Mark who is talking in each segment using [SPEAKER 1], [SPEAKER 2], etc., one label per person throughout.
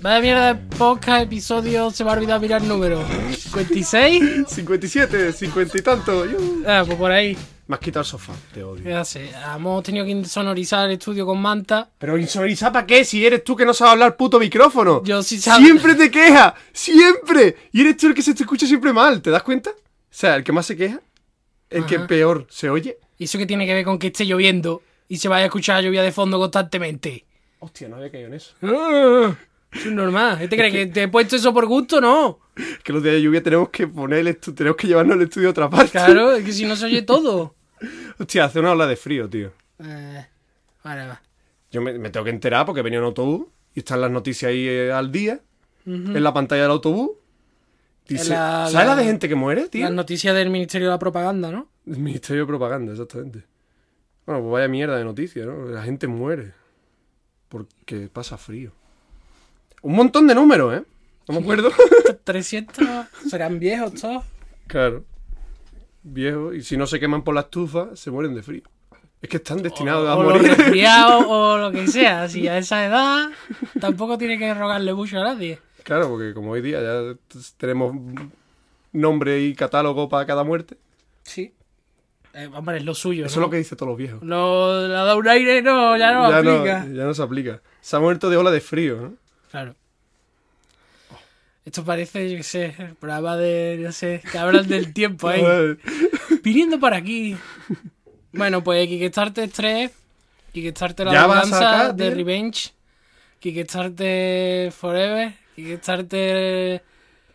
[SPEAKER 1] Vaya mierda de podcast, episodio, se me ha olvidado mirar el número. ¿56?
[SPEAKER 2] 57, 50 y tanto. Yuhu.
[SPEAKER 1] Ah, pues por ahí.
[SPEAKER 2] Me has quitado el sofá, te odio.
[SPEAKER 1] ¿Qué hace? Hemos tenido que insonorizar el estudio con manta.
[SPEAKER 2] Pero insonorizar para qué si eres tú que no sabes hablar puto micrófono.
[SPEAKER 1] Yo sí sab-
[SPEAKER 2] Siempre te queja, siempre. Y eres tú el que se te escucha siempre mal, ¿te das cuenta? O sea, el que más se queja, el que
[SPEAKER 1] Ajá.
[SPEAKER 2] peor se oye.
[SPEAKER 1] ¿Y eso qué tiene que ver con que esté lloviendo y se vaya a escuchar lluvia de fondo constantemente?
[SPEAKER 2] Hostia, no había caído en eso.
[SPEAKER 1] Ah, Eso es normal. ¿Te crees que te he puesto eso por gusto? No.
[SPEAKER 2] Es que los días de lluvia tenemos que poner el estu- tenemos que llevarnos el estudio a otra parte.
[SPEAKER 1] Claro, es que si no se oye todo.
[SPEAKER 2] Hostia, hace una ola de frío, tío.
[SPEAKER 1] Eh, vale, va.
[SPEAKER 2] Yo me, me tengo que enterar porque venía en autobús y están las noticias ahí eh, al día, en la pantalla del autobús. Dice,
[SPEAKER 1] La-
[SPEAKER 2] ¿Sabes la,
[SPEAKER 1] la-
[SPEAKER 2] de gente que muere, tío?
[SPEAKER 1] Las noticias del Ministerio de la Propaganda, ¿no?
[SPEAKER 2] El Ministerio de Propaganda, exactamente. Bueno, pues vaya mierda de noticia, ¿no? La gente muere porque pasa frío. Un montón de números, ¿eh? No me acuerdo.
[SPEAKER 1] 300 serán viejos todos.
[SPEAKER 2] claro. Viejo, y si no se queman por la estufa, se mueren de frío. Es que están destinados a
[SPEAKER 1] O los
[SPEAKER 2] morir.
[SPEAKER 1] resfriados o lo que sea. Si a esa edad tampoco tiene que rogarle mucho a nadie.
[SPEAKER 2] Claro, porque como hoy día ya t- tenemos nombre y catálogo para cada muerte.
[SPEAKER 1] Sí. Eh, hombre, es lo suyo.
[SPEAKER 2] Eso es lo que dicen todos los viejos.
[SPEAKER 1] Lo, la da un aire no, ya no
[SPEAKER 2] ya,
[SPEAKER 1] aplica.
[SPEAKER 2] No, ya no se aplica. Se ha muerto de ola de frío, ¿no?
[SPEAKER 1] Claro. Esto parece, yo qué sé, el programa de, no sé, que hablan del tiempo Pues ahí. Viniendo para aquí. Bueno, pues Kickstarter 3, Kickstarter La
[SPEAKER 2] Ya vas a
[SPEAKER 1] Venganza
[SPEAKER 2] sacar,
[SPEAKER 1] de
[SPEAKER 2] tío.
[SPEAKER 1] Revenge, Kickstarter Forever, Kickstarter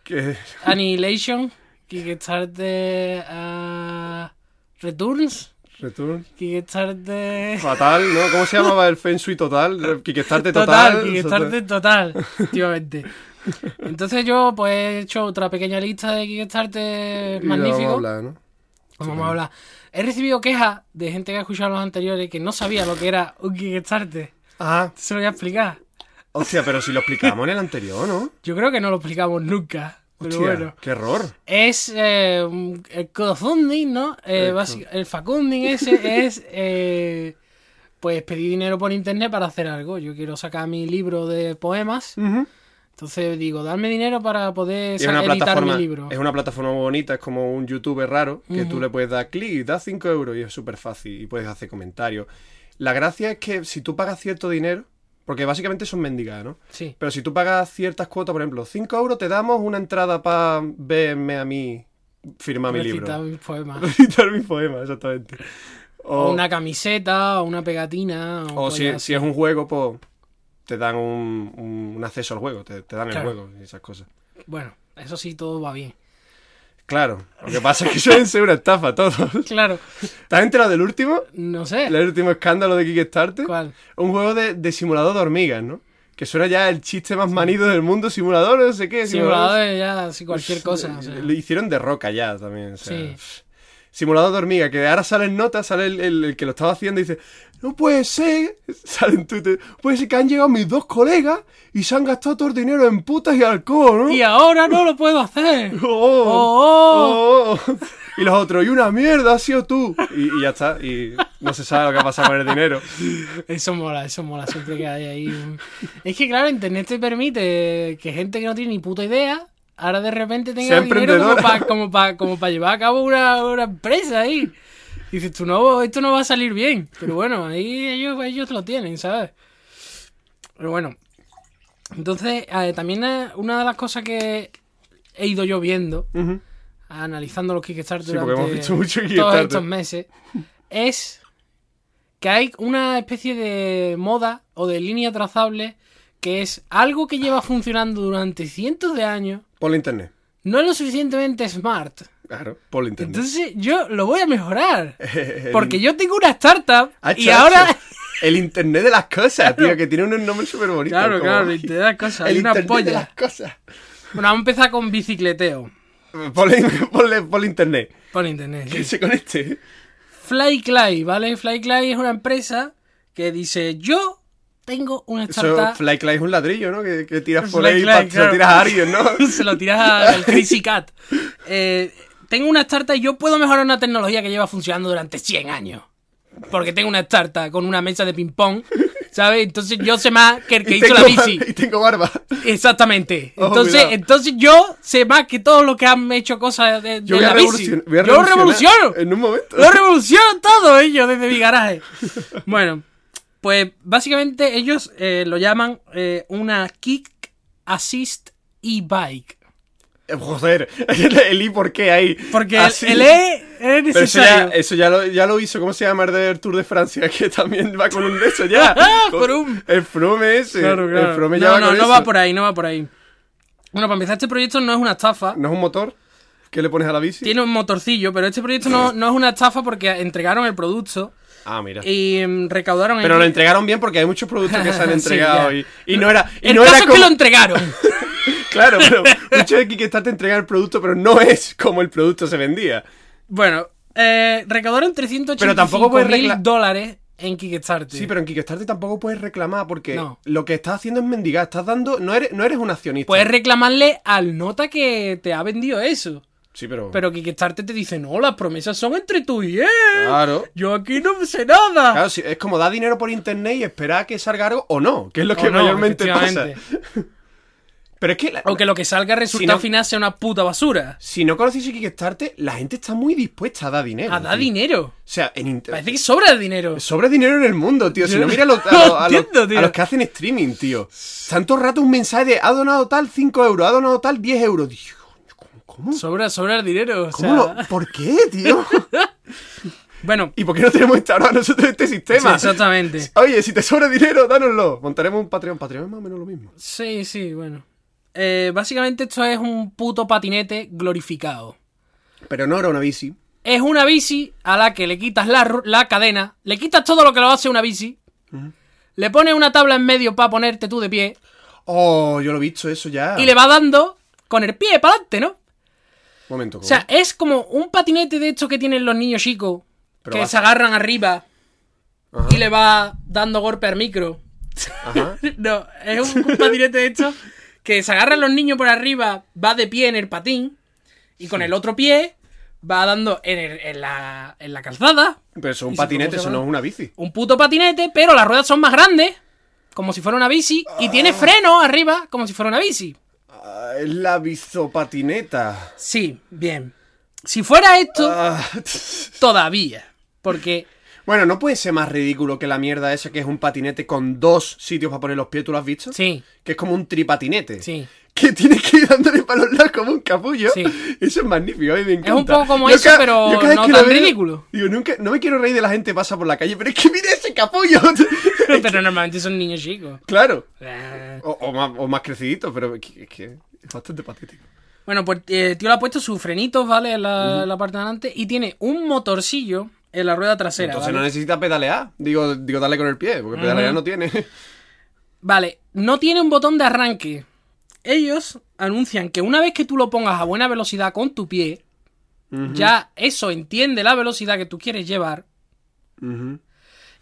[SPEAKER 2] Que-
[SPEAKER 1] Annihilation, Kickstarter ah, Returns,
[SPEAKER 2] Return.
[SPEAKER 1] Kickstarter...
[SPEAKER 2] Fatal, ¿no? ¿Cómo se llamaba el Feng Shui total? Kickstarte total.
[SPEAKER 1] Total, Kickstarter total, efectivamente. Entonces yo pues he hecho otra pequeña lista de Kickstarter
[SPEAKER 2] Y lo vamos a
[SPEAKER 1] magníficos.
[SPEAKER 2] hablar, ¿no?
[SPEAKER 1] Pues Vamos a hablar. He recibido quejas de gente que ha escuchado los anteriores que no sabía lo que era un Kickstarter.
[SPEAKER 2] Ah,
[SPEAKER 1] Se lo voy a explicar.
[SPEAKER 2] hostia, pero si lo explicamos en el anterior, ¿no?
[SPEAKER 1] Yo creo que no lo explicamos nunca. Pero
[SPEAKER 2] Hostia,
[SPEAKER 1] bueno.
[SPEAKER 2] qué error.
[SPEAKER 1] Es eh, un- el crowdfunding, ¿no? Eh,
[SPEAKER 2] Eso.
[SPEAKER 1] basi- el facunding ese es eh, pues pedir dinero por internet para hacer algo. Yo quiero sacar mi libro de poemas. Entonces digo, darme dinero para poder
[SPEAKER 2] Es
[SPEAKER 1] sa-
[SPEAKER 2] una
[SPEAKER 1] editar mi
[SPEAKER 2] plataforma,
[SPEAKER 1] libro.
[SPEAKER 2] es una plataforma muy bonita, es como un YouTube raro, que tú le puedes dar clic, da 5 euros y es súper fácil y puedes hacer comentarios. La gracia es que si tú pagas cierto dinero, porque básicamente son mendigadas, ¿no?
[SPEAKER 1] Sí.
[SPEAKER 2] Pero si tú pagas ciertas cuotas, por ejemplo, 5 euros te damos una entrada para verme a mí firmar mi libro.
[SPEAKER 1] Recitar mis poemas.
[SPEAKER 2] Recitar mi poema, exactamente.
[SPEAKER 1] O
[SPEAKER 2] O,
[SPEAKER 1] una camiseta, o una pegatina.
[SPEAKER 2] o si,
[SPEAKER 1] cosas
[SPEAKER 2] si es un juego, pues te dan un, un- un acceso al juego, te, te dan
[SPEAKER 1] Claro.
[SPEAKER 2] el juego y esas cosas.
[SPEAKER 1] Bueno, eso sí, todo va bien.
[SPEAKER 2] Claro, lo que pasa es que suelen ser una estafa todos.
[SPEAKER 1] Claro,
[SPEAKER 2] ¿Te has enterado del último?
[SPEAKER 1] no sé.
[SPEAKER 2] El último escándalo de Kickstarter.
[SPEAKER 1] ¿Cuál?
[SPEAKER 2] Un juego de, de simulador de hormigas, ¿no? Que suena ya el chiste más manido del mundo, simulador, no sé qué.
[SPEAKER 1] Simuladores ya, si cualquier
[SPEAKER 2] Pues,
[SPEAKER 1] cosa. o sea.
[SPEAKER 2] Lo hicieron de roca ya también. o sea,
[SPEAKER 1] Sí.
[SPEAKER 2] pff. Simulador de hormiga, que ahora salen notas, sale el, el- el que lo estaba haciendo y dice, no puede ser, salen Twitter, puede ser que han llegado mis dos colegas y se han gastado todo el dinero en putas y alcohol, ¿no?
[SPEAKER 1] Y ahora no lo puedo hacer.
[SPEAKER 2] Oh,
[SPEAKER 1] Oh,
[SPEAKER 2] oh, oh. Y los otros, y una mierda, has sido tú. Y, y ya está, y no se sabe lo que ha pasado con el dinero.
[SPEAKER 1] Eso mola, eso mola. Siempre que hay ahí. un- Es que, claro, Internet te permite que gente que no tiene ni puta idea. Ahora de repente tenga
[SPEAKER 2] Sea
[SPEAKER 1] dinero como
[SPEAKER 2] emprendedora.
[SPEAKER 1] para como pa- como pa llevar a cabo una, una empresa ahí. Y dices, tú no, esto no va a salir bien. Pero bueno, ahí ellos, ellos lo tienen, ¿sabes? Pero bueno. Entonces, eh, también eh, una de las cosas que he ido yo viendo
[SPEAKER 2] Ujú.
[SPEAKER 1] analizando los Kickstarter
[SPEAKER 2] Sí, porque
[SPEAKER 1] durante
[SPEAKER 2] hemos visto mucho
[SPEAKER 1] todos
[SPEAKER 2] Kickstarter.
[SPEAKER 1] estos meses, es que hay una especie de moda o de línea trazable que es algo que lleva funcionando durante cientos de años,
[SPEAKER 2] Por la internet.
[SPEAKER 1] no es lo suficientemente smart.
[SPEAKER 2] Claro, por la internet.
[SPEAKER 1] Entonces yo lo voy a mejorar.
[SPEAKER 2] El-
[SPEAKER 1] Porque yo tengo una startup
[SPEAKER 2] Hacho,
[SPEAKER 1] y ahora...
[SPEAKER 2] hacho. El internet de las cosas, tío, que tiene unos nombres súper bonitos.
[SPEAKER 1] Claro, claro,
[SPEAKER 2] el
[SPEAKER 1] y te da cosas, hay una
[SPEAKER 2] internet
[SPEAKER 1] polla.
[SPEAKER 2] de las cosas.
[SPEAKER 1] Bueno, vamos a empezar con bicicleteo.
[SPEAKER 2] Ponle, ponle, ponle internet.
[SPEAKER 1] Por internet. sí.
[SPEAKER 2] Que se conecte.
[SPEAKER 1] Flycly, ¿vale? Flycly es una empresa que dice, yo tengo una startup...
[SPEAKER 2] Eso, Flycly es un ladrillo, ¿no? Que, que tiras por
[SPEAKER 1] Fly
[SPEAKER 2] ahí y
[SPEAKER 1] Clay,
[SPEAKER 2] pa- se lo
[SPEAKER 1] claro.
[SPEAKER 2] tiras a alguien, ¿no?
[SPEAKER 1] se lo tiras al Crazy Cat. Eh, tengo una startup y yo puedo mejorar una tecnología que lleva funcionando durante 100 años. Porque tengo una startup con una mesa de ping-pong ¿sabes? Entonces yo sé más que el que
[SPEAKER 2] Y
[SPEAKER 1] hizo
[SPEAKER 2] tengo
[SPEAKER 1] la
[SPEAKER 2] bar-
[SPEAKER 1] bici.
[SPEAKER 2] Y tengo barba.
[SPEAKER 1] Exactamente.
[SPEAKER 2] Ojo,
[SPEAKER 1] Entonces,
[SPEAKER 2] cuidado.
[SPEAKER 1] entonces yo sé más que todos los que han hecho cosas de, de
[SPEAKER 2] Yo voy a,
[SPEAKER 1] la bici.
[SPEAKER 2] revolucion- voy a
[SPEAKER 1] yo lo
[SPEAKER 2] revolucionar
[SPEAKER 1] revoluciono.
[SPEAKER 2] En un momento.
[SPEAKER 1] Lo revolucionan todo ellos desde mi garaje. Bueno, pues básicamente ellos eh, lo llaman eh, una kick assist e-bike.
[SPEAKER 2] Eh, Joder, el I por qué ahí.
[SPEAKER 1] Porque el-
[SPEAKER 2] Así.
[SPEAKER 1] el, E es
[SPEAKER 2] Ah, Pero eso, ya,
[SPEAKER 1] necesario.
[SPEAKER 2] eso ya, lo, ya lo hizo, ¿cómo se llama el del Tour de Francia? Que también va con un de eso ya.
[SPEAKER 1] Ah,
[SPEAKER 2] Con-
[SPEAKER 1] Froome.
[SPEAKER 2] El Froome ese.
[SPEAKER 1] Claro, claro.
[SPEAKER 2] El Froome ya
[SPEAKER 1] No,
[SPEAKER 2] va
[SPEAKER 1] no,
[SPEAKER 2] con
[SPEAKER 1] no
[SPEAKER 2] eso.
[SPEAKER 1] va por ahí, no va por ahí. Bueno, para empezar, este proyecto no es una estafa.
[SPEAKER 2] ¿No es un motor? ¿Qué le pones a la bici?
[SPEAKER 1] Tiene un motorcillo, pero este proyecto no, no es una estafa porque entregaron el producto
[SPEAKER 2] Ah, mira.
[SPEAKER 1] y em, recaudaron...
[SPEAKER 2] Pero
[SPEAKER 1] el...
[SPEAKER 2] lo entregaron bien porque hay muchos productos que se han
[SPEAKER 1] Sí,
[SPEAKER 2] entregado
[SPEAKER 1] ya.
[SPEAKER 2] y, y no era. Y
[SPEAKER 1] el
[SPEAKER 2] no
[SPEAKER 1] caso
[SPEAKER 2] era
[SPEAKER 1] es
[SPEAKER 2] como...
[SPEAKER 1] que lo entregaron.
[SPEAKER 2] Claro, pero mucho de Kikestar te entrega el producto, pero no es como el producto se vendía.
[SPEAKER 1] Bueno, eh, recaudaron 385
[SPEAKER 2] Pero tampoco puedes
[SPEAKER 1] mil
[SPEAKER 2] recla-
[SPEAKER 1] dólares en Kickstarter.
[SPEAKER 2] Sí, pero en Kickstarter tampoco puedes reclamar porque
[SPEAKER 1] No.
[SPEAKER 2] lo que estás haciendo es mendigar. Estás dando. No eres, no eres un accionista.
[SPEAKER 1] Puedes reclamarle al nota que te ha vendido eso.
[SPEAKER 2] Sí, pero.
[SPEAKER 1] Pero Kickstarter te dice, no, las promesas son entre tú y él.
[SPEAKER 2] Claro.
[SPEAKER 1] Yo aquí no sé nada.
[SPEAKER 2] Ah. Claro, sí, es como dar dinero por internet y esperar a que salga algo o no, que es lo
[SPEAKER 1] O
[SPEAKER 2] que
[SPEAKER 1] no,
[SPEAKER 2] mayormente pasa.
[SPEAKER 1] efectivamente.
[SPEAKER 2] Pero es que la-
[SPEAKER 1] O que lo que salga resulta
[SPEAKER 2] no-
[SPEAKER 1] al final sea una puta basura.
[SPEAKER 2] si no conoces el Kickstarter, la gente está muy dispuesta a dar dinero.
[SPEAKER 1] A dar
[SPEAKER 2] tío.
[SPEAKER 1] Ah, dinero.
[SPEAKER 2] O sea, en internet.
[SPEAKER 1] Parece que sobra el dinero.
[SPEAKER 2] Sobra dinero en el mundo, tío. Si
[SPEAKER 1] Yo
[SPEAKER 2] no,
[SPEAKER 1] no-
[SPEAKER 2] mira a los,
[SPEAKER 1] no
[SPEAKER 2] a los- a los-
[SPEAKER 1] entiendo, tío.
[SPEAKER 2] a los que hacen streaming, tío. Tanto rato un mensaje de ha donado tal 5 euros, ha donado tal 10 euros. Dios, ¿cómo? ¿Cómo,
[SPEAKER 1] Sobra, sobra el dinero. o
[SPEAKER 2] ¿Cómo
[SPEAKER 1] sea.
[SPEAKER 2] lo- ¿Por qué, tío?
[SPEAKER 1] Bueno,
[SPEAKER 2] ¿Y por qué no tenemos instaurado nosotros este
[SPEAKER 1] sí,
[SPEAKER 2] sistema?
[SPEAKER 1] exactamente.
[SPEAKER 2] Oye, si te sobra dinero, dánoslo. Montaremos un Patreon. Patreon es más o menos lo mismo.
[SPEAKER 1] Sí, sí, bueno. Eh, básicamente esto es un puto patinete glorificado.
[SPEAKER 2] Pero no era una bici.
[SPEAKER 1] Es una bici a la que le quitas la, ru- la cadena, le quitas todo lo que lo hace una bici, le pones una tabla en medio para ponerte tú de pie
[SPEAKER 2] Oh, yo lo he visto eso ya.
[SPEAKER 1] y le vas dando con el pie para adelante, ¿no?
[SPEAKER 2] Momento,
[SPEAKER 1] O
[SPEAKER 2] ¿cómo?
[SPEAKER 1] sea, es como un patinete de estos que tienen los niños chicos
[SPEAKER 2] Pero
[SPEAKER 1] que
[SPEAKER 2] vas-
[SPEAKER 1] se agarran arriba
[SPEAKER 2] Ajá.
[SPEAKER 1] y le va dando golpe al micro.
[SPEAKER 2] Ajá.
[SPEAKER 1] No, es un, un patinete de estos que se agarran los niños por arriba, va de pie en el patín y con el otro pie va dando en, el- en la, en la calzada.
[SPEAKER 2] Pero eso es
[SPEAKER 1] ¿Y
[SPEAKER 2] un
[SPEAKER 1] si
[SPEAKER 2] patinete,
[SPEAKER 1] cómo se
[SPEAKER 2] eso
[SPEAKER 1] llama?
[SPEAKER 2] no es una bici.
[SPEAKER 1] un puto patinete, pero las ruedas son más grandes, como si fuera una bici, y tiene freno arriba, como si fuera una bici.
[SPEAKER 2] Ah, es la bizopatineta.
[SPEAKER 1] Sí, bien. Si fuera esto,
[SPEAKER 2] Ah,
[SPEAKER 1] todavía. Porque
[SPEAKER 2] Bueno, no puede ser más ridículo que la mierda esa que es un patinete con dos sitios para poner los pies, ¿tú lo has visto?
[SPEAKER 1] Sí.
[SPEAKER 2] Que es como un tripatinete.
[SPEAKER 1] Sí.
[SPEAKER 2] Que tiene que ir dándole para los lados como un capullo.
[SPEAKER 1] Sí.
[SPEAKER 2] Eso es magnífico, a mí me encanta.
[SPEAKER 1] un poco como eso,
[SPEAKER 2] ca-
[SPEAKER 1] pero
[SPEAKER 2] cada vez
[SPEAKER 1] no
[SPEAKER 2] que lo
[SPEAKER 1] tan ridículo.
[SPEAKER 2] Digo, nunca, no me quiero reír de la gente que pasa por la calle, pero es que mira ese capullo. Es que-
[SPEAKER 1] pero normalmente son niños chicos.
[SPEAKER 2] claro.
[SPEAKER 1] Eh,
[SPEAKER 2] O, o más, o más creciditos, pero es que, es que es bastante patético.
[SPEAKER 1] Bueno, pues eh, tío le ha puesto sus frenitos, ¿vale? En la, la parte de adelante. Y tiene un motorcillo en la rueda trasera.
[SPEAKER 2] Entonces
[SPEAKER 1] ¿vale?
[SPEAKER 2] no necesita pedalear. Digo, digo, dale con el pie, porque pedalear no tiene.
[SPEAKER 1] Vale, no tiene un botón de arranque. Ellos anuncian que una vez que tú lo pongas a buena velocidad con tu pie, ya eso entiende la velocidad que tú quieres llevar.
[SPEAKER 2] Ujú.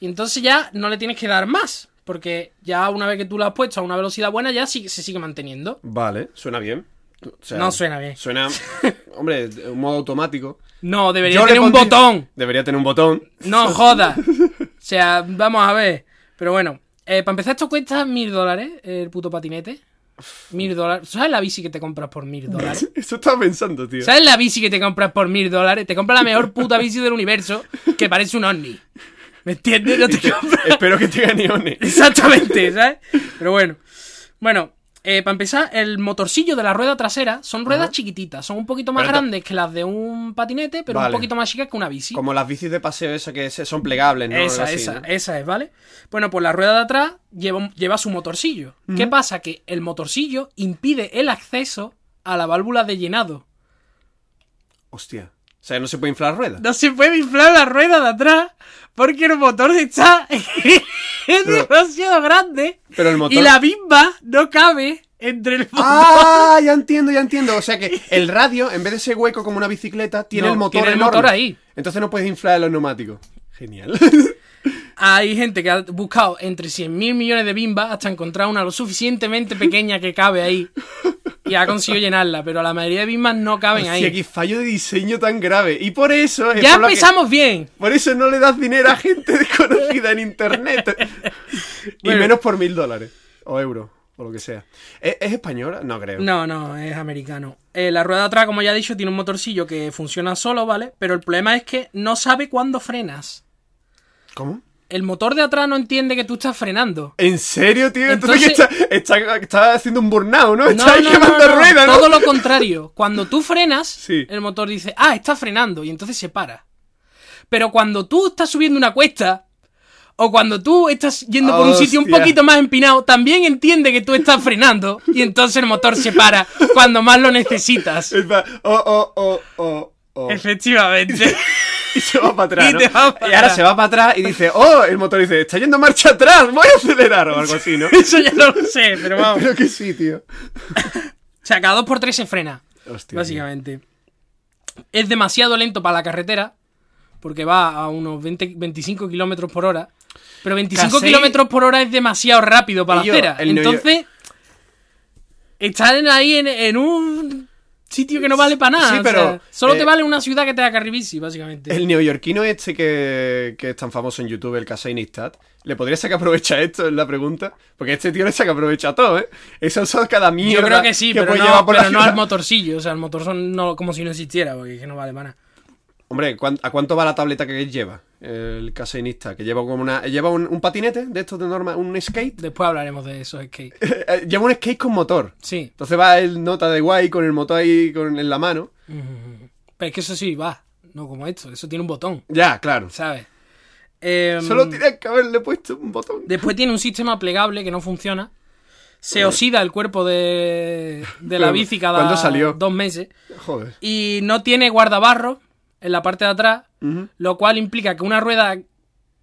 [SPEAKER 1] Y entonces ya no le tienes que dar más. Porque ya una vez que tú lo has puesto a una velocidad buena, ya sí- se sigue manteniendo.
[SPEAKER 2] Vale, suena bien. O sea,
[SPEAKER 1] No suena bien.
[SPEAKER 2] Suena, hombre, de un modo automático.
[SPEAKER 1] No, debería
[SPEAKER 2] Yo le
[SPEAKER 1] tener un
[SPEAKER 2] pondría-
[SPEAKER 1] botón.
[SPEAKER 2] Debería tener un botón.
[SPEAKER 1] No joda. O sea, vamos a ver. Pero bueno, eh, para empezar, esto cuesta mil dólares, el puto patinete. Mil dólares. ¿Sabes la bici que te compras por mil dólares?
[SPEAKER 2] Eso estaba pensando, tío.
[SPEAKER 1] ¿Sabes la bici que te compras por mil dólares? Te compras la mejor puta bici del universo que parece un ovni. ¿Me entiendes? No te compras.
[SPEAKER 2] Espero que tenga neones.
[SPEAKER 1] Exactamente, ¿sabes? Pero bueno. Bueno, eh, para empezar, el motorcillo de la rueda trasera son ruedas chiquititas. Son un poquito más
[SPEAKER 2] Pero ta-
[SPEAKER 1] grandes que las de un patinete, pero
[SPEAKER 2] Vale.
[SPEAKER 1] un poquito más chicas que una bici.
[SPEAKER 2] Como las bicis de paseo esas que se- son plegables, ¿no?
[SPEAKER 1] esa,
[SPEAKER 2] Algo así,
[SPEAKER 1] esa,
[SPEAKER 2] ¿no?
[SPEAKER 1] esa es, ¿vale? Bueno, pues la rueda de atrás lleva, un- lleva su motorcillo. ¿Qué pasa? Que el motorcillo impide el acceso a la válvula de llenado.
[SPEAKER 2] Hostia. O sea, no se puede inflar ruedas.
[SPEAKER 1] No se puede inflar la rueda de atrás porque el motor está es demasiado grande
[SPEAKER 2] Pero el motor-
[SPEAKER 1] y la bimba no cabe entre el motor.
[SPEAKER 2] ¡Ah! Ya entiendo, ya entiendo. O sea que el radio, en vez de ese hueco como una bicicleta, tiene
[SPEAKER 1] No,
[SPEAKER 2] el motor
[SPEAKER 1] tiene el
[SPEAKER 2] enorme.
[SPEAKER 1] motor ahí.
[SPEAKER 2] Entonces no puedes inflar los neumáticos. Genial.
[SPEAKER 1] Hay gente que ha buscado entre 100.000 millones de bimbas hasta encontrar una lo suficientemente pequeña que cabe ahí. y ha conseguido llenarla, pero la mayoría de Bitmaps no caben
[SPEAKER 2] Hostia,
[SPEAKER 1] ahí.
[SPEAKER 2] qué fallo de diseño tan grave. Y por eso. es
[SPEAKER 1] Ya
[SPEAKER 2] por lo que-
[SPEAKER 1] empezamos bien.
[SPEAKER 2] Por eso no le das dinero a gente desconocida en internet. y
[SPEAKER 1] Bueno.
[SPEAKER 2] menos por mil dólares. O euros. O lo que sea. ¿Es, es española? No creo.
[SPEAKER 1] No, no, es americano. Eh, la rueda de atrás, como ya he dicho, tiene un motorcillo que funciona solo, ¿vale? Pero el problema es que no sabe cuándo frenas.
[SPEAKER 2] ¿Cómo?
[SPEAKER 1] El motor de atrás no entiende que tú estás frenando.
[SPEAKER 2] ¿En serio, tío? Entonces,
[SPEAKER 1] Entonces-
[SPEAKER 2] que está, está- está haciendo un burnout, ¿no?
[SPEAKER 1] No,
[SPEAKER 2] Está ahí
[SPEAKER 1] no, no,
[SPEAKER 2] quemando
[SPEAKER 1] no,
[SPEAKER 2] ruedas, ¿no?
[SPEAKER 1] Todo lo contrario. Cuando tú frenas,
[SPEAKER 2] Sí.
[SPEAKER 1] el motor dice, ah, está frenando, y entonces se para. Pero cuando tú estás subiendo una cuesta, o cuando tú estás yendo por un sitio un
[SPEAKER 2] Hostia.
[SPEAKER 1] poquito más empinado, también entiende que tú estás frenando, y entonces el motor se para cuando más lo necesitas.
[SPEAKER 2] Es pa- Oh, oh, oh, oh, oh.
[SPEAKER 1] Efectivamente.
[SPEAKER 2] Y se va para atrás.
[SPEAKER 1] Y
[SPEAKER 2] ¿no?
[SPEAKER 1] te va para
[SPEAKER 2] Y ahora
[SPEAKER 1] atrás.
[SPEAKER 2] se va para atrás y dice, oh, el motor dice, está yendo marcha atrás, voy a acelerar o algo así, ¿no?
[SPEAKER 1] Eso ya no lo sé, pero vamos.
[SPEAKER 2] Creo que sí, tío.
[SPEAKER 1] O sea, cada 2x3 se frena.
[SPEAKER 2] Hostia.
[SPEAKER 1] básicamente. Es demasiado lento para la carretera, porque va a unos 20, 25 kilómetros por hora. Pero 25
[SPEAKER 2] Casi-
[SPEAKER 1] kilómetros por hora es demasiado rápido para
[SPEAKER 2] Y
[SPEAKER 1] la
[SPEAKER 2] yo,
[SPEAKER 1] acera.
[SPEAKER 2] el New
[SPEAKER 1] Entonces, estar en- ahí en, en un sitio que no vale para nada.
[SPEAKER 2] Sí,
[SPEAKER 1] o
[SPEAKER 2] pero,
[SPEAKER 1] sea, solo te
[SPEAKER 2] eh,
[SPEAKER 1] vale una ciudad que te da carribici, básicamente.
[SPEAKER 2] El neoyorquino este que, que es tan famoso en YouTube, el Casey Neistat, ¿le podría sacar provecho a esto? Es la pregunta. Porque este tío le saca provecho a todo, ¿eh? Eso es cada mierda.
[SPEAKER 1] Yo creo que sí, pero,
[SPEAKER 2] puede
[SPEAKER 1] no,
[SPEAKER 2] llevar por la
[SPEAKER 1] pero no al
[SPEAKER 2] ciudad.
[SPEAKER 1] motorcillo. O sea, el motor son no, como si no existiera, porque es que no vale para nada.
[SPEAKER 2] Hombre, ¿cuán- ¿a cuánto va la tableta que lleva el caseinista? Que lleva como una. Lleva un, un patinete de estos de norma, un skate.
[SPEAKER 1] Después hablaremos de esos skate.
[SPEAKER 2] Eh, lleva un skate con motor.
[SPEAKER 1] Sí.
[SPEAKER 2] Entonces va el nota de guay con el motor ahí con, en la mano.
[SPEAKER 1] Ujú. Pero es que eso sí va. No como esto. Eso tiene un botón.
[SPEAKER 2] Ya, claro.
[SPEAKER 1] ¿sabes? Em,
[SPEAKER 2] Solo tienes que haberle puesto un botón.
[SPEAKER 1] Después tiene un sistema plegable que no funciona. Se oxida el cuerpo de, de la
[SPEAKER 2] Pero,
[SPEAKER 1] bici cada
[SPEAKER 2] Eh. ¿cuándo salió?
[SPEAKER 1] dos meses.
[SPEAKER 2] Joder.
[SPEAKER 1] Y no tiene guardabarro en la parte de atrás,
[SPEAKER 2] Ujú.
[SPEAKER 1] lo cual implica que una rueda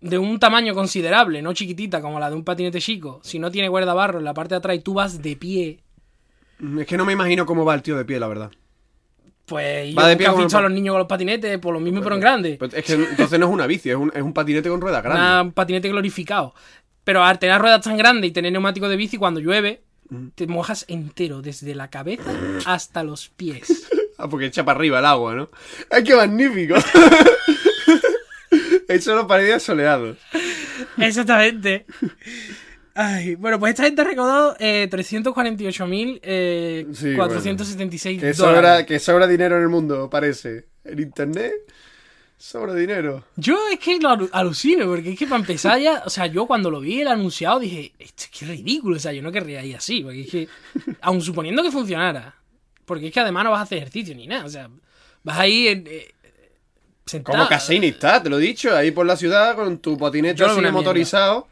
[SPEAKER 1] de un tamaño considerable, no chiquitita como la de un patinete chico, si no tiene guardabarro en la parte de atrás y tú vas de pie,
[SPEAKER 2] Es que no me imagino cómo va el tío de pie, la verdad.
[SPEAKER 1] pues
[SPEAKER 2] Va
[SPEAKER 1] yo
[SPEAKER 2] de
[SPEAKER 1] nunca
[SPEAKER 2] pie
[SPEAKER 1] he
[SPEAKER 2] como
[SPEAKER 1] visto a
[SPEAKER 2] el-
[SPEAKER 1] los niños con los patinetes, por lo mismo pero en grande.
[SPEAKER 2] Pues es que entonces no es una bici, es un, es un patinete con ruedas grandes.
[SPEAKER 1] Una- un patinete glorificado. Pero al tener ruedas tan grandes y tener neumáticos de bici, cuando llueve, te mojas entero, desde la cabeza hasta los pies.
[SPEAKER 2] Ah, porque echa para arriba el agua, ¿no? ¡Ay, qué magnífico! Eso lo parecía soleado.
[SPEAKER 1] Exactamente. Ay, bueno, pues esta gente ha recaudado eh, 348.476 eh,
[SPEAKER 2] Sí, Que
[SPEAKER 1] dólares.
[SPEAKER 2] sobra, que sobra dinero en el mundo, parece. En internet sobra dinero.
[SPEAKER 1] Yo es que lo alu- alucino, porque es que para empezar ya, o sea, yo cuando lo vi el anunciado dije, esto es que es ridículo, o sea, yo no querría ir así, porque es que, aun suponiendo que funcionara, porque es que además no vas a hacer ejercicio ni nada, o sea, vas ahí en, eh, sentado.
[SPEAKER 2] Como Cassini está, te lo he dicho, ahí por la ciudad con tu patinete
[SPEAKER 1] Yo lo
[SPEAKER 2] así
[SPEAKER 1] veo una
[SPEAKER 2] motorizado.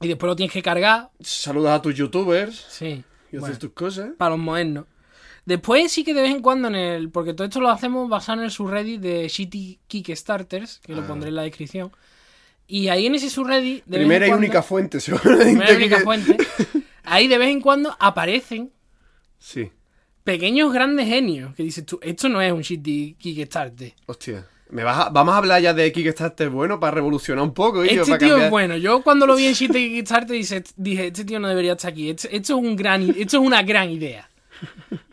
[SPEAKER 1] Y después lo tienes que cargar,
[SPEAKER 2] Saludas a tus youtubers
[SPEAKER 1] sí,
[SPEAKER 2] y
[SPEAKER 1] bueno,
[SPEAKER 2] haces tus cosas.
[SPEAKER 1] para los modernos. Después sí que de vez en cuando en el, porque todo esto lo hacemos basado en el subreddit de Shitty Kickstarters, que lo
[SPEAKER 2] Ah.
[SPEAKER 1] pondré en la descripción. Y ahí en ese subreddit... de vez en
[SPEAKER 2] Primera y
[SPEAKER 1] cuando-
[SPEAKER 2] única fuente, seguramente.
[SPEAKER 1] Primera y única
[SPEAKER 2] que-
[SPEAKER 1] fuente. Ahí de vez en cuando aparecen
[SPEAKER 2] Sí,
[SPEAKER 1] pequeños grandes genios que dices tú, esto no es un shit de Kickstarter.
[SPEAKER 2] hostia. Me vas a- vamos a hablar ya de Kickstarter este bueno para revolucionar un poco, y
[SPEAKER 1] Este
[SPEAKER 2] para
[SPEAKER 1] tío es
[SPEAKER 2] cambiar.
[SPEAKER 1] bueno. Yo cuando lo vi en shit de Kickstarter dice- dije, este tío no debería estar aquí. Este- Esto, es un gran, i- esto es una gran idea.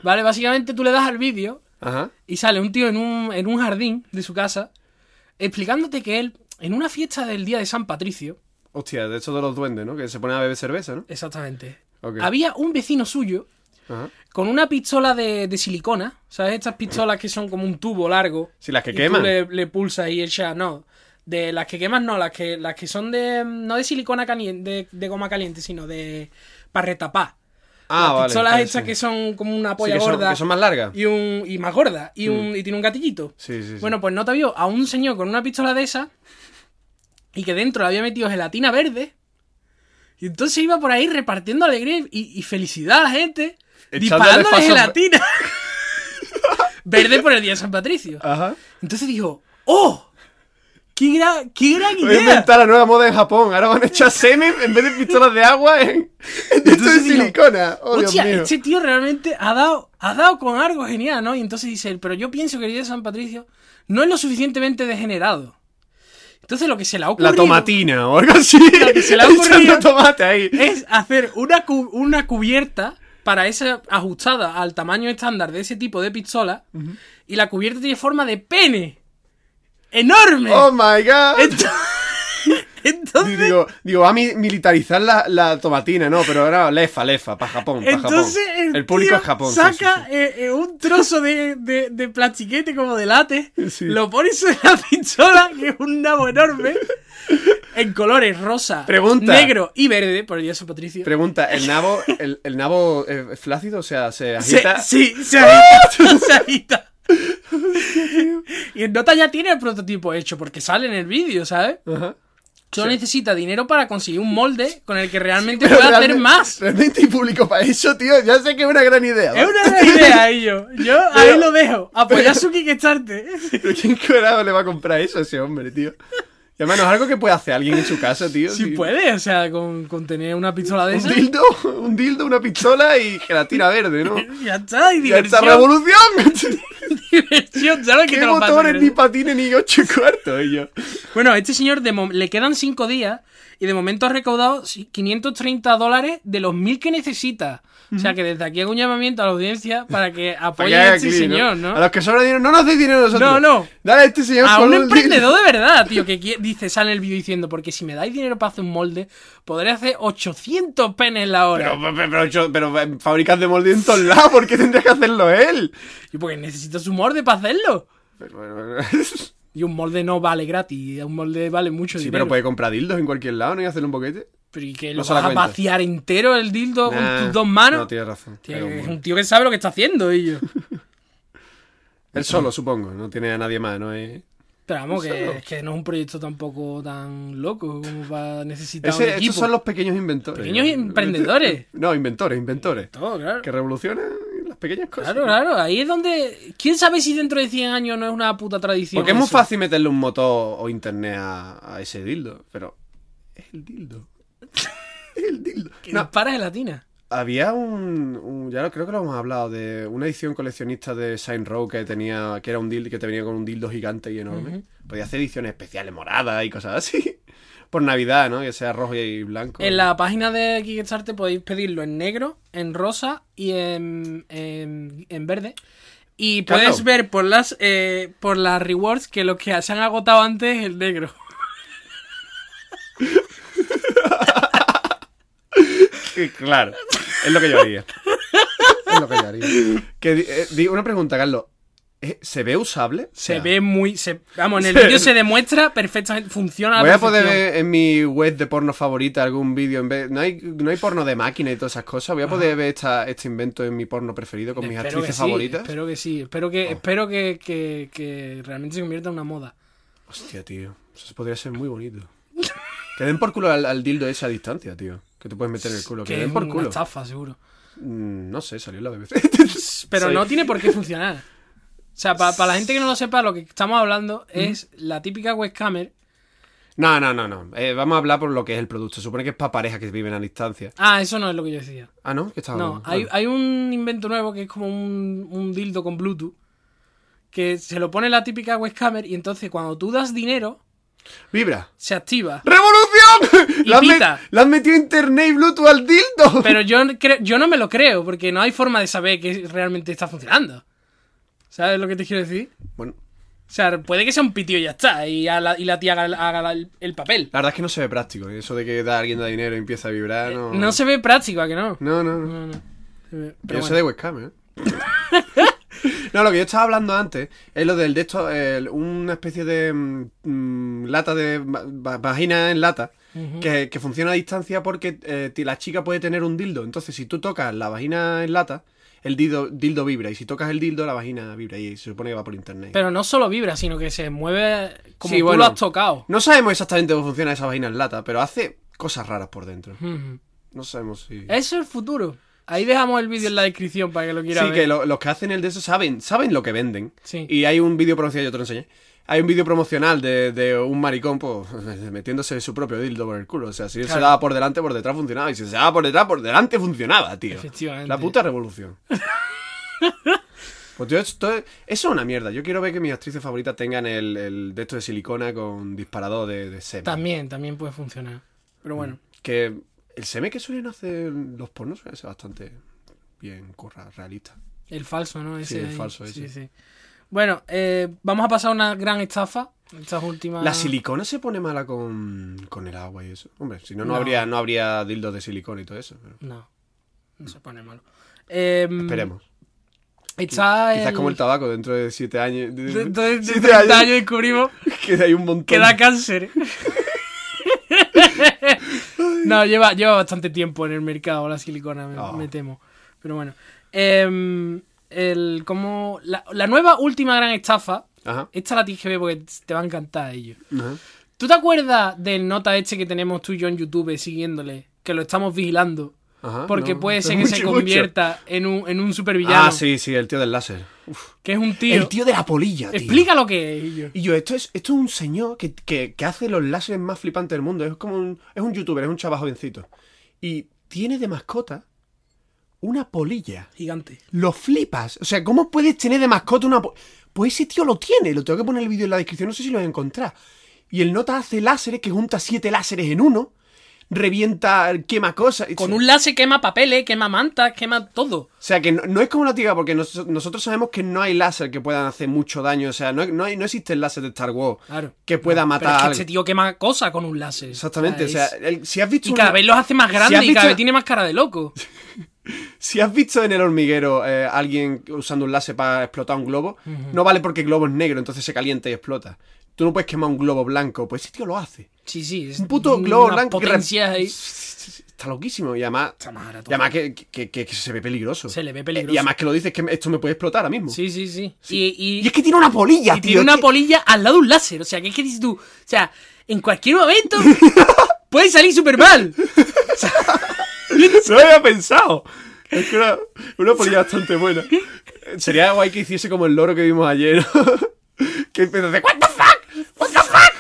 [SPEAKER 1] Vale, básicamente tú le das al vídeo
[SPEAKER 2] Ajá.
[SPEAKER 1] y sale un tío en un, en un jardín de su casa explicándote que él, en una fiesta del día de San Patricio,
[SPEAKER 2] Hostia, de eso de los duendes, ¿no? Que se ponen a beber cerveza, ¿no?
[SPEAKER 1] exactamente,
[SPEAKER 2] Ok.
[SPEAKER 1] había un vecino suyo
[SPEAKER 2] Ajá.
[SPEAKER 1] con una pistola de, de silicona, ¿sabes? Estas pistolas que son como un tubo largo.
[SPEAKER 2] Sí, las que
[SPEAKER 1] y
[SPEAKER 2] queman.
[SPEAKER 1] Tú le, le pulsas y echa, no. De las que quemas, no, las que, las que son de. mm, No de silicona caliente, de, de goma caliente, sino de. para retapar. las pistolas
[SPEAKER 2] Ah, vale,
[SPEAKER 1] estas
[SPEAKER 2] sí.
[SPEAKER 1] que son como una
[SPEAKER 2] Sí,
[SPEAKER 1] polla
[SPEAKER 2] que son-
[SPEAKER 1] gorda.
[SPEAKER 2] que son más Mm. largas.
[SPEAKER 1] Y, un, y más gorda. Y, un, y tiene un gatillito.
[SPEAKER 2] Sí, sí, sí.
[SPEAKER 1] Bueno, pues no te vio a un señor con una pistola de esa y que dentro le había metido gelatina verde. Y entonces iba por ahí repartiendo alegría y, y felicidad a la gente,
[SPEAKER 2] Echándole
[SPEAKER 1] disparándole
[SPEAKER 2] fasos-
[SPEAKER 1] gelatina verde por el día de San Patricio.
[SPEAKER 2] Ajá.
[SPEAKER 1] Entonces dijo, ¡oh! ¡Qué, gra- qué gran
[SPEAKER 2] Voy a
[SPEAKER 1] idea!
[SPEAKER 2] inventar la nueva moda en Japón. Ahora van a echar semen en vez de pistolas de agua en, en esto de
[SPEAKER 1] Entonces digo,
[SPEAKER 2] silicona. Oh, Dios
[SPEAKER 1] Hostia,
[SPEAKER 2] mío.
[SPEAKER 1] este tío realmente ha dado, ha dado con algo genial, ¿no? Y entonces dice él, pero yo pienso que el día de San Patricio no es lo suficientemente degenerado. Entonces lo que se le ha ocurrido...
[SPEAKER 2] La tomatina o algo así.
[SPEAKER 1] que se le ha
[SPEAKER 2] Echando
[SPEAKER 1] ocurrido. Eh,
[SPEAKER 2] tomate ahí.
[SPEAKER 1] es hacer una, cu- una cubierta para esa ajustada al tamaño estándar de ese tipo de pistola y la cubierta tiene forma de pene. ¡Enorme!
[SPEAKER 2] ¡Oh, my God!
[SPEAKER 1] Ento-
[SPEAKER 2] Y
[SPEAKER 1] Entonces,
[SPEAKER 2] digo, digo, va a mi- militarizar la, la tomatina, no, pero era lefa, lefa, para Japón, para
[SPEAKER 1] entonces
[SPEAKER 2] Japón.
[SPEAKER 1] el,
[SPEAKER 2] El, público
[SPEAKER 1] tío
[SPEAKER 2] es Japón. sí, sí,
[SPEAKER 1] saca eh, eh, un trozo de, de, de plastiquete como de late,
[SPEAKER 2] Sí.
[SPEAKER 1] lo pone sobre la pistola, que es un nabo enorme, en colores rosa,
[SPEAKER 2] Pregunta.
[SPEAKER 1] negro y verde, por el día de San Patricio.
[SPEAKER 2] sí. Pregunta, ¿el nabo, el, el nabo eh, es flácido? O sea, se
[SPEAKER 1] Se-
[SPEAKER 2] agita.
[SPEAKER 1] sí, se agita. se agita. y en Nota ya tiene el prototipo hecho porque sale en el vídeo, ¿sabes?
[SPEAKER 2] Ajá.
[SPEAKER 1] Solo necesita dinero para conseguir un molde con el que realmente
[SPEAKER 2] Pero
[SPEAKER 1] pueda hacer
[SPEAKER 2] realmente-
[SPEAKER 1] más.
[SPEAKER 2] Realmente hay público para eso, tío. Ya sé que es una gran idea.
[SPEAKER 1] Es una gran idea, ello. Yo ahí lo dejo. Apoyar su Kickstarter.
[SPEAKER 2] Pero ¿quién carajo le va a comprar eso a ese hombre, tío? Y además, no es algo que puede hacer alguien en su casa, tío.
[SPEAKER 1] Si
[SPEAKER 2] sí.
[SPEAKER 1] puede, o sea, con, con tener una pistola de
[SPEAKER 2] Un
[SPEAKER 1] esas.
[SPEAKER 2] dildo, un dildo, una pistola y gelatina verde, ¿no?
[SPEAKER 1] Ya está, y
[SPEAKER 2] ¡Ya esta
[SPEAKER 1] diversión.
[SPEAKER 2] revolución!
[SPEAKER 1] diversión, ¿sabes qué
[SPEAKER 2] ¿Qué
[SPEAKER 1] te lo pasa,
[SPEAKER 2] botones,
[SPEAKER 1] Pedro?
[SPEAKER 2] ni patines, ni ocho cuartos, ellos?
[SPEAKER 1] Bueno, a este señor de mom- le quedan 5 días y de momento ha recaudado si- 530 dólares de los 1000 que necesita. O sea que desde aquí hago un llamamiento a la audiencia para que apoye
[SPEAKER 2] Allá,
[SPEAKER 1] a este
[SPEAKER 2] aquí,
[SPEAKER 1] señor,
[SPEAKER 2] A
[SPEAKER 1] ¿no?
[SPEAKER 2] los que sobra dinero, no nos dé dinero a nosotros.
[SPEAKER 1] No, no.
[SPEAKER 2] Dale a este señor
[SPEAKER 1] A
[SPEAKER 2] con
[SPEAKER 1] un
[SPEAKER 2] dildo.
[SPEAKER 1] emprendedor de verdad, tío, que qui- dice, sale el vídeo diciendo, porque si me dais dinero para hacer un molde, podré hacer 800 penes la hora.
[SPEAKER 2] Pero, pero, pero yo- pero, eh, fabricas de molde en todos lados, ¿por qué tendrías que hacerlo él?
[SPEAKER 1] Y porque necesitas un molde para hacerlo.
[SPEAKER 2] Pero, bueno, sí,
[SPEAKER 1] Y un molde no vale gratis, un molde vale mucho dinero.
[SPEAKER 2] pero puede comprar dildos en cualquier lado, ¿no? Y hacerle un boquete.
[SPEAKER 1] Pero ¿y que
[SPEAKER 2] no
[SPEAKER 1] lo
[SPEAKER 2] se
[SPEAKER 1] vas a
[SPEAKER 2] da cuenta.
[SPEAKER 1] vaciar entero el dildo
[SPEAKER 2] Nah,
[SPEAKER 1] con tus dos manos?
[SPEAKER 2] No, tienes razón.
[SPEAKER 1] Tío,
[SPEAKER 2] Pero
[SPEAKER 1] es
[SPEAKER 2] bueno.
[SPEAKER 1] un tío que sabe lo que está haciendo, y yo.
[SPEAKER 2] Él solo, supongo. No tiene a nadie más, ¿no? Eh, Es...
[SPEAKER 1] Pero vamos, que,
[SPEAKER 2] Eso.
[SPEAKER 1] es que no es un proyecto tampoco tan loco como para necesitar un
[SPEAKER 2] Ese,
[SPEAKER 1] equipo.
[SPEAKER 2] esos son los pequeños inventores.
[SPEAKER 1] Pequeños emprendedores.
[SPEAKER 2] No, inventores, inventores.
[SPEAKER 1] Todo, claro.
[SPEAKER 2] Que revolucionan las pequeñas cosas.
[SPEAKER 1] Claro, claro. Ahí es donde... ¿Quién sabe si dentro de 100 años no es una puta tradición
[SPEAKER 2] Porque es muy
[SPEAKER 1] eso?
[SPEAKER 2] fácil meterle un motor o internet a, a ese dildo, pero es el dildo. es el dildo.
[SPEAKER 1] Que
[SPEAKER 2] No,
[SPEAKER 1] para gelatina.
[SPEAKER 2] había un, un- ya lo- creo que lo hemos hablado de una edición coleccionista de Saint Row que tenía que era un dildo que te venía con un dildo gigante y enorme. Podía hacer ediciones especiales moradas y cosas así. Por Navidad, ¿no? Que sea rojo y blanco.
[SPEAKER 1] En la página de Kickstarter podéis pedirlo en negro, en rosa y en, en, en verde. Y puedes
[SPEAKER 2] Carlos.
[SPEAKER 1] ver por las eh, por las rewards que los que se han agotado antes es el negro.
[SPEAKER 2] Sí, Claro, es lo que yo haría. es lo que yo haría. Que di- eh, di- una pregunta, Carlos. ¿Eh, ¿Se ve usable?
[SPEAKER 1] Se
[SPEAKER 2] O sea,
[SPEAKER 1] ve muy... se- vamos, en el
[SPEAKER 2] Se-
[SPEAKER 1] vídeo se demuestra perfectamente, funciona
[SPEAKER 2] Voy a
[SPEAKER 1] perfección.
[SPEAKER 2] poder ver en mi web de porno favorita algún vídeo. en vez- No hay, no hay porno de máquina y todas esas cosas. Voy a poder ver esta- este invento en mi porno preferido con mis
[SPEAKER 1] Espero que
[SPEAKER 2] actrices
[SPEAKER 1] sí,
[SPEAKER 2] favoritas. Oh.
[SPEAKER 1] Espero que sí, espero que, espero que, que- que realmente se convierta en una moda.
[SPEAKER 2] Hostia, tío. Eso podría ser muy bonito. que den por culo al, al dildo ese a distancia, tío. Que te puedes meter en el culo. Que,
[SPEAKER 1] que
[SPEAKER 2] den
[SPEAKER 1] es
[SPEAKER 2] por
[SPEAKER 1] una
[SPEAKER 2] culo.
[SPEAKER 1] estafa, seguro.
[SPEAKER 2] Mm, No sé, salió en la BBC.
[SPEAKER 1] Pero
[SPEAKER 2] Soy-
[SPEAKER 1] no tiene por qué funcionar. O sea, para la gente que no lo sepa, lo que estamos hablando es la típica webcamer.
[SPEAKER 2] No, no, no, no. Eh, vamos a hablar por lo que es el producto. Se supone que es para parejas que viven a distancia.
[SPEAKER 1] Ah, eso no es lo que yo decía.
[SPEAKER 2] Ah, ¿no? Que está
[SPEAKER 1] No, hay, hay un invento nuevo que es como un, un dildo con Bluetooth. Que se lo pone la típica webcamer y entonces cuando tú das dinero,
[SPEAKER 2] ¡Vibra!
[SPEAKER 1] se activa.
[SPEAKER 2] ¡Revolución!
[SPEAKER 1] Y
[SPEAKER 2] Le han met-
[SPEAKER 1] pita.
[SPEAKER 2] le han metido internet y Bluetooth al dildo.
[SPEAKER 1] Pero yo, no creo, yo no me lo creo, porque no hay forma de saber que realmente está funcionando. ¿Sabes lo que te quiero decir?
[SPEAKER 2] Bueno,
[SPEAKER 1] O sea, puede que sea un pitido y ya está, y, a la, y la tía haga, haga la- el, el papel.
[SPEAKER 2] la verdad es que no se ve práctico. ¿eh? Eso de que da alguien da dinero y empieza a vibrar, no.
[SPEAKER 1] Eh, No se ve práctico, ¿a que no?
[SPEAKER 2] No, no, no.
[SPEAKER 1] No, no. Se ve- Pero
[SPEAKER 2] Pero yo
[SPEAKER 1] bueno.
[SPEAKER 2] sé de webcam, ¿eh? No, lo que yo estaba hablando antes es lo del de esto, el- una especie de mm, mm, lata de va- va- vagina en lata que, que funciona a distancia porque eh, ti- la chica puede tener un dildo. Entonces, si tú tocas la vagina en lata, el dildo, dildo vibra. Y si tocas el dildo, la vagina vibra. Y se supone que va por internet.
[SPEAKER 1] Pero no solo vibra, sino que se mueve como
[SPEAKER 2] Sí,
[SPEAKER 1] tú
[SPEAKER 2] bueno.
[SPEAKER 1] lo has tocado.
[SPEAKER 2] No sabemos exactamente cómo funciona esa vagina en lata, pero hace cosas raras por dentro.
[SPEAKER 1] Ujú.
[SPEAKER 2] No sabemos si.
[SPEAKER 1] Mm. Eso es el futuro. Ahí dejamos el vídeo en la descripción para que lo quieras
[SPEAKER 2] sí,
[SPEAKER 1] ver.
[SPEAKER 2] que lo- los que hacen el de eso saben, saben lo que venden.
[SPEAKER 1] Sí.
[SPEAKER 2] Y hay un vídeo promocional, yo te lo enseñé. Hay un vídeo promocional de, de un maricón pues, metiéndose su propio dildo por el culo. O sea, si se
[SPEAKER 1] Claro.
[SPEAKER 2] daba por delante, por detrás funcionaba. Y si se daba por detrás, por delante funcionaba, tío.
[SPEAKER 1] Efectivamente.
[SPEAKER 2] La puta revolución. pues tío, esto es- eso es una mierda. Yo quiero ver que mis actrices favoritas tengan el, el de esto de silicona con disparador de, de semen.
[SPEAKER 1] También, también puede funcionar. Pero bueno.
[SPEAKER 2] Que el semen que suelen hacer los pornos suele ser bastante bien curra, realista.
[SPEAKER 1] El falso, ¿no? Ese
[SPEAKER 2] el
[SPEAKER 1] ahí.
[SPEAKER 2] falso
[SPEAKER 1] Sí,
[SPEAKER 2] ese.
[SPEAKER 1] sí. Bueno, eh, vamos a pasar a una gran estafa. Estas últimas.
[SPEAKER 2] La silicona se pone mala con, con el agua y eso. Hombre, si no, no,
[SPEAKER 1] No.
[SPEAKER 2] habría, no habría dildos de silicona y todo eso. pero
[SPEAKER 1] No, no se pone malo. Eh,
[SPEAKER 2] Esperemos.
[SPEAKER 1] Está
[SPEAKER 2] Quizás
[SPEAKER 1] el...
[SPEAKER 2] como el tabaco dentro de siete años. de-
[SPEAKER 1] de- de- de
[SPEAKER 2] siete
[SPEAKER 1] 30
[SPEAKER 2] años,
[SPEAKER 1] años descubrimos
[SPEAKER 2] Que hay un montón.
[SPEAKER 1] que da cáncer. no, lleva, lleva bastante tiempo en el mercado la silicona, me,
[SPEAKER 2] Ah.
[SPEAKER 1] me temo. Pero bueno. Em, el, como la, la nueva última gran estafa,
[SPEAKER 2] Ajá.
[SPEAKER 1] esta la tienes que ver porque te va a encantar a ellos.
[SPEAKER 2] Ajá.
[SPEAKER 1] ¿Tú te acuerdas del nota este que tenemos tú y yo en YouTube siguiéndole? Que lo estamos vigilando.
[SPEAKER 2] Ajá,
[SPEAKER 1] Porque
[SPEAKER 2] Ah, no,
[SPEAKER 1] puede
[SPEAKER 2] no,
[SPEAKER 1] ser que
[SPEAKER 2] mucho,
[SPEAKER 1] se
[SPEAKER 2] mucho.
[SPEAKER 1] convierta en un, en un supervillano.
[SPEAKER 2] Ah, sí, sí, el tío del láser. Uf.
[SPEAKER 1] Que es un tío.
[SPEAKER 2] El tío de la polilla, tío.
[SPEAKER 1] Explica lo que es. y yo,
[SPEAKER 2] Y yo, esto es, esto es un señor que, que- que hace los láseres más flipantes del mundo. Es como un, es un youtuber, es un chaval jovencito. Y tiene de mascota una polilla.
[SPEAKER 1] Gigante.
[SPEAKER 2] Lo flipas. O sea, ¿cómo puedes tener de mascota una po- Pues ese tío lo tiene. Lo tengo que poner el vídeo en la descripción. No sé si lo voy a encontrar. Y el nota hace láseres, que junta siete láseres en uno. Revienta, quema cosas.
[SPEAKER 1] Con un láser quema papeles, quema mantas, quema todo.
[SPEAKER 2] O sea, que no, no es como la tiga, porque nos- nosotros sabemos que no hay láser que puedan hacer mucho daño. O sea, no, no, hay- no existe el láser de Star Wars
[SPEAKER 1] Claro.
[SPEAKER 2] que pueda
[SPEAKER 1] Pero es
[SPEAKER 2] matar
[SPEAKER 1] que
[SPEAKER 2] a
[SPEAKER 1] este
[SPEAKER 2] alguien.
[SPEAKER 1] tío quema cosas con un láser.
[SPEAKER 2] Exactamente. O sea,
[SPEAKER 1] es-
[SPEAKER 2] el- si has visto.
[SPEAKER 1] Y
[SPEAKER 2] una-
[SPEAKER 1] cada vez los hace más
[SPEAKER 2] Si
[SPEAKER 1] grandes
[SPEAKER 2] has
[SPEAKER 1] y cada
[SPEAKER 2] visto-
[SPEAKER 1] vez tiene más cara de loco.
[SPEAKER 2] Si has visto en el hormiguero eh, alguien usando un láser para explotar un globo, no vale porque el globo es negro, entonces se calienta y explota. Tú no puedes quemar un globo blanco, pues ese tío lo hace.
[SPEAKER 1] Sí, sí. Es
[SPEAKER 2] Un puto
[SPEAKER 1] Mm, una
[SPEAKER 2] globo blanco. que re-
[SPEAKER 1] potencia ahí.
[SPEAKER 2] Está loquísimo. Y además.
[SPEAKER 1] Está más barato.
[SPEAKER 2] y además que, que- que- que se ve peligroso.
[SPEAKER 1] Se le ve
[SPEAKER 2] Eh,
[SPEAKER 1] peligroso.
[SPEAKER 2] Y además que lo dices que esto me puede explotar ahora mismo.
[SPEAKER 1] Sí, sí, sí. Y,
[SPEAKER 2] Y es que tiene una polilla,
[SPEAKER 1] y
[SPEAKER 2] tío.
[SPEAKER 1] tiene
[SPEAKER 2] es
[SPEAKER 1] una
[SPEAKER 2] que-
[SPEAKER 1] polilla al lado de un láser. O sea, ¿qué es que dices tú? O sea, en cualquier momento puede salir súper mal.
[SPEAKER 2] No lo había pensado. Es que era una polilla bastante buena. Sería guay que hiciese como el loro que vimos ayer. ¿no? que empezó a hacer ¿What the fuck? ¿What the fuck?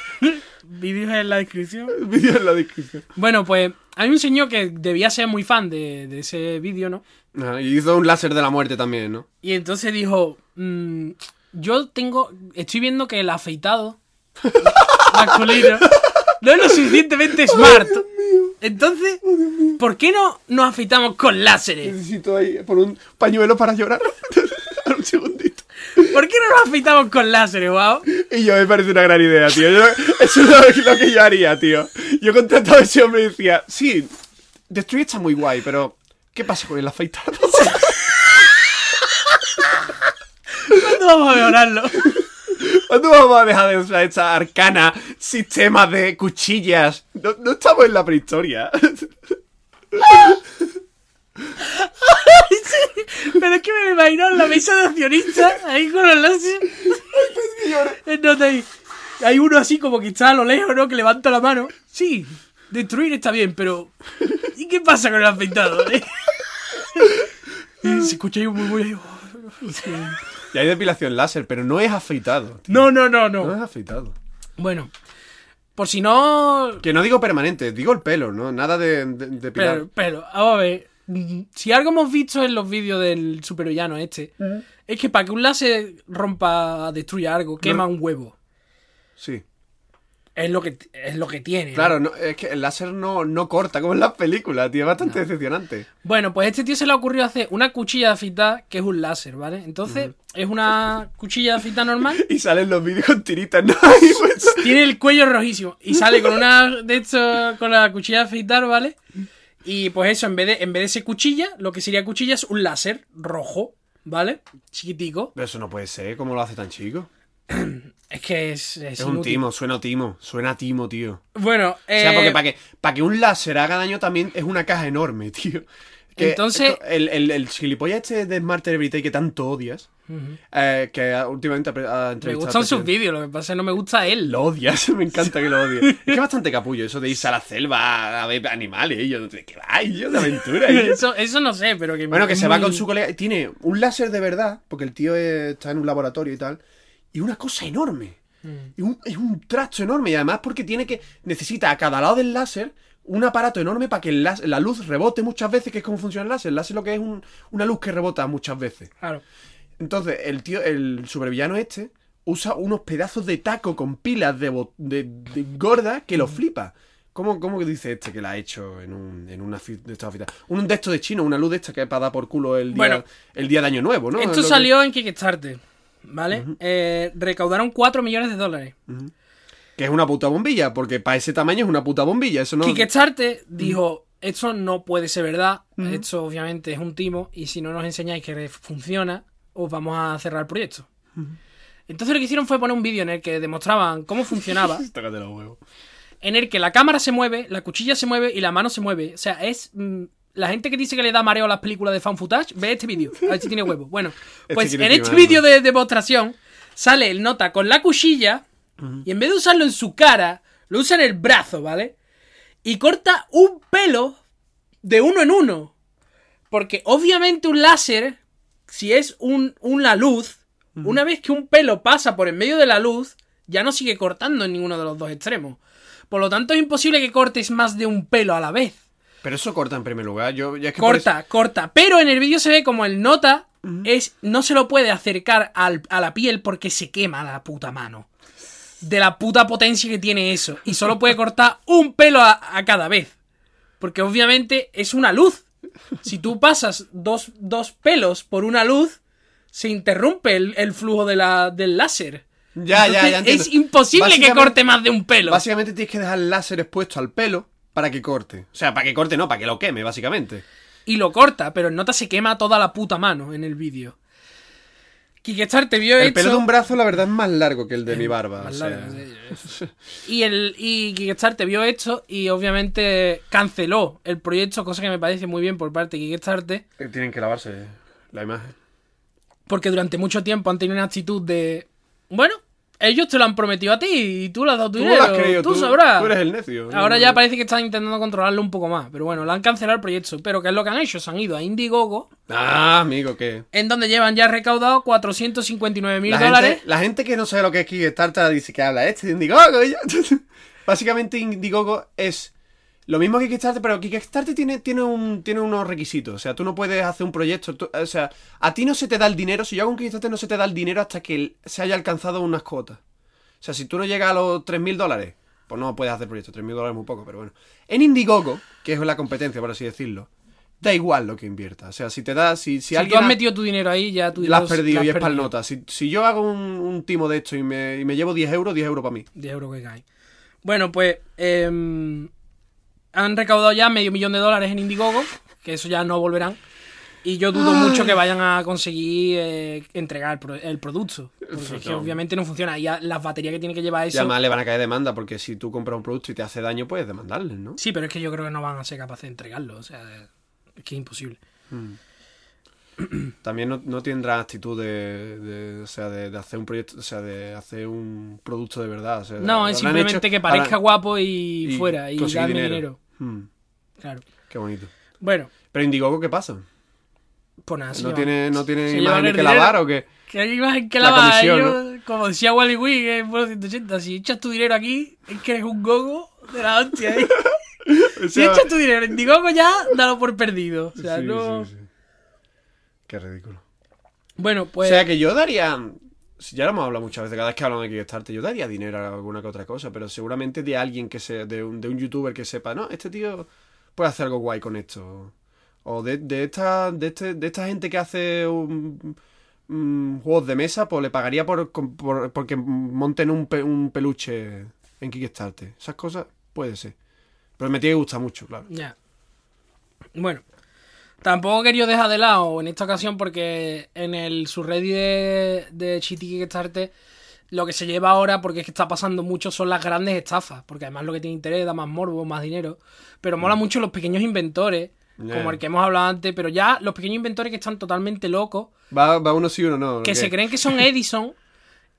[SPEAKER 1] Vídeos en la descripción.
[SPEAKER 2] El vídeo en la descripción.
[SPEAKER 1] Bueno, pues hay un señor que debía ser muy fan de, de ese vídeo, ¿no?
[SPEAKER 2] Ah, y hizo un láser de la muerte también, ¿no?
[SPEAKER 1] Y entonces dijo, mm, yo tengo, estoy viendo que el afeitado masculino no es lo suficientemente smart. Entonces, ¿por qué no nos afeitamos con láseres?
[SPEAKER 2] Necesito ahí por un pañuelo para llorar. Ahora un segundito.
[SPEAKER 1] ¿Por qué no nos afeitamos con láseres, guau?
[SPEAKER 2] Y yo me parece una gran idea, tío. Yo- eso es lo, lo que yo haría, tío. Yo contrataba a ese hombre y decía, sí, Destruir está muy guay, pero ¿qué pasa con el afeitado?
[SPEAKER 1] ¿Cuándo vamos a mejorarlo?
[SPEAKER 2] ¿Cuándo vamos a dejar de usar esta arcana sistema de cuchillas? No, no estamos en la prehistoria.
[SPEAKER 1] Pero es que me lo imagino en la mesa de accionistas, ahí con los láseres. Entonces ahí- hay uno así como que está a lo lejos, ¿no? Que levanta la mano. Sí, destruir está bien, pero... ¿Y qué pasa con el afeitado? eh? Y se escucha ahí un murmullo ahí, oh,
[SPEAKER 2] Y hay depilación láser, pero no es afeitado. tío.
[SPEAKER 1] No, no, no,
[SPEAKER 2] No
[SPEAKER 1] no.
[SPEAKER 2] es afeitado.
[SPEAKER 1] Bueno, por si no...
[SPEAKER 2] Que no digo permanente, digo el pelo, ¿no? Nada de, de- de depilar.
[SPEAKER 1] Pero, pero, vamos a ver. Mm, Si algo hemos visto en los vídeos del supervillano este, es que para que un láser rompa, destruya algo, quema un huevo.
[SPEAKER 2] Sí.
[SPEAKER 1] Es lo que, es lo que tiene. ¿no?
[SPEAKER 2] Claro, no- es que el láser no, no corta como en las películas, tío. Es bastante decepcionante.
[SPEAKER 1] Bueno, pues a este tío se le ha ocurrido hacer una cuchilla de afeitar que es un láser, ¿vale? Entonces, es una cuchilla de afeitar normal.
[SPEAKER 2] Y salen los vídeos con tiritas, ¿no? Y pues-
[SPEAKER 1] Tiene el cuello rojísimo y sale con una de estos, con la cuchilla de afeitar, ¿vale? Y pues eso, en vez de, en vez de ser cuchilla, lo que sería cuchilla es un láser rojo, ¿vale? Chiquitico.
[SPEAKER 2] Pero eso no puede ser, ¿cómo lo hace tan chico?
[SPEAKER 1] Es que es, es
[SPEAKER 2] Es un
[SPEAKER 1] inútil.
[SPEAKER 2] timo, suena timo, suena timo, tío.
[SPEAKER 1] Bueno,
[SPEAKER 2] O sea,
[SPEAKER 1] eh,
[SPEAKER 2] porque para que, para que un láser haga daño también es una caja enorme, tío. Que
[SPEAKER 1] Entonces-
[SPEAKER 2] El, el, el gilipollas este de Smart Everyday que tanto odias, eh, que ha- últimamente ha, pre- ha
[SPEAKER 1] me
[SPEAKER 2] entrevistado
[SPEAKER 1] gustan
[SPEAKER 2] al
[SPEAKER 1] sus
[SPEAKER 2] presidente.
[SPEAKER 1] vídeos, lo que pasa es que no me gusta él.
[SPEAKER 2] Lo odias, me encanta que lo odies. es que es bastante capullo eso de irse a la selva a ver animales. Y yo, ¿de qué va? Y yo, de aventura. y yo- Mm.
[SPEAKER 1] Eso, eso no sé, pero que...
[SPEAKER 2] Bueno, que
[SPEAKER 1] es
[SPEAKER 2] se va
[SPEAKER 1] muy-
[SPEAKER 2] con su colega. y Tiene un láser de verdad, porque el tío eh, está en un laboratorio y tal. Y una cosa enorme. Y un- es un trasto enorme. Y además porque tiene que. Necesita a cada lado del láser un aparato enorme para que el lás- la luz rebote muchas veces, que es como funciona el láser. El láser lo que es un- una luz que rebota muchas veces.
[SPEAKER 1] Claro.
[SPEAKER 2] Entonces, el tío, el supervillano este, usa unos pedazos de taco con pilas de, bo- de, de gorda que lo flipa. ¿Cómo, ¿Cómo que dice este que la ha hecho en, un, en una fi- de estas fiestas? Un de estos de chino, una luz de esta que es para dar por culo el día,
[SPEAKER 1] Bueno.
[SPEAKER 2] el día de Año Nuevo, ¿no? Es
[SPEAKER 1] Esto
[SPEAKER 2] lo que-
[SPEAKER 1] salió en Kickstarter, ¿vale? Eh, recaudaron 4 millones de dólares.
[SPEAKER 2] Que, es una puta bombilla, porque para ese tamaño es una puta bombilla. Eso no.
[SPEAKER 1] Kickstarter dijo, esto no puede ser verdad, esto obviamente es un timo, y si no nos enseñáis que funciona, os vamos a cerrar el proyecto. Entonces lo que hicieron fue poner un vídeo en el que demostraban cómo funcionaba,
[SPEAKER 2] Tócate los huevos.
[SPEAKER 1] en el que la cámara se mueve, la cuchilla se mueve y la mano se mueve. O sea, es... mm, la gente que dice que le da mareo a las películas de fan footage, ve este vídeo, a ver si tiene huevo. Bueno,
[SPEAKER 2] Este
[SPEAKER 1] pues
[SPEAKER 2] quiere
[SPEAKER 1] en
[SPEAKER 2] tirar,
[SPEAKER 1] este vídeo de demostración sale el nota con la cuchilla y en vez de usarlo en su cara, lo usa en el brazo, ¿vale? Y corta un pelo de uno en uno. Porque obviamente un láser, si es un, una luz, una vez que un pelo pasa por en medio de la luz, ya no sigue cortando en ninguno de los dos extremos. Por lo tanto, es imposible que cortes más de un pelo a la vez.
[SPEAKER 2] Pero eso corta en primer lugar. Yo, ya es que por
[SPEAKER 1] Corta, corta. Pero en el vídeo se ve como el nota es no se lo puede acercar al- a la piel porque se quema la puta mano. De la puta potencia que tiene eso. Y solo puede cortar un pelo a, a cada vez. Porque obviamente es una luz. Si tú pasas dos, dos pelos por una luz, se interrumpe el, el flujo de la- del láser.
[SPEAKER 2] Ya, ya, ya entiendo.
[SPEAKER 1] Es imposible que
[SPEAKER 2] Básicamente-
[SPEAKER 1] corte más de un pelo.
[SPEAKER 2] Básicamente tienes que dejar el láser expuesto al pelo para que corte. O sea, para que corte no, para que lo queme, básicamente.
[SPEAKER 1] Y lo corta, pero el nota se quema toda la puta mano en el vídeo. Kickstarter te vio
[SPEAKER 2] El
[SPEAKER 1] esto-
[SPEAKER 2] pelo de un brazo, la verdad, es más largo que el de mi barba.
[SPEAKER 1] Más
[SPEAKER 2] o sea.
[SPEAKER 1] largo, sí. Y el y Kickstarter vio esto y obviamente canceló el proyecto, cosa que me parece muy bien por parte de Kickstarter,
[SPEAKER 2] Eh, Tienen que lavarse la imagen.
[SPEAKER 1] porque durante mucho tiempo han tenido una actitud de bueno, ellos te lo han prometido a ti y tú le has dado tu
[SPEAKER 2] Tú lo
[SPEAKER 1] dinero,
[SPEAKER 2] has creído,
[SPEAKER 1] tú,
[SPEAKER 2] tú-
[SPEAKER 1] sabrás.
[SPEAKER 2] tú eres el necio.
[SPEAKER 1] Ahora
[SPEAKER 2] No,
[SPEAKER 1] ya
[SPEAKER 2] no.
[SPEAKER 1] parece que están intentando controlarlo un poco más, pero bueno, lo han cancelado el proyecto, pero qué es lo que han hecho, se han ido a Indiegogo
[SPEAKER 2] Ah, amigo, que.
[SPEAKER 1] en donde llevan ya recaudado 459 mil
[SPEAKER 2] La gente-
[SPEAKER 1] dólares.
[SPEAKER 2] la gente que no sabe lo que es Kickstarter dice que habla este de Indiegogo. y ya. Básicamente Indiegogo es lo mismo que Kickstarter, pero Kickstarter tiene, tiene, un, tiene unos requisitos. O sea, tú no puedes hacer un proyecto. tú- o sea, a ti no se te da el dinero. Si yo hago un Kickstarter no se te da el dinero hasta que el- se haya alcanzado unas cuotas. O sea, si tú no llegas a los 3.000 dólares, pues no puedes hacer proyecto. 3.000 dólares es muy poco, pero bueno. En Indiegogo, que es la competencia, por así decirlo, da igual lo que inviertas. O sea, si te da, si, si
[SPEAKER 1] Si tú
[SPEAKER 2] alguien...
[SPEAKER 1] has
[SPEAKER 2] ha-
[SPEAKER 1] metido tu dinero ahí, ya tú
[SPEAKER 2] la has perdido y es para nota. Si, si yo hago un, un timo de esto y me, y me llevo 10 euros, 10 euros para mí.
[SPEAKER 1] 10 euros que caen. Bueno, pues em, han recaudado ya medio millón de dólares en Indiegogo, que eso ya no volverán. Y yo dudo mucho que vayan a conseguir eh, entregar el pro- el producto. Porque es que
[SPEAKER 2] No.
[SPEAKER 1] obviamente no funciona. Y a- las baterías que tiene que llevar
[SPEAKER 2] Y
[SPEAKER 1] eso.
[SPEAKER 2] además le van a caer demanda, porque si tú compras un producto y te hace daño, puedes demandarles, ¿no?
[SPEAKER 1] Sí, pero es que yo creo que no van a ser capaces de entregarlo. O sea, es que es imposible.
[SPEAKER 2] También no, no tendrás actitud de, de- o sea, de, de hacer un proyecto, o sea, de hacer un producto de verdad. o sea,
[SPEAKER 1] No, es
[SPEAKER 2] habrán hecho-
[SPEAKER 1] simplemente que parezca
[SPEAKER 2] habrán-
[SPEAKER 1] guapo y, fuera. Y
[SPEAKER 2] conseguir
[SPEAKER 1] darme dinero.
[SPEAKER 2] Mm,
[SPEAKER 1] Claro.
[SPEAKER 2] qué bonito.
[SPEAKER 1] Bueno,
[SPEAKER 2] Pero Indiegogo, ¿qué pasa?
[SPEAKER 1] pues nada. se
[SPEAKER 2] ¿No
[SPEAKER 1] llevan-
[SPEAKER 2] tiene, no tiene
[SPEAKER 1] se llevan
[SPEAKER 2] imágenes
[SPEAKER 1] el
[SPEAKER 2] que
[SPEAKER 1] dinero.
[SPEAKER 2] lavar o qué?
[SPEAKER 1] Que hay imagen que la
[SPEAKER 2] La
[SPEAKER 1] va
[SPEAKER 2] comisión,
[SPEAKER 1] yo- como decía Wally Wig en Puro 180, si echas tu dinero aquí, es que eres un gogo de la hostia. ¿eh?
[SPEAKER 2] O
[SPEAKER 1] si
[SPEAKER 2] sea,
[SPEAKER 1] echas tu dinero en Digogo ya, dalo por perdido. O sea,
[SPEAKER 2] sí,
[SPEAKER 1] no...
[SPEAKER 2] sí, sí. Qué ridículo.
[SPEAKER 1] Bueno, pues...
[SPEAKER 2] O sea que yo daría. si Ya lo hemos hablado muchas veces, cada vez que hablamos de Kickstarter, yo daría dinero a alguna que otra cosa, pero seguramente de alguien que se. de un, de un youtuber que sepa, no, este tío puede hacer algo guay con esto. O de, de esta. de este, de esta gente que hace un, mm, juegos de mesa, pues le pagaría por, con- por- porque monten un, pe- un peluche en Kickstarter. Esas cosas puede ser. Pero me tiene que gustar mucho, claro.
[SPEAKER 1] Ya. Bueno. Tampoco quería dejar de lado en esta ocasión porque en el subreddit de, de Chiti Kickstarter lo que se lleva ahora, porque es que está pasando mucho, son las grandes estafas. Porque además lo que tiene interés da más morbo, más dinero. Pero mola mucho los pequeños inventores,
[SPEAKER 2] Mm. Ya.
[SPEAKER 1] como el que hemos hablado antes. Pero ya los pequeños inventores que están totalmente locos,
[SPEAKER 2] Va, va uno sí, uno no.
[SPEAKER 1] que
[SPEAKER 2] ¿qué?
[SPEAKER 1] se creen que son Edison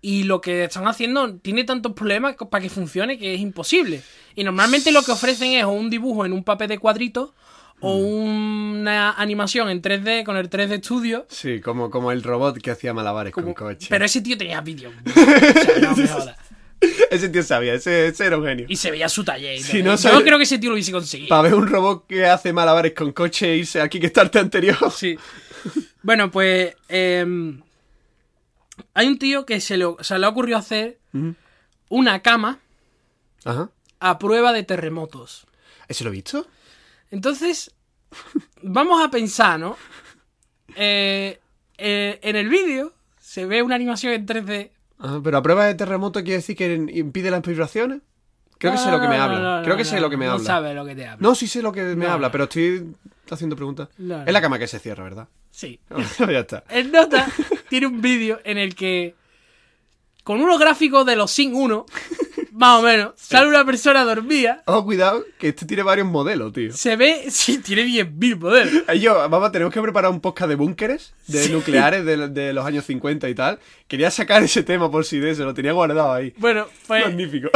[SPEAKER 1] y lo que están haciendo tiene tantos problemas co- para que funcione que es imposible. Y normalmente lo que ofrecen es o un dibujo en un papel de cuadrito o
[SPEAKER 2] Mm.
[SPEAKER 1] una animación en 3D con el 3D Studio.
[SPEAKER 2] Sí, como, como el robot que hacía malabares
[SPEAKER 1] como-
[SPEAKER 2] con coche.
[SPEAKER 1] Pero ese tío tenía vídeo. O sea, no me jodas.
[SPEAKER 2] Ese tío sabía, ese, ese era un genio.
[SPEAKER 1] Y se veía su taller. y
[SPEAKER 2] Si
[SPEAKER 1] todo.
[SPEAKER 2] no
[SPEAKER 1] Yo
[SPEAKER 2] sabe-
[SPEAKER 1] creo que ese tío lo hubiese conseguido.
[SPEAKER 2] Para ver un robot que hace malabares con coche e irse al Kickstarter anterior.
[SPEAKER 1] Sí. Bueno, pues. em, hay un tío que se le, se le ha ocurrido hacer
[SPEAKER 2] Ujú.
[SPEAKER 1] una cama
[SPEAKER 2] Ajá.
[SPEAKER 1] a prueba de terremotos.
[SPEAKER 2] ¿Eso lo he visto?
[SPEAKER 1] Entonces, vamos a pensar, ¿no? Eh, eh, en el vídeo se ve una animación en 3D.
[SPEAKER 2] Ah, pero a prueba de terremoto quiere decir que en- impide las vibraciones. Creo que sé lo que me
[SPEAKER 1] No, no,
[SPEAKER 2] habla.
[SPEAKER 1] no,
[SPEAKER 2] Creo que
[SPEAKER 1] no,
[SPEAKER 2] sé lo que me
[SPEAKER 1] no
[SPEAKER 2] habla.
[SPEAKER 1] sabes lo que te habla.
[SPEAKER 2] No, sí sé lo que me
[SPEAKER 1] No,
[SPEAKER 2] habla,
[SPEAKER 1] no.
[SPEAKER 2] pero estoy haciendo preguntas.
[SPEAKER 1] No, no.
[SPEAKER 2] Es la cama que se cierra, ¿verdad?
[SPEAKER 1] Sí.
[SPEAKER 2] ya está.
[SPEAKER 1] El Nota tiene un vídeo en el que, con unos gráficos de los Sin 1, más o menos, sale una persona dormida,
[SPEAKER 2] Ojo, cuidado, que este tiene varios modelos, tío.
[SPEAKER 1] se ve, sí, tiene 10.000 modelos.
[SPEAKER 2] Eh, Yo, vamos, tenemos que preparar un podcast de búnkeres, de
[SPEAKER 1] Sí.
[SPEAKER 2] nucleares de, de los años 50 y tal. Quería sacar ese tema por si de eso, lo tenía guardado ahí.
[SPEAKER 1] Bueno, pues
[SPEAKER 2] Magnífico.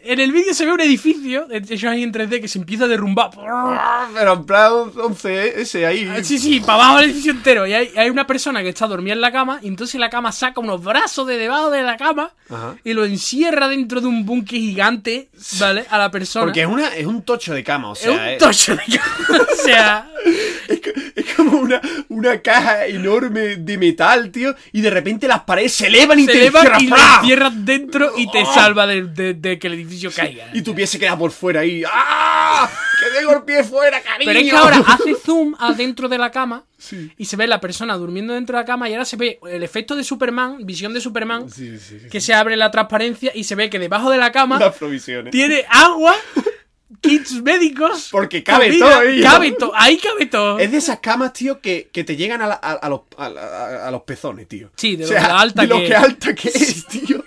[SPEAKER 1] en el vídeo se ve un edificio, de hecho ahí en 3D, que se empieza a derrumbar.
[SPEAKER 2] Ah, Pero en plan 11 ese ahí.
[SPEAKER 1] Ah, Sí, sí, para abajo el edificio entero. Y hay, hay una persona que está dormida en la cama, y entonces la cama saca unos brazos de debajo de la cama
[SPEAKER 2] Ajá.
[SPEAKER 1] y lo encierra dentro de un búnker gigante, ¿vale? A la persona.
[SPEAKER 2] Porque es, una, es un tocho de cama, o
[SPEAKER 1] es
[SPEAKER 2] sea. eh.
[SPEAKER 1] un tocho de cama. O sea,
[SPEAKER 2] Es, co- es como una, una caja enorme de metal, tío. Y de repente las paredes se elevan y
[SPEAKER 1] se
[SPEAKER 2] te
[SPEAKER 1] eleva
[SPEAKER 2] encierran,
[SPEAKER 1] y lo
[SPEAKER 2] ¡fra!
[SPEAKER 1] encierran dentro y te
[SPEAKER 2] Oh.
[SPEAKER 1] salva de, de- de que el edificio caiga.
[SPEAKER 2] Y tu pie se queda por fuera ahí. ¡Ah! ¡Que tengo el pie fuera, cariño!
[SPEAKER 1] Pero es que ahora hace zoom adentro de la cama
[SPEAKER 2] Sí.
[SPEAKER 1] y se ve la persona durmiendo dentro de la cama y ahora se ve el efecto de Superman, visión de Superman,
[SPEAKER 2] Sí, sí, sí.
[SPEAKER 1] que se abre la transparencia y se ve que debajo de la cama
[SPEAKER 2] Las provisiones.
[SPEAKER 1] tiene agua, kits médicos.
[SPEAKER 2] Porque cabe todo ahí, ¿no?
[SPEAKER 1] Cabe todo, ahí cabe todo.
[SPEAKER 2] Es de esas camas, tío, que, que te llegan a, la- a- a los, a la- a los pezones, tío.
[SPEAKER 1] Sí, de
[SPEAKER 2] O
[SPEAKER 1] lo
[SPEAKER 2] sea,
[SPEAKER 1] que alta
[SPEAKER 2] de lo
[SPEAKER 1] que
[SPEAKER 2] que
[SPEAKER 1] es.
[SPEAKER 2] alta que es, tío.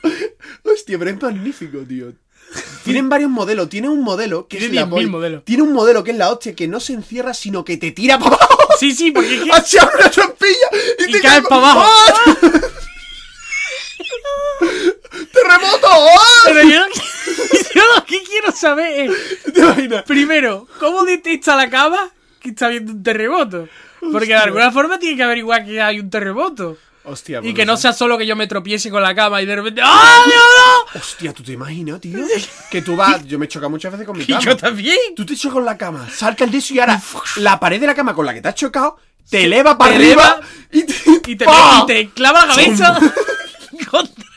[SPEAKER 2] Hostia, pero es magnífico, tío. Tienen varios modelos. Tiene un modelo que
[SPEAKER 1] Tiene
[SPEAKER 2] es la
[SPEAKER 1] 10.000
[SPEAKER 2] poli-
[SPEAKER 1] modelos.
[SPEAKER 2] Tiene un modelo que es la hostia, que no se encierra, sino que te tira para abajo.
[SPEAKER 1] Sí, sí, porque es que-
[SPEAKER 2] Así abre una trampilla y,
[SPEAKER 1] Y
[SPEAKER 2] te
[SPEAKER 1] caes pa' abajo.
[SPEAKER 2] ¡Ah! ¡Terremoto! ¡Ah!
[SPEAKER 1] pero yo, lo que- yo lo que quiero saber es,
[SPEAKER 2] ¿Te imaginas?
[SPEAKER 1] primero, ¿cómo detecta la cama que está viendo un terremoto? Porque de alguna forma tiene que averiguar que hay un terremoto.
[SPEAKER 2] Hostia,
[SPEAKER 1] Y
[SPEAKER 2] pues,
[SPEAKER 1] que no
[SPEAKER 2] sé.
[SPEAKER 1] sea solo que yo me tropiece con la cama y de repente. ¡Ah, Dios,
[SPEAKER 2] Hostia, ¿tú te imaginas, tío? Que tú vas... Yo me he chocado muchas veces con mi
[SPEAKER 1] no!
[SPEAKER 2] cama.
[SPEAKER 1] Y yo también.
[SPEAKER 2] Tú te chocas con la cama, salta el deso y ahora la pared de la cama con la que te has chocado te eleva para arriba
[SPEAKER 1] eleva
[SPEAKER 2] y te, ¡Ah!
[SPEAKER 1] Y te,
[SPEAKER 2] ¡Pah!
[SPEAKER 1] y te clava la cabeza. Contra-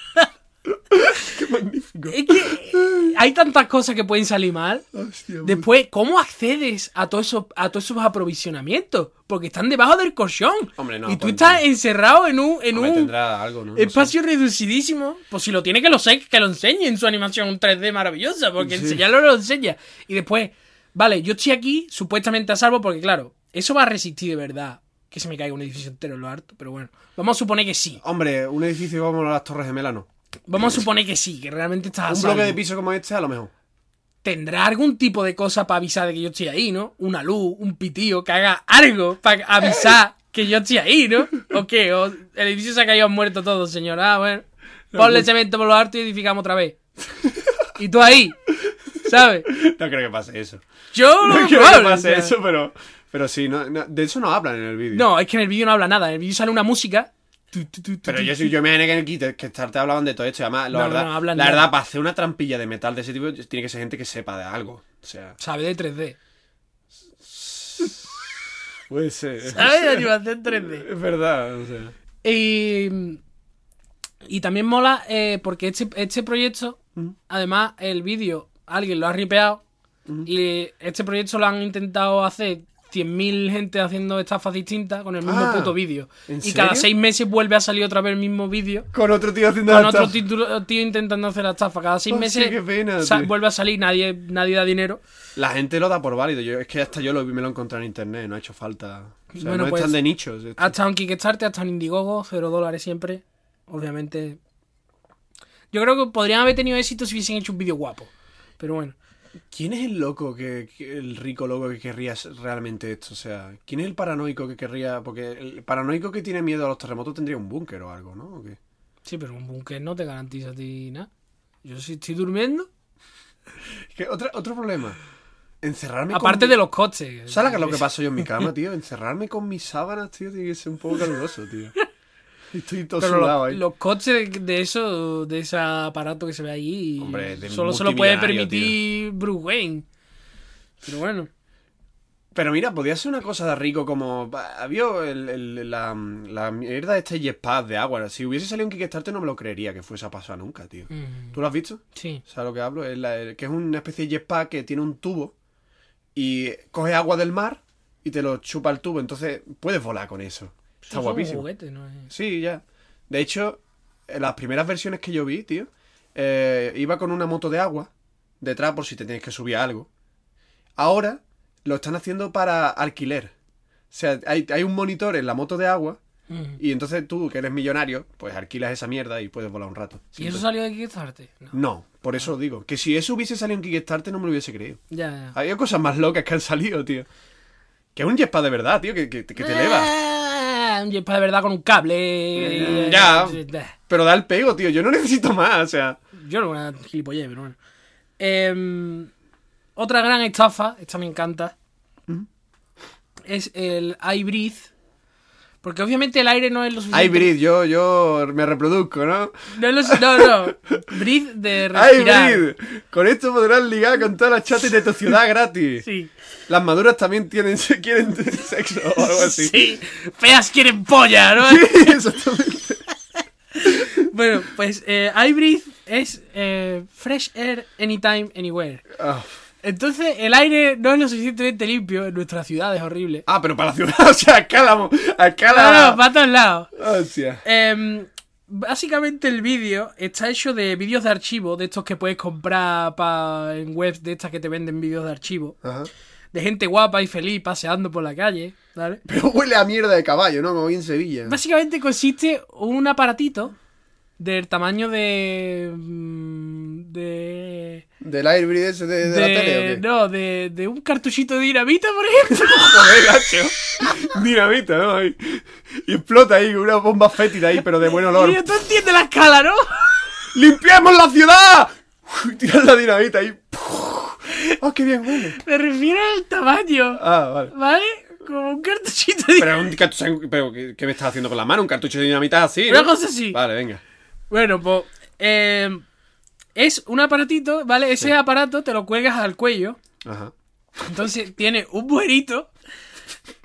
[SPEAKER 2] ¡Qué magnífico!
[SPEAKER 1] Es que hay tantas cosas que pueden salir mal.
[SPEAKER 2] Hostia,
[SPEAKER 1] Después, ¿cómo accedes a todos esos, a todos esos aprovisionamientos? Porque están debajo del colchón.
[SPEAKER 2] Hombre, no,
[SPEAKER 1] y tú
[SPEAKER 2] pues,
[SPEAKER 1] estás encerrado en un, en
[SPEAKER 2] hombre,
[SPEAKER 1] un
[SPEAKER 2] tendrá algo, ¿no? No sé.
[SPEAKER 1] espacio reducidísimo. Pues si lo tiene que lo sé, que lo enseñe en su animación 3D maravillosa, porque
[SPEAKER 2] Sí.
[SPEAKER 1] enseñarlo lo enseña. Y después, vale, yo estoy aquí supuestamente a salvo, porque claro, eso va a resistir de verdad que se me caiga un edificio entero en lo harto, pero bueno, vamos a suponer que sí.
[SPEAKER 2] Hombre, un edificio como las Torres Gemelas, no.
[SPEAKER 1] Vamos a suponer que sí, que realmente estás a
[SPEAKER 2] Un
[SPEAKER 1] salvo.
[SPEAKER 2] bloque de piso como este, a lo mejor.
[SPEAKER 1] tendrá algún tipo de cosa para avisar de que yo estoy ahí, ¿no? Una luz, un pitío, que haga algo para avisar que yo estoy ahí, ¿no? ¿O qué? ¿O el edificio se ha caído muerto todo, señora? Ah, bueno. Ponle cemento por los altos y edificamos otra vez. Y tú ahí, ¿sabes?
[SPEAKER 2] No creo que pase eso.
[SPEAKER 1] Yo
[SPEAKER 2] No
[SPEAKER 1] lo
[SPEAKER 2] creo que
[SPEAKER 1] probable, o
[SPEAKER 2] pase
[SPEAKER 1] sea.
[SPEAKER 2] eso, pero... Pero sí, no- no- de eso no hablan en el vídeo.
[SPEAKER 1] No, es que en el vídeo no habla nada. En el vídeo sale una música. Tu, tu, tu, tu,
[SPEAKER 2] Pero
[SPEAKER 1] tu.
[SPEAKER 2] yo, sí- yo me imaginé que en el kit que estar te hablaban de todo esto. y además, la
[SPEAKER 1] No,
[SPEAKER 2] verdad,
[SPEAKER 1] no, hablan
[SPEAKER 2] la
[SPEAKER 1] de-
[SPEAKER 2] verdad, para hacer una trampilla de metal de ese tipo, tiene que ser gente que sepa de algo. O sea,
[SPEAKER 1] Sabe de 3D.
[SPEAKER 2] puede ser.
[SPEAKER 1] ¿Sabe de animación 3D?
[SPEAKER 2] Es verdad, o sea.
[SPEAKER 1] Y, y también mola eh, porque este, este proyecto, además, el vídeo, alguien lo ha ripeado. Y este proyecto lo han intentado hacer 100.000 gente haciendo estafas distintas con el mismo
[SPEAKER 2] Ah,
[SPEAKER 1] puto vídeo.
[SPEAKER 2] ¿en
[SPEAKER 1] Y cada
[SPEAKER 2] serio?
[SPEAKER 1] seis meses vuelve a salir otra vez el mismo vídeo.
[SPEAKER 2] Con otro tío haciendo
[SPEAKER 1] Con
[SPEAKER 2] la
[SPEAKER 1] otro
[SPEAKER 2] estafa.
[SPEAKER 1] título- tío intentando hacer la estafa. Cada seis
[SPEAKER 2] Hostia,
[SPEAKER 1] meses
[SPEAKER 2] qué pena,
[SPEAKER 1] sa-
[SPEAKER 2] tío.
[SPEAKER 1] vuelve a salir, nadie, nadie da dinero.
[SPEAKER 2] La gente lo da por válido. Yo, es que hasta yo lo, vi- me lo encontré en internet, no ha hecho falta. O sea,
[SPEAKER 1] Bueno,
[SPEAKER 2] no
[SPEAKER 1] pues,
[SPEAKER 2] están de nichos. esto.
[SPEAKER 1] Hasta en Kickstarter, hasta en Indiegogo, cero dólares siempre. Obviamente. Yo creo que podrían haber tenido éxito si hubiesen hecho un vídeo guapo. Pero bueno.
[SPEAKER 2] ¿Quién es el loco, que, que- el rico loco que querría s- realmente esto? O sea, ¿quién es el paranoico que querría? Porque el paranoico que tiene miedo a los terremotos tendría un búnker o algo, ¿no? ¿O qué?
[SPEAKER 1] Sí, pero un búnker no te garantiza a ti nada. Yo si estoy durmiendo.
[SPEAKER 2] Es que otra- otro problema. Encerrarme
[SPEAKER 1] Aparte
[SPEAKER 2] con...
[SPEAKER 1] de los coches.
[SPEAKER 2] ¿Sabes lo que- lo que paso yo en mi cama, tío? Encerrarme con mis sábanas, tío, tiene que ser un poco caluroso, tío. Estoy todo
[SPEAKER 1] Pero
[SPEAKER 2] sudado
[SPEAKER 1] los,
[SPEAKER 2] ahí.
[SPEAKER 1] los coches de- de eso, de ese aparato que se ve ahí,
[SPEAKER 2] Hombre, de
[SPEAKER 1] solo se lo puede
[SPEAKER 2] multimillonario,
[SPEAKER 1] permitir Bruce Wayne. Pero bueno.
[SPEAKER 2] Pero mira, podía ser una cosa de rico como. Había el- el- la, la mierda de este Jetpack de agua. Si hubiese salido un Kickstarter, no me lo creería que fuese a pasar nunca, tío.
[SPEAKER 1] Mm,
[SPEAKER 2] ¿Tú lo has visto?
[SPEAKER 1] sí.
[SPEAKER 2] O sea, lo que hablo es la- el- que es una especie de jetpack que tiene un tubo y coge agua del mar y te lo chupa el tubo. Entonces puedes volar con eso.
[SPEAKER 1] Eso
[SPEAKER 2] Está
[SPEAKER 1] es
[SPEAKER 2] guapísimo.
[SPEAKER 1] Un juguete, ¿no? Es-
[SPEAKER 2] Sí, ya. De hecho, en las primeras versiones que yo vi, tío, eh, iba con una moto de agua detrás por si te tienes que subir a algo. Ahora lo están haciendo para alquiler. O sea, hay, hay un monitor en la moto de agua
[SPEAKER 1] Mm.
[SPEAKER 2] y entonces tú, que eres millonario, pues alquilas esa mierda y puedes volar un rato.
[SPEAKER 1] ¿Y eso Ah. salió de Kickstarter? No.
[SPEAKER 2] No, por eso digo. Que si eso hubiese salido en Kickstarter no me lo hubiese creído.
[SPEAKER 1] Ya, ya.
[SPEAKER 2] Había cosas más locas que han salido, tío. Que es un jetpack de verdad, tío, que, que- que
[SPEAKER 1] Eh.
[SPEAKER 2] te eleva.
[SPEAKER 1] Ah, Un jetpack de verdad con un cable.
[SPEAKER 2] Mm, ya. Pero da el pego, tío. Yo no necesito más, o sea.
[SPEAKER 1] Yo no una gilipollez, pero bueno. Em, otra gran estafa, esta me encanta, es el iBreathe. Porque obviamente el aire no es lo suficiente.
[SPEAKER 2] Hybrid, yo, yo me reproduzco, ¿no?
[SPEAKER 1] No, es lo su- no, no. Breathe de respirar.
[SPEAKER 2] Hybrid. Con esto podrás ligar con todas las chatas de tu ciudad gratis.
[SPEAKER 1] Sí.
[SPEAKER 2] Las maduras también tienen, quieren sexo o algo así.
[SPEAKER 1] Sí. Feas quieren polla, ¿no?
[SPEAKER 2] Exactamente.
[SPEAKER 1] Bueno, pues eh, iBreathe es eh, fresh air anytime, anywhere.
[SPEAKER 2] Ah.
[SPEAKER 1] Entonces, el aire no es lo suficientemente limpio en nuestras ciudades horrible.
[SPEAKER 2] Ah, pero para la ciudad, o sea, a escala. A
[SPEAKER 1] Claro,
[SPEAKER 2] escala.
[SPEAKER 1] para todos lados.
[SPEAKER 2] Hostia.
[SPEAKER 1] Em, básicamente el vídeo está hecho de vídeos de archivo, de estos que puedes comprar pa- en webs de estas que te venden vídeos de archivo.
[SPEAKER 2] Ajá.
[SPEAKER 1] De gente guapa y feliz paseando por la calle, ¿vale?
[SPEAKER 2] Pero huele a mierda de caballo, ¿no? Como bien Sevilla.
[SPEAKER 1] Básicamente consiste un aparatito del tamaño de... mm, De...
[SPEAKER 2] ¿Del Airbnb ese de, de, la tele o qué?
[SPEAKER 1] no, de, de un cartuchito de dinamita, por ejemplo.
[SPEAKER 2] Joder, gacho. Dinamita, ¿no? Ahí. Y explota ahí con una bomba fétida ahí, pero de buen olor.
[SPEAKER 1] Y tú entiendes la escala, ¿no?
[SPEAKER 2] ¡Limpiemos la ciudad! Y Tiras la dinamita ahí. ¡Ah, qué bien huele!
[SPEAKER 1] Me refiero al tamaño,
[SPEAKER 2] Ah, vale.
[SPEAKER 1] ¿vale? Como un cartuchito de
[SPEAKER 2] Pero un cartucho... Pero, ¿qué, qué me estás haciendo con la mano? ¿Un cartucho de dinamita así? ¿no?
[SPEAKER 1] Una cosa así.
[SPEAKER 2] Vale, venga.
[SPEAKER 1] Bueno, pues. eh, es un aparatito, ¿vale? Ese aparato te lo cuelgas al cuello.
[SPEAKER 2] Ajá.
[SPEAKER 1] Entonces tiene un buerito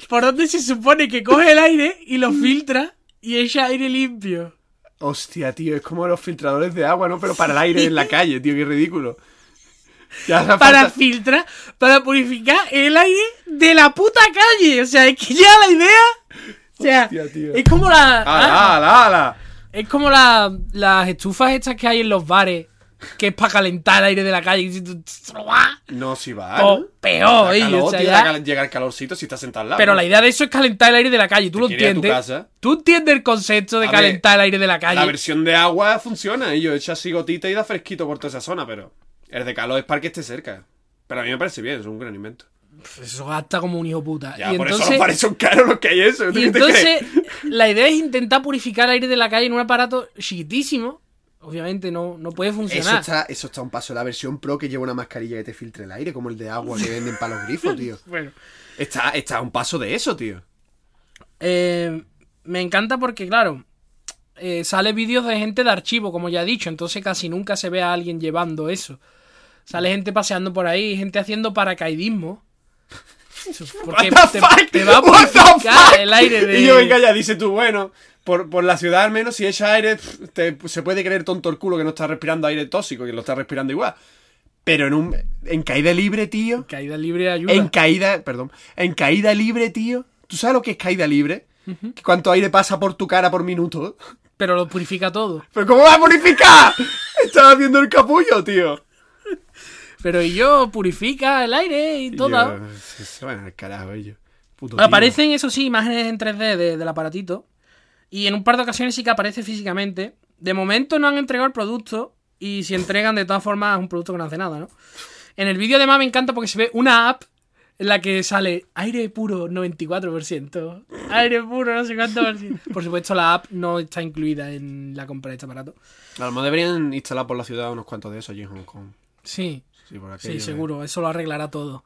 [SPEAKER 1] por donde se supone que coge el aire y lo filtra y echa aire limpio.
[SPEAKER 2] Hostia, tío, es como los filtradores de agua, ¿no? Pero para el aire en la calle, tío, qué ridículo. Ya hace
[SPEAKER 1] Para
[SPEAKER 2] falta-
[SPEAKER 1] filtrar, para purificar el aire de la puta calle. O sea, es que ya la idea. O sea,
[SPEAKER 2] Hostia, tío. Ah,
[SPEAKER 1] es como la. ah,
[SPEAKER 2] ¡Ala, ala, ala!
[SPEAKER 1] Es como la- las estufas estas que hay en los bares. Que es para calentar el aire de la calle. Y si tú-
[SPEAKER 2] No, si va.
[SPEAKER 1] O
[SPEAKER 2] Ah, ¿no?
[SPEAKER 1] peor,
[SPEAKER 2] Da
[SPEAKER 1] ¿eh?
[SPEAKER 2] calor,
[SPEAKER 1] O sea,
[SPEAKER 2] tío,
[SPEAKER 1] ya-
[SPEAKER 2] da cal- llega el calorcito si estás sentado al lado.
[SPEAKER 1] Pero
[SPEAKER 2] ¿no?
[SPEAKER 1] la idea de eso es calentar el aire de la calle. ¿Tú lo
[SPEAKER 2] quieres ir a tu
[SPEAKER 1] entiendes?
[SPEAKER 2] casa.
[SPEAKER 1] ¿Tú entiendes el concepto de
[SPEAKER 2] A ver,
[SPEAKER 1] calentar el aire de la calle?
[SPEAKER 2] La versión de agua funciona, y yo echa así gotita y da fresquito por toda esa zona, pero el de calor es para que esté cerca. Pero a mí me parece bien, es un gran invento.
[SPEAKER 1] Pf, Eso gasta como un hijo puta.
[SPEAKER 2] Ya,
[SPEAKER 1] y
[SPEAKER 2] por
[SPEAKER 1] entonces,
[SPEAKER 2] eso los bares son caros los que hay eso. ¿tú
[SPEAKER 1] y
[SPEAKER 2] qué te
[SPEAKER 1] entonces
[SPEAKER 2] crees?
[SPEAKER 1] la idea es intentar purificar el aire de la calle en un aparato chiquitísimo. Obviamente no, no puede
[SPEAKER 2] Eso
[SPEAKER 1] funcionar.
[SPEAKER 2] está, eso está a un paso. La versión pro que lleva una mascarilla que te filtre el aire, como el de agua que venden para los grifos, tío.
[SPEAKER 1] Bueno,
[SPEAKER 2] Está, está a un paso de eso, tío.
[SPEAKER 1] eh, me encanta porque, claro, eh, sale vídeos de gente de archivo, como ya he dicho. Entonces casi nunca se ve a alguien llevando eso. Sale gente paseando por ahí, gente haciendo paracaidismo. Porque
[SPEAKER 2] What
[SPEAKER 1] te,
[SPEAKER 2] the fuck?
[SPEAKER 1] te va a
[SPEAKER 2] What the
[SPEAKER 1] purificar
[SPEAKER 2] fuck?
[SPEAKER 1] el aire de...
[SPEAKER 2] Y yo, venga, ya dice tú, bueno, por, por la ciudad al menos, si echa aire, pff, te- se puede creer tonto el culo que no está respirando aire tóxico, que lo está respirando igual. Pero en un en caída libre, tío.
[SPEAKER 1] Caída libre ayuda.
[SPEAKER 2] En caída, perdón, en caída libre, tío. ¿Tú sabes lo que es caída libre? ¿Cuánto aire pasa por tu cara por minuto?
[SPEAKER 1] Pero lo purifica todo.
[SPEAKER 2] ¿Pero cómo va a purificar? Estaba haciendo el capullo, tío.
[SPEAKER 1] Pero y yo purifica el aire y todo.
[SPEAKER 2] Y yo, se, se van al carajo ellos. Puto tío.
[SPEAKER 1] Aparecen, eso sí, imágenes en 3D de- del aparatito. Y en un par de ocasiones sí que aparece físicamente. De momento no han entregado el producto. Y si entregan, de todas formas, es un producto que no hace nada, ¿no? En el vídeo además me encanta porque se ve una app en la que sale aire puro 94%. Aire puro no sé cuánto por ciento. Por supuesto, la app no está incluida en la compra de este aparato.
[SPEAKER 2] A lo mejor deberían instalar por la ciudad unos cuantos de esos allí en Hong Kong.
[SPEAKER 1] Sí,
[SPEAKER 2] Sí, por aquello
[SPEAKER 1] Sí,
[SPEAKER 2] de-
[SPEAKER 1] seguro, eso lo arreglará todo.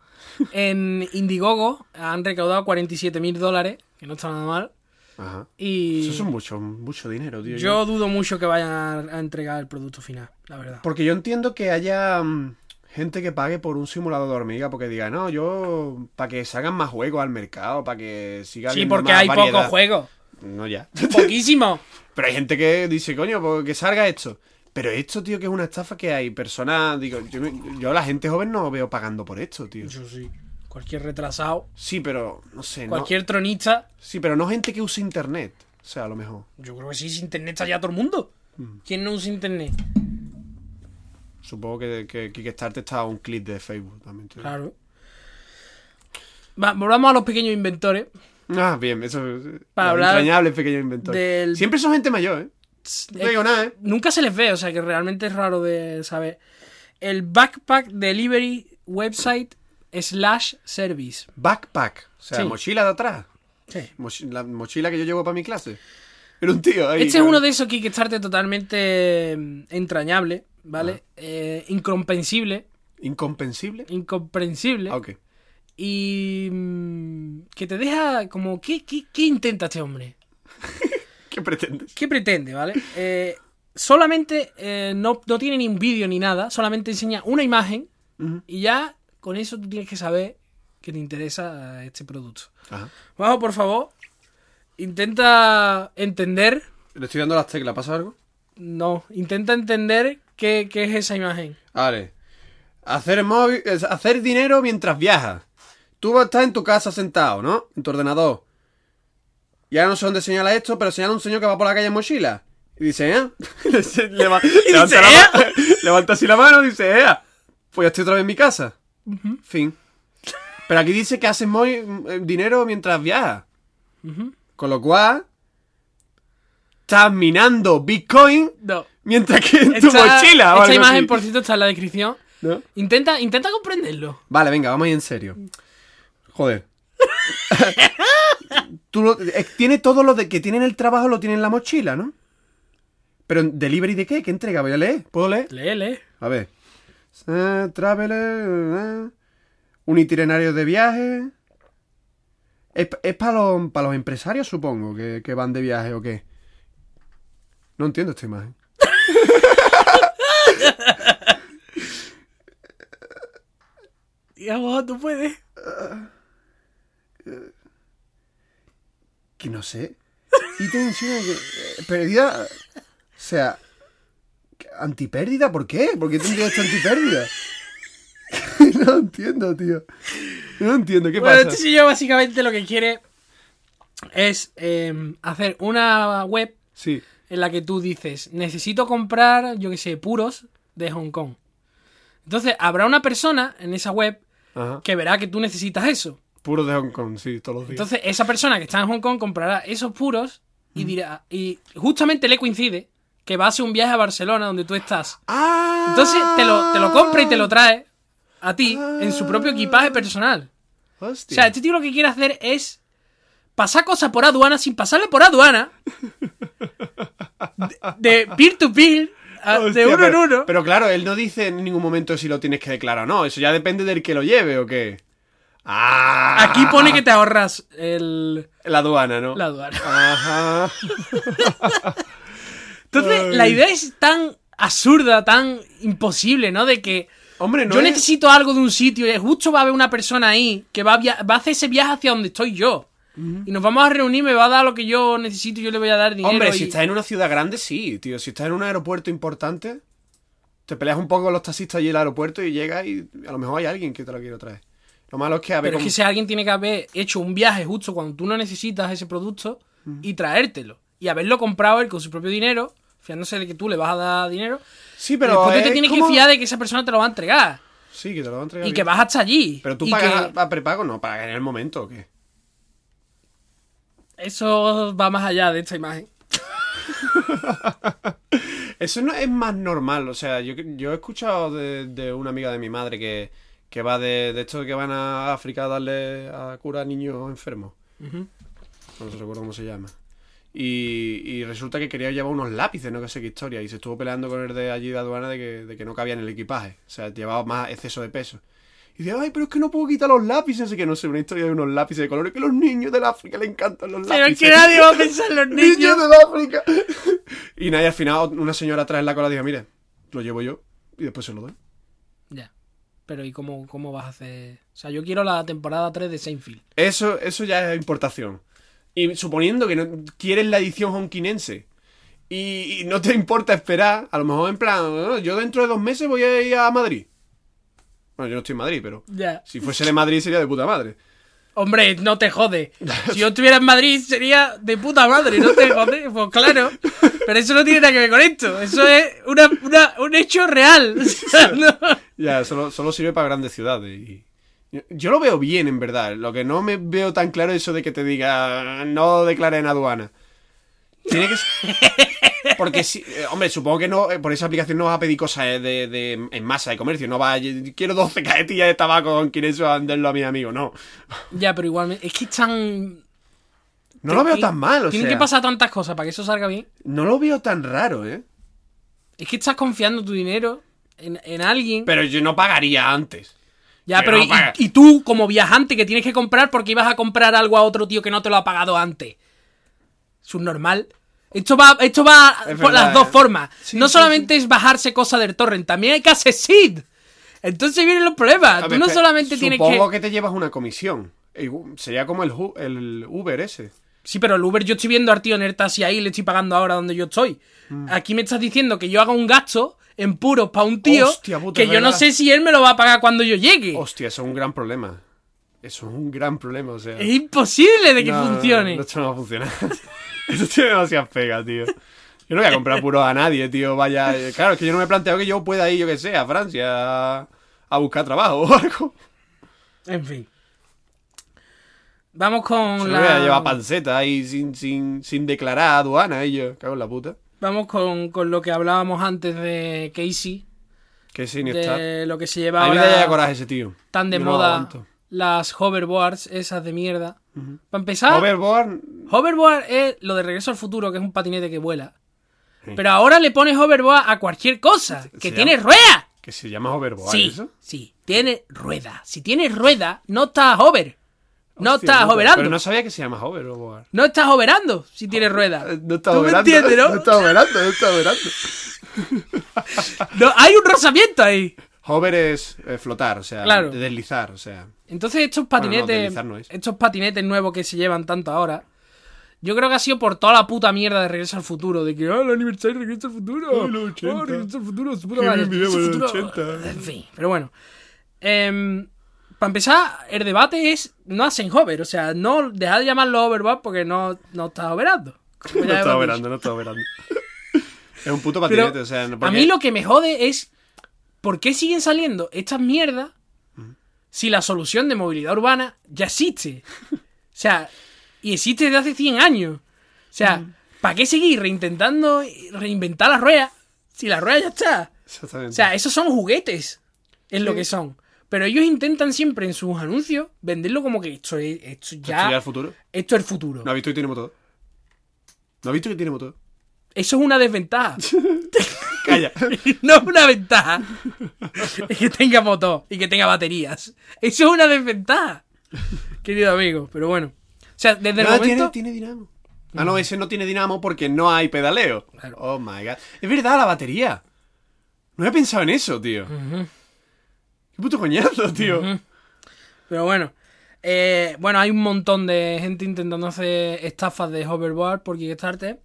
[SPEAKER 1] En Indiegogo han recaudado 47 mil dólares, que no está nada mal.
[SPEAKER 2] Ajá.
[SPEAKER 1] Y
[SPEAKER 2] Eso es mucho, mucho dinero, tío.
[SPEAKER 1] yo dudo mucho que vayan a, a entregar el producto final, la verdad.
[SPEAKER 2] Porque yo entiendo que haya mm, gente que pague por un simulador de hormiga porque diga, no, yo. para que salgan más juegos al mercado, para que siga
[SPEAKER 1] Sí,
[SPEAKER 2] habiendo
[SPEAKER 1] porque
[SPEAKER 2] más
[SPEAKER 1] hay
[SPEAKER 2] variedad.
[SPEAKER 1] pocos juegos.
[SPEAKER 2] No, ya.
[SPEAKER 1] Poquísimo.
[SPEAKER 2] Pero hay gente que dice, coño, pues que salga esto. Pero esto, tío, que es una estafa que hay personas. Digo, yo, me- yo a la gente joven no veo pagando por esto, tío.
[SPEAKER 1] Yo sí. Cualquier retrasado,
[SPEAKER 2] Sí, pero no sé, no-
[SPEAKER 1] cualquier tronista.
[SPEAKER 2] Sí, pero no gente que use internet. O sea, a lo mejor.
[SPEAKER 1] Yo creo que sí, sin internet está ya todo el mundo.
[SPEAKER 2] Hmm.
[SPEAKER 1] ¿Quién no usa internet?
[SPEAKER 2] Supongo que, que Kickstarter está a un clip de Facebook también. te digo.
[SPEAKER 1] Claro. Va, volvamos a los pequeños inventores.
[SPEAKER 2] Ah, bien, eso es.
[SPEAKER 1] Para
[SPEAKER 2] los
[SPEAKER 1] hablar
[SPEAKER 2] entrañables pequeños inventores.
[SPEAKER 1] del-
[SPEAKER 2] Siempre son gente mayor, ¿eh? No digo nada, ¿eh?
[SPEAKER 1] Nunca se les ve, o sea que realmente es raro de saber. El Backpack Delivery Website slash Service.
[SPEAKER 2] Backpack. O sea,
[SPEAKER 1] Sí.
[SPEAKER 2] mochila de atrás. Mochi- la mochila que yo llevo para mi clase. Era un tío ahí.
[SPEAKER 1] Este es
[SPEAKER 2] con-
[SPEAKER 1] uno de esos Kickstarter totalmente mm, entrañable, ¿vale? Eh, incomprensible,
[SPEAKER 2] Incomprensible.
[SPEAKER 1] incomprensible.
[SPEAKER 2] Ah, ok.
[SPEAKER 1] Y mm, que te deja como, ¿qué, qué, qué intenta este hombre?
[SPEAKER 2] ¿Qué pretendes?
[SPEAKER 1] ¿Qué pretende, vale? Eh, solamente eh, no, no tiene ni un vídeo ni nada, solamente enseña una imagen
[SPEAKER 2] Ujú.
[SPEAKER 1] y ya con eso tú tienes que saber que te interesa este producto.
[SPEAKER 2] Ajá.
[SPEAKER 1] Vamos, por favor, intenta entender,
[SPEAKER 2] Le estoy dando las teclas. ¿Pasa algo?
[SPEAKER 1] no, intenta entender qué, qué es esa imagen.
[SPEAKER 2] Vale. Hacer, móvil- es hacer dinero mientras viajas. Tú vas a estar en tu casa sentado, ¿no? En tu ordenador. Y ahora no sé dónde señala esto, pero señala un señor que va por la calle en mochila. Y dice, ¿eh? Le- leva- levanta, la
[SPEAKER 1] ¿eh?
[SPEAKER 2] ma- levanta así la mano y dice, ¿eh? Pues ya estoy otra vez en mi casa. Fin. Pero aquí dice que haces móvil- eh, dinero mientras viajas. Con lo cual, estás minando Bitcoin
[SPEAKER 1] No.
[SPEAKER 2] mientras que en tu
[SPEAKER 1] Esta-
[SPEAKER 2] mochila. o
[SPEAKER 1] esta
[SPEAKER 2] algo
[SPEAKER 1] imagen,
[SPEAKER 2] así.
[SPEAKER 1] por cierto, está en la descripción.
[SPEAKER 2] ¿No?
[SPEAKER 1] Intenta, intenta comprenderlo.
[SPEAKER 2] Vale, venga, vamos ahí en serio. Joder. Tú lo- eh, tiene todo lo de que tiene en el trabajo, lo tiene en la mochila, ¿no? Pero ¿en ¿delivery de qué? ¿Qué entrega? Voy a leer. ¿Puedo leer?
[SPEAKER 1] Lee, lee.
[SPEAKER 2] A ver. Eh, traveler. eh, un itinerario de viaje. Es, para los, pa' los empresarios, supongo, que, que van de viaje o qué. No entiendo esta imagen.
[SPEAKER 1] Ya, vos, "Ah, tú puedes.
[SPEAKER 2] Que no sé. Y te encima que. eh, Pérdida. O sea. que- ¿Antipérdida? ¿Por qué? ¿Por qué tendría esta antipérdida? no entiendo, tío. No entiendo, ¿qué
[SPEAKER 1] Bueno,
[SPEAKER 2] pasa?
[SPEAKER 1] este señor básicamente lo que quiere es eh, hacer una web
[SPEAKER 2] Sí.
[SPEAKER 1] en la que tú dices, necesito comprar, yo qué sé, puros de Hong Kong. Entonces, habrá una persona en esa web
[SPEAKER 2] Ajá.
[SPEAKER 1] que verá que tú necesitas eso.
[SPEAKER 2] Puro de Hong Kong, sí, todos los días.
[SPEAKER 1] Entonces, esa persona que está en Hong Kong comprará esos puros y dirá, y justamente le coincide que va a hacer un viaje a Barcelona donde tú estás.
[SPEAKER 2] ¡Ah!
[SPEAKER 1] Entonces, te lo, te lo compra y te lo trae a ti en su propio equipaje personal. O
[SPEAKER 2] Hostia.
[SPEAKER 1] sea, este tío lo que quiere hacer es pasar cosas por aduana sin pasarle por aduana. De peer-to-peer,
[SPEAKER 2] Hostia,
[SPEAKER 1] ah, de uno
[SPEAKER 2] pero-
[SPEAKER 1] en uno.
[SPEAKER 2] Pero claro, él no dice en ningún momento si lo tienes que declarar o no. Eso ya depende del que lo lleve o qué. ¡Ah!
[SPEAKER 1] Aquí pone que te ahorras el,
[SPEAKER 2] La aduana, ¿no?
[SPEAKER 1] la aduana.
[SPEAKER 2] Ajá.
[SPEAKER 1] Entonces,
[SPEAKER 2] Ay.
[SPEAKER 1] la idea es tan absurda, tan imposible, ¿no? De que
[SPEAKER 2] Hombre, no
[SPEAKER 1] yo
[SPEAKER 2] es-
[SPEAKER 1] necesito algo de un sitio y justo va a haber una persona ahí que va a, via- va a hacer ese viaje hacia donde estoy yo. Y nos vamos a reunir, me va a dar lo que yo necesito y yo le voy a dar dinero.
[SPEAKER 2] Hombre, si
[SPEAKER 1] y-
[SPEAKER 2] estás en una ciudad grande, sí, tío. Si estás en un aeropuerto importante, te peleas un poco con los taxistas allí en el aeropuerto y llegas y a lo mejor hay alguien que te lo quiere traer. Lo malo es que a ver
[SPEAKER 1] Pero es
[SPEAKER 2] cómo-
[SPEAKER 1] que si alguien tiene que haber hecho un viaje justo cuando tú no necesitas ese producto y traértelo. Y haberlo comprado él con su propio dinero, fiándose de que tú le vas a dar dinero.
[SPEAKER 2] Sí,
[SPEAKER 1] Pero
[SPEAKER 2] pero.
[SPEAKER 1] después tú
[SPEAKER 2] es
[SPEAKER 1] te tienes
[SPEAKER 2] como-
[SPEAKER 1] que fiar de que esa persona te lo va a entregar.
[SPEAKER 2] Sí, que te lo van a entregar.
[SPEAKER 1] Y que
[SPEAKER 2] bien.
[SPEAKER 1] vas hasta allí.
[SPEAKER 2] Pero tú
[SPEAKER 1] y
[SPEAKER 2] pagas
[SPEAKER 1] que
[SPEAKER 2] a, a prepago, no, pagas en el momento o qué.
[SPEAKER 1] Eso va más allá de esta imagen.
[SPEAKER 2] Eso no es más normal. O sea, yo, yo he escuchado de, de una amiga de mi madre que, que va de, de esto de que van a África a darle a cura a niños enfermos. No se recuerdo cómo se llama. Y, y resulta que quería llevar unos lápices, no que sé qué historia. Y se estuvo peleando con el de allí de aduana de que, de que no cabía en el equipaje. O sea, llevaba más exceso de peso. Y dice, ay, pero es que no puedo quitar los lápices. Así que no sé, una historia de unos lápices de colores que a los niños del África le encantan los lápices.
[SPEAKER 1] Pero es que nadie va a pensar en los
[SPEAKER 2] Niños
[SPEAKER 1] niños.
[SPEAKER 2] de África. Y nadie al final, una señora atrás en la cola dijo, mire, lo llevo yo y después se lo doy.
[SPEAKER 1] Ya. Pero ¿y cómo, cómo vas a hacer? O sea, yo quiero la temporada 3 de Seinfeld.
[SPEAKER 2] Eso, eso ya es importación. Y suponiendo que no quieres la edición honkinense y, y no te importa esperar, a lo mejor en plan, "Oh, yo dentro de dos meses voy a ir a Madrid. Bueno, yo no estoy en Madrid, pero
[SPEAKER 1] Ya.
[SPEAKER 2] si fuese de Madrid sería de puta madre.
[SPEAKER 1] Hombre, no te jode. Si yo estuviera en Madrid sería de puta madre, no te jode. Pues claro. Pero eso no tiene nada que ver con esto. Eso es una, una- un hecho real. O sea, no.
[SPEAKER 2] Ya, solo, solo sirve para grandes ciudades. y- y- Yo lo veo bien, en verdad. Lo que no me veo tan claro es eso de que te diga, no declaré en aduana. Tiene que ser... Porque, si, eh, hombre, supongo que no eh, por esa aplicación no vas a pedir cosas eh, de, de- en masa de comercio. No vas a... Quiero 12 cajetillas de tabaco con quien eso a venderlo a mi amigo. No.
[SPEAKER 1] Ya, pero igualmente. Es que están.
[SPEAKER 2] No lo veo tan mal, o
[SPEAKER 1] Tienen
[SPEAKER 2] sea,
[SPEAKER 1] que pasar tantas cosas para que eso salga bien.
[SPEAKER 2] No lo veo tan raro, ¿eh?
[SPEAKER 1] Es que estás confiando tu dinero en, en alguien.
[SPEAKER 2] Pero yo no pagaría antes.
[SPEAKER 1] ya,
[SPEAKER 2] que
[SPEAKER 1] pero.
[SPEAKER 2] no
[SPEAKER 1] y,
[SPEAKER 2] paga.
[SPEAKER 1] y tú, como viajante, que tienes que comprar porque ibas a comprar algo a otro tío que no te lo ha pagado antes. Subnormal. Esto va, esto va
[SPEAKER 2] Es
[SPEAKER 1] por
[SPEAKER 2] verdad,
[SPEAKER 1] las dos
[SPEAKER 2] eh.
[SPEAKER 1] formas.
[SPEAKER 2] Sí,
[SPEAKER 1] no
[SPEAKER 2] sí,
[SPEAKER 1] solamente es bajarse cosas del torrent, también hay que hacer SID. Entonces vienen los
[SPEAKER 2] A
[SPEAKER 1] problemas. Ah, Tú
[SPEAKER 2] ver,
[SPEAKER 1] no
[SPEAKER 2] espera,
[SPEAKER 1] solamente tienes que.
[SPEAKER 2] Supongo que te llevas una comisión. Eh, Sería como el, Ju- el Uber ese.
[SPEAKER 1] Sí, pero el Uber yo estoy viendo al tío en el taxi ahí, le estoy pagando ahora donde yo estoy.
[SPEAKER 2] Mm.
[SPEAKER 1] Aquí me estás diciendo que yo haga un gasto en puros para un tío
[SPEAKER 2] Hostia puta,
[SPEAKER 1] que yo no
[SPEAKER 2] ¿verdad?
[SPEAKER 1] sé si él me lo va a pagar cuando yo llegue.
[SPEAKER 2] Hostia, eso es un gran problema. Eso es un gran problema, o sea.
[SPEAKER 1] Es imposible de que
[SPEAKER 2] No, no,
[SPEAKER 1] funcione.
[SPEAKER 2] no, esto no va a funcionar. Eso tiene demasiadas pegas, tío. Yo no voy a comprar puros a nadie, tío. Vaya. eh, Claro, es que yo no me he planteado que yo pueda ir, yo que sé, a Francia a, a buscar trabajo o algo.
[SPEAKER 1] En fin. Vamos con
[SPEAKER 2] Yo no voy a llevar
[SPEAKER 1] la...
[SPEAKER 2] panceta ahí sin, sin, sin declarar aduana, y yo. Cago en la puta.
[SPEAKER 1] Vamos con, con lo que hablábamos antes de Casey,
[SPEAKER 2] Que sin estar.
[SPEAKER 1] de lo que se lleva
[SPEAKER 2] A mí me da ya
[SPEAKER 1] ahora
[SPEAKER 2] coraje ese tío.
[SPEAKER 1] tan de
[SPEAKER 2] Yo no lo
[SPEAKER 1] moda
[SPEAKER 2] aguanto.
[SPEAKER 1] las hoverboards, esas de mierda. Para empezar,
[SPEAKER 2] Overboard.
[SPEAKER 1] Hoverboard es lo de Regreso al Futuro, que es un patinete que vuela. Pero ahora le pones hoverboard a cualquier cosa, que
[SPEAKER 2] Se
[SPEAKER 1] tiene rueda.
[SPEAKER 2] Que se llama Overboard,
[SPEAKER 1] Sí,
[SPEAKER 2] ¿eso?
[SPEAKER 1] sí, tiene rueda. Si tiene rueda, no estás hover. No
[SPEAKER 2] Hostia,
[SPEAKER 1] estás
[SPEAKER 2] puta,
[SPEAKER 1] hoverando.
[SPEAKER 2] Pero no
[SPEAKER 1] No...
[SPEAKER 2] sabía que se llama Overboard.
[SPEAKER 1] estás hoverando si tiene rueda.
[SPEAKER 2] Eh, No está
[SPEAKER 1] ¿Tú me
[SPEAKER 2] operando.
[SPEAKER 1] entiendes, no?
[SPEAKER 2] No está operando, no está operando.
[SPEAKER 1] No, hay un rozamiento ahí.
[SPEAKER 2] Hover es eh, flotar, o sea,
[SPEAKER 1] Claro.
[SPEAKER 2] deslizar, o sea.
[SPEAKER 1] Entonces estos
[SPEAKER 2] Bueno, no,
[SPEAKER 1] patinetes,
[SPEAKER 2] deslizar no es.
[SPEAKER 1] estos patinetes nuevos que se llevan tanto ahora, yo creo que ha sido por toda la puta mierda de Regreso al Futuro, de que ah, el aniversario de Regreso al Futuro,
[SPEAKER 2] Ay, los
[SPEAKER 1] ah,
[SPEAKER 2] 80.
[SPEAKER 1] Regreso al Futuro, su puta
[SPEAKER 2] Qué
[SPEAKER 1] madre,
[SPEAKER 2] bien vivíamos
[SPEAKER 1] Regreso al
[SPEAKER 2] los
[SPEAKER 1] Futuro.
[SPEAKER 2] 80.
[SPEAKER 1] En fin, pero bueno. para empezar, el debate es no hacen hover, o sea, no dejad de llamarlo overboard porque no, no estás overando. como ya
[SPEAKER 2] No está
[SPEAKER 1] hemos
[SPEAKER 2] operando, no está operando. es un puto
[SPEAKER 1] pero
[SPEAKER 2] patinete, o sea, no-
[SPEAKER 1] a
[SPEAKER 2] porque-
[SPEAKER 1] mí lo que me jode es por qué siguen saliendo estas mierdas si la solución de movilidad urbana ya existe. O sea, y existe desde hace 100 años. O sea, ¿para qué seguir reintentando reinventar las ruedas si la rueda ya está?
[SPEAKER 2] Exactamente.
[SPEAKER 1] O sea, esos son juguetes, es lo que son. Pero ellos intentan siempre en sus anuncios venderlo como que esto es esto
[SPEAKER 2] Estudiar
[SPEAKER 1] ya
[SPEAKER 2] el futuro.
[SPEAKER 1] esto es el futuro.
[SPEAKER 2] ¿No ha visto que tiene motor? ¿No ha visto que tiene motor?
[SPEAKER 1] Eso es una desventaja.
[SPEAKER 2] Calla.
[SPEAKER 1] No es una ventaja. Es que tenga motor y que tenga baterías. Eso es una desventaja. Querido amigo, pero bueno. O sea, desde el
[SPEAKER 2] no, tiene,
[SPEAKER 1] momento.
[SPEAKER 2] tiene dinamo. Ah, no, ese no tiene dinamo porque no hay pedaleo. Oh my god. Es verdad, la batería. No he pensado en eso, tío. Qué puto coñazo, tío.
[SPEAKER 1] Pero bueno. Eh, bueno, hay un montón de gente intentando hacer estafas de hoverboard por Kickstarter.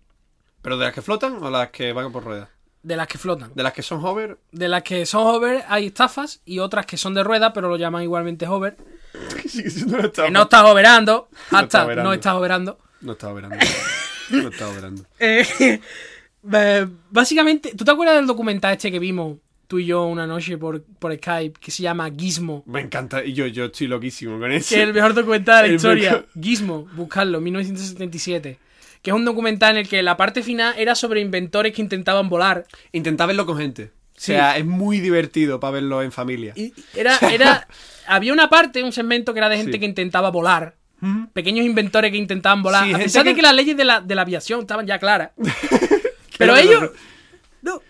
[SPEAKER 2] ¿Pero de las que flotan o las que van por ruedas?
[SPEAKER 1] De las que flotan.
[SPEAKER 2] De las que son hover,
[SPEAKER 1] De las que son hover hay estafas y otras que son de rueda, pero lo llaman igualmente hover.
[SPEAKER 2] Sigue siendo una
[SPEAKER 1] Que
[SPEAKER 2] estafa.
[SPEAKER 1] no estás hoverando.
[SPEAKER 2] No está
[SPEAKER 1] Hasta
[SPEAKER 2] hoverando.
[SPEAKER 1] no estás hoverando.
[SPEAKER 2] No estaba verando. No estaba verando.
[SPEAKER 1] Eh, eh, básicamente, ¿tú te acuerdas del documental este que vimos tú y yo una noche por, por Skype que se llama Gizmo?
[SPEAKER 2] Me encanta. Y yo, yo estoy loquísimo con
[SPEAKER 1] Que es el
[SPEAKER 2] eso.
[SPEAKER 1] mejor documental de la
[SPEAKER 2] El
[SPEAKER 1] historia.
[SPEAKER 2] mejor.
[SPEAKER 1] Gizmo, buscarlo, 1977. Que es un documental en el que la parte final era sobre inventores que intentaban volar.
[SPEAKER 2] Intenta verlo con gente. O
[SPEAKER 1] Sí.
[SPEAKER 2] sea, es muy divertido para verlo en familia.
[SPEAKER 1] Y era, era, había una parte, un segmento que era de gente
[SPEAKER 2] Sí.
[SPEAKER 1] que intentaba volar. Pequeños inventores que intentaban volar.
[SPEAKER 2] Sí,
[SPEAKER 1] a
[SPEAKER 2] gente
[SPEAKER 1] pesar de
[SPEAKER 2] que-
[SPEAKER 1] que las leyes de la, de la aviación estaban ya claras. pero
[SPEAKER 2] Pero-
[SPEAKER 1] ellos... No,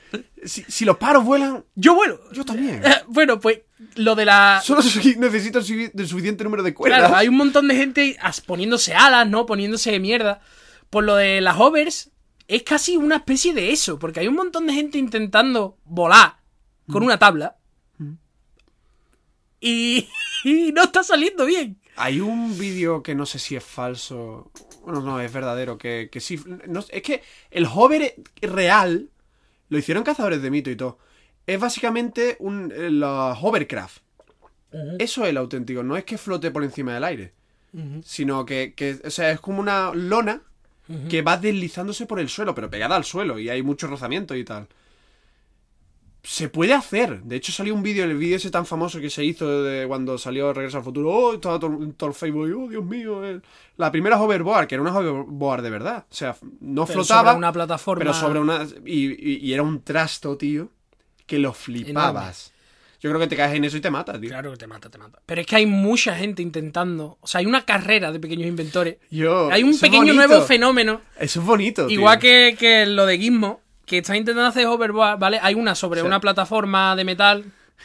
[SPEAKER 2] Si, si los paros vuelan,
[SPEAKER 1] yo vuelo.
[SPEAKER 2] yo también.
[SPEAKER 1] Bueno, pues lo de la...
[SPEAKER 2] Solo soy- necesito el sufi- del suficiente número de cuerdas.
[SPEAKER 1] Claro, hay un montón de gente as- poniéndose alas, ¿no? Poniéndose de mierda. Por lo de las hovers, es casi una especie de eso,
[SPEAKER 2] Mm.
[SPEAKER 1] porque hay un montón de gente intentando volar con una tabla. y, y no está saliendo bien.
[SPEAKER 2] Hay un vídeo que no sé si es falso. Bueno, no, es verdadero. Que, que sí. no- es que el hover real lo hicieron cazadores de mito y todo. Es básicamente un, eh, la hovercraft. Eso es el auténtico. No es que flote por encima del aire. Sino que, que, o sea, es como una lona que va deslizándose por el suelo, pero pegada al suelo. Y hay mucho rozamiento y tal. Se puede hacer. De hecho, salió un vídeo, el vídeo ese tan famoso que se hizo de cuando salió Regreso al Futuro. Oh, estaba todo, todo el Facebook. Oh, Dios mío. el- La primera hoverboard, que era una hoverboard de verdad. O sea, no
[SPEAKER 1] Pero
[SPEAKER 2] flotaba.
[SPEAKER 1] sobre una plataforma.
[SPEAKER 2] Pero sobre una. Y, y- y era un trasto, tío, que lo flipabas. Yo creo que te caes en eso y te matas, tío.
[SPEAKER 1] Claro que te mata, te mata. Pero es que hay mucha gente intentando. O sea, hay una carrera de pequeños inventores.
[SPEAKER 2] Yo-
[SPEAKER 1] Hay un
[SPEAKER 2] eso es
[SPEAKER 1] pequeño
[SPEAKER 2] bonito.
[SPEAKER 1] nuevo fenómeno.
[SPEAKER 2] Eso es bonito. tío.
[SPEAKER 1] Igual que, que lo de Gizmo, que está intentando hacer hoverboard, ¿vale? Hay una sobre
[SPEAKER 2] Sí.
[SPEAKER 1] una plataforma de metal.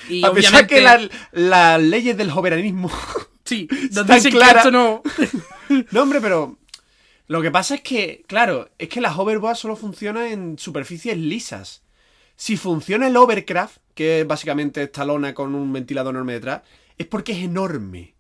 [SPEAKER 1] Y
[SPEAKER 2] A pesar
[SPEAKER 1] obviamente.
[SPEAKER 2] que la- las leyes del hoveranismo.
[SPEAKER 1] Sí, nos
[SPEAKER 2] están
[SPEAKER 1] dicen que
[SPEAKER 2] claras.
[SPEAKER 1] esto no.
[SPEAKER 2] no, hombre, pero. Lo que pasa es que, claro, es que la hoverboard solo funciona en superficies lisas. Si funciona el overcraft, que es básicamente esta lona con un ventilador enorme detrás, es porque es enorme.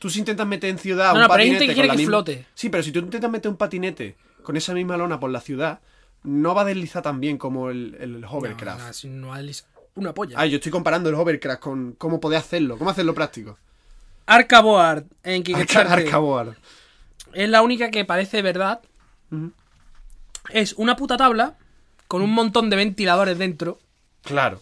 [SPEAKER 2] Tú si intentas meter en ciudad
[SPEAKER 1] No,
[SPEAKER 2] un
[SPEAKER 1] no, pero hay gente que
[SPEAKER 2] patinete con
[SPEAKER 1] quiere
[SPEAKER 2] la
[SPEAKER 1] que
[SPEAKER 2] misma-
[SPEAKER 1] flote.
[SPEAKER 2] Sí, pero si tú intentas meter un patinete con esa misma lona por la ciudad, no va a deslizar tan bien como el, el hovercraft.
[SPEAKER 1] No, no, Ah, si no hay lis- una polla.
[SPEAKER 2] Ah, yo estoy comparando el hovercraft con cómo podés hacerlo, cómo hacerlo práctico.
[SPEAKER 1] Arcaboard en Kickstarter.
[SPEAKER 2] Arca- Arcaboard.
[SPEAKER 1] es la única que parece verdad. Es una puta tabla con un montón de ventiladores dentro.
[SPEAKER 2] Claro.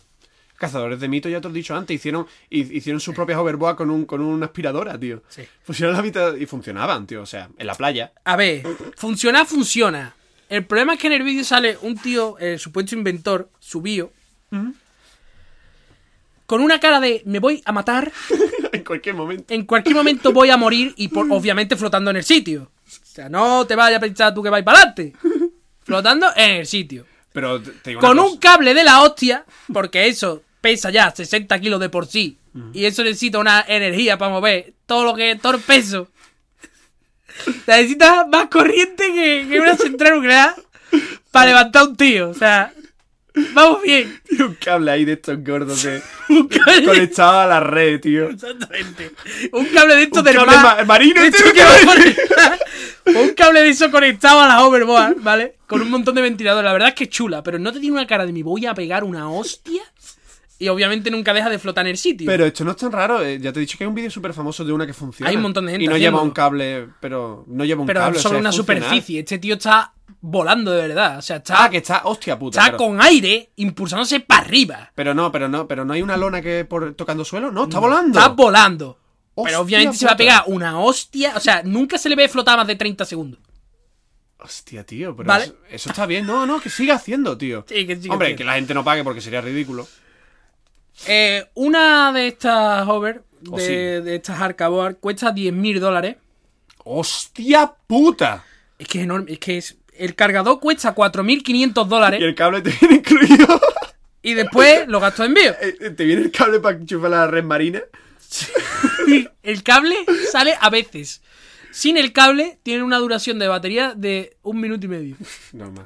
[SPEAKER 2] Cazadores de mitos, ya te lo he dicho antes, hicieron, hi- hicieron sus propias hoverboard con, un, con una aspiradora, tío.
[SPEAKER 1] Sí.
[SPEAKER 2] Pusieron la mitad y funcionaban, tío. O sea, en la playa.
[SPEAKER 1] A ver, funciona, funciona. El problema es que en el vídeo sale un tío, el supuesto inventor, subió, con una cara de me voy a matar,
[SPEAKER 2] en cualquier momento.
[SPEAKER 1] en cualquier momento voy a morir y por, obviamente flotando en el sitio. O sea, no te vayas a pensar tú que vais para adelante. Flotando en el sitio.
[SPEAKER 2] Pero te- te digo una
[SPEAKER 1] con
[SPEAKER 2] cosa.
[SPEAKER 1] un cable de la hostia, porque eso pesa ya 60 kilos de por sí. Y eso necesita una energía para mover todo lo que todo el peso. O sea, Necesitas más corriente que, que una central nuclear para levantar un tío. O sea, vamos bien.
[SPEAKER 2] Tío, un cable ahí de estos gordos de, conectado a la red, tío.
[SPEAKER 1] Exactamente. Un cable de estos
[SPEAKER 2] Un
[SPEAKER 1] del
[SPEAKER 2] cable
[SPEAKER 1] mar.
[SPEAKER 2] ma- marino, este
[SPEAKER 1] de
[SPEAKER 2] tío,
[SPEAKER 1] estos
[SPEAKER 2] ¿qué
[SPEAKER 1] que va
[SPEAKER 2] va a decir?
[SPEAKER 1] por- Un cable de eso conectado a la hoverboard, ¿vale? Con un montón de ventiladores. La verdad es que es chula, pero no te tiene una cara de me voy a pegar una hostia. Y obviamente nunca deja de flotar en el sitio.
[SPEAKER 2] Pero esto no es tan raro. eh, Ya te he dicho que hay un vídeo súper famoso de una que funciona.
[SPEAKER 1] Hay un montón de gente
[SPEAKER 2] Y no lleva
[SPEAKER 1] haciéndolo.
[SPEAKER 2] un cable, pero no lleva un
[SPEAKER 1] Pero
[SPEAKER 2] cable. o
[SPEAKER 1] sobre
[SPEAKER 2] sea,
[SPEAKER 1] una
[SPEAKER 2] es funcional.
[SPEAKER 1] superficie. Este tío está volando de verdad. O sea, está,
[SPEAKER 2] Ah, que está, hostia puta.
[SPEAKER 1] está
[SPEAKER 2] claro.
[SPEAKER 1] con aire impulsándose para arriba.
[SPEAKER 2] Pero no, pero no, pero no hay una lona que por tocando suelo. No, está
[SPEAKER 1] Mm,
[SPEAKER 2] volando.
[SPEAKER 1] Está volando.
[SPEAKER 2] Hostia
[SPEAKER 1] pero obviamente se va a
[SPEAKER 2] puta.
[SPEAKER 1] pegar una hostia. O sea, nunca se le ve flotar más de 30 segundos.
[SPEAKER 2] Hostia, tío, pero
[SPEAKER 1] Vale.
[SPEAKER 2] eso, eso está bien. No, no, que siga haciendo, tío.
[SPEAKER 1] Sí, que siga
[SPEAKER 2] Hombre,
[SPEAKER 1] haciendo.
[SPEAKER 2] que la gente no pague porque sería ridículo.
[SPEAKER 1] Eh, una de estas hover, de,
[SPEAKER 2] O sí.
[SPEAKER 1] de estas arcaboard, cuesta 10.000 dólares.
[SPEAKER 2] ¡Hostia puta!
[SPEAKER 1] Es que es enorme, es que es... El cargador cuesta 4.500
[SPEAKER 2] Y
[SPEAKER 1] dólares
[SPEAKER 2] el cable te viene incluido.
[SPEAKER 1] y después los gastos de envío.
[SPEAKER 2] Eh, eh, te viene el cable para enchufar la red marina.
[SPEAKER 1] El cable sale a veces. Sin el cable tiene una duración de batería de un minuto y medio.
[SPEAKER 2] No más.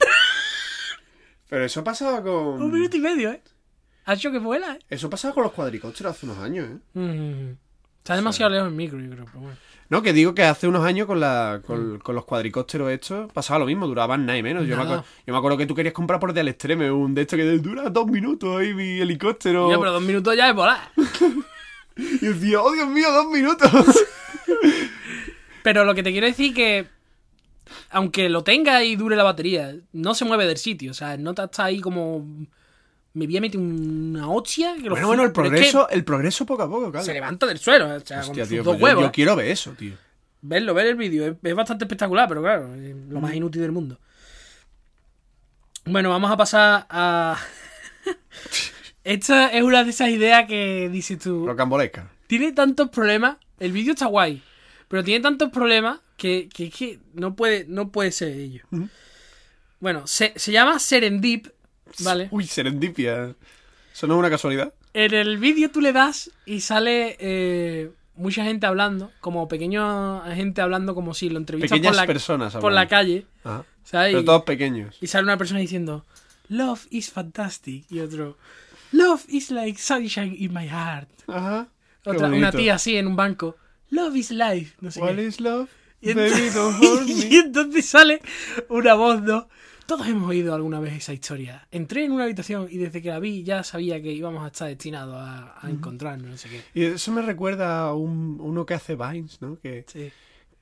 [SPEAKER 2] Pero eso pasaba
[SPEAKER 1] Un
[SPEAKER 2] con.
[SPEAKER 1] minuto y medio, ¿eh? Ha hecho que vuela, ¿eh?
[SPEAKER 2] Eso pasaba con los cuadricópteros hace unos años, ¿eh?
[SPEAKER 1] Mm. Está demasiado lejos el micro, yo creo, pero bueno.
[SPEAKER 2] No, que digo que hace unos años con, la, con, con los cuadricópteros estos pasaba lo mismo, duraban nada y menos. Yo, me
[SPEAKER 1] Mm. Nada.
[SPEAKER 2] acuerdo, yo me acuerdo que tú querías comprar por del extreme un de estos que dura dos minutos ahí mi helicóptero.
[SPEAKER 1] Mira, pero dos minutos ya es volar.
[SPEAKER 2] Y decía, oh Dios mío, dos minutos.
[SPEAKER 1] Pero lo que te quiero decir que aunque lo tenga y dure la batería, no se mueve del sitio. O sea, no ta- está ahí como me voy a meter una hostia. que lo fu-
[SPEAKER 2] bueno, bueno, el
[SPEAKER 1] pero es que
[SPEAKER 2] progreso, el progreso poco a poco, claro.
[SPEAKER 1] se levanta del suelo. O sea, con
[SPEAKER 2] Hostia,
[SPEAKER 1] sus
[SPEAKER 2] tío,
[SPEAKER 1] dos
[SPEAKER 2] pues yo,
[SPEAKER 1] huevos.
[SPEAKER 2] yo quiero ver eso, tío.
[SPEAKER 1] Verlo, ver el vídeo. Es, es bastante espectacular, pero claro, es lo
[SPEAKER 2] Mm.
[SPEAKER 1] más inútil del mundo. Bueno, vamos a pasar a. Esta es una de esas ideas que dices tú.
[SPEAKER 2] Rocambolesca.
[SPEAKER 1] Tiene tantos problemas. El vídeo está guay. Pero tiene tantos problemas que, que, que no, puede, no puede ser ello.
[SPEAKER 2] Ujú.
[SPEAKER 1] Bueno, se, se llama Serendip. Vale.
[SPEAKER 2] Uy, serendipia. Eso no es una casualidad.
[SPEAKER 1] En el vídeo tú le das y sale eh, mucha gente hablando. Como pequeña gente hablando, como si lo entrevistas por
[SPEAKER 2] Pequeñas
[SPEAKER 1] la,
[SPEAKER 2] personas
[SPEAKER 1] por la
[SPEAKER 2] hablando.
[SPEAKER 1] calle.
[SPEAKER 2] Ajá.
[SPEAKER 1] ¿sabes?
[SPEAKER 2] Pero
[SPEAKER 1] Y-
[SPEAKER 2] todos pequeños.
[SPEAKER 1] Y sale una persona diciendo, Love is fantastic. Y otro, Love is like sunshine in my heart.
[SPEAKER 2] Ajá.
[SPEAKER 1] Otra, una
[SPEAKER 2] bonito.
[SPEAKER 1] tía así en un banco. Love is life. No sé
[SPEAKER 2] What
[SPEAKER 1] qué.
[SPEAKER 2] is love?
[SPEAKER 1] Y, ent-
[SPEAKER 2] Baby, don't hurt
[SPEAKER 1] y
[SPEAKER 2] me.
[SPEAKER 1] entonces sale una voz, ¿no? Todos hemos oído alguna vez esa historia. Entré en una habitación y desde que la vi ya sabía que íbamos a estar destinados a, a encontrarnos, no sé qué.
[SPEAKER 2] Y eso me recuerda a un- uno que hace Vines, ¿no? Que,
[SPEAKER 1] Sí.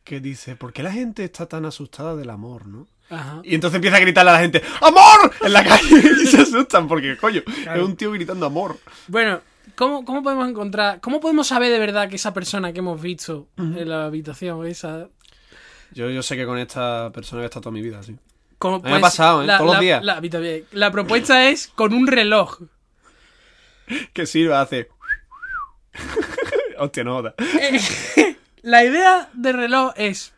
[SPEAKER 2] que dice, ¿por qué la gente está tan asustada del amor, no?
[SPEAKER 1] Ajá.
[SPEAKER 2] Y entonces empieza a gritarle a la gente, ¡Amor! en la calle y se asustan porque, coño, es un tío gritando amor.
[SPEAKER 1] Bueno, ¿cómo, cómo podemos encontrar, cómo podemos saber de verdad que esa persona que hemos visto en la habitación, esa...
[SPEAKER 2] Yo, yo sé que con esta persona he estado toda mi vida, sí.
[SPEAKER 1] Como,
[SPEAKER 2] me ha pasado, ¿eh? Todos los
[SPEAKER 1] la-
[SPEAKER 2] días.
[SPEAKER 1] La, habitación- la propuesta es con un reloj.
[SPEAKER 2] Que sirva, hace... Hostia, no jodas.
[SPEAKER 1] Eh, la idea del reloj es...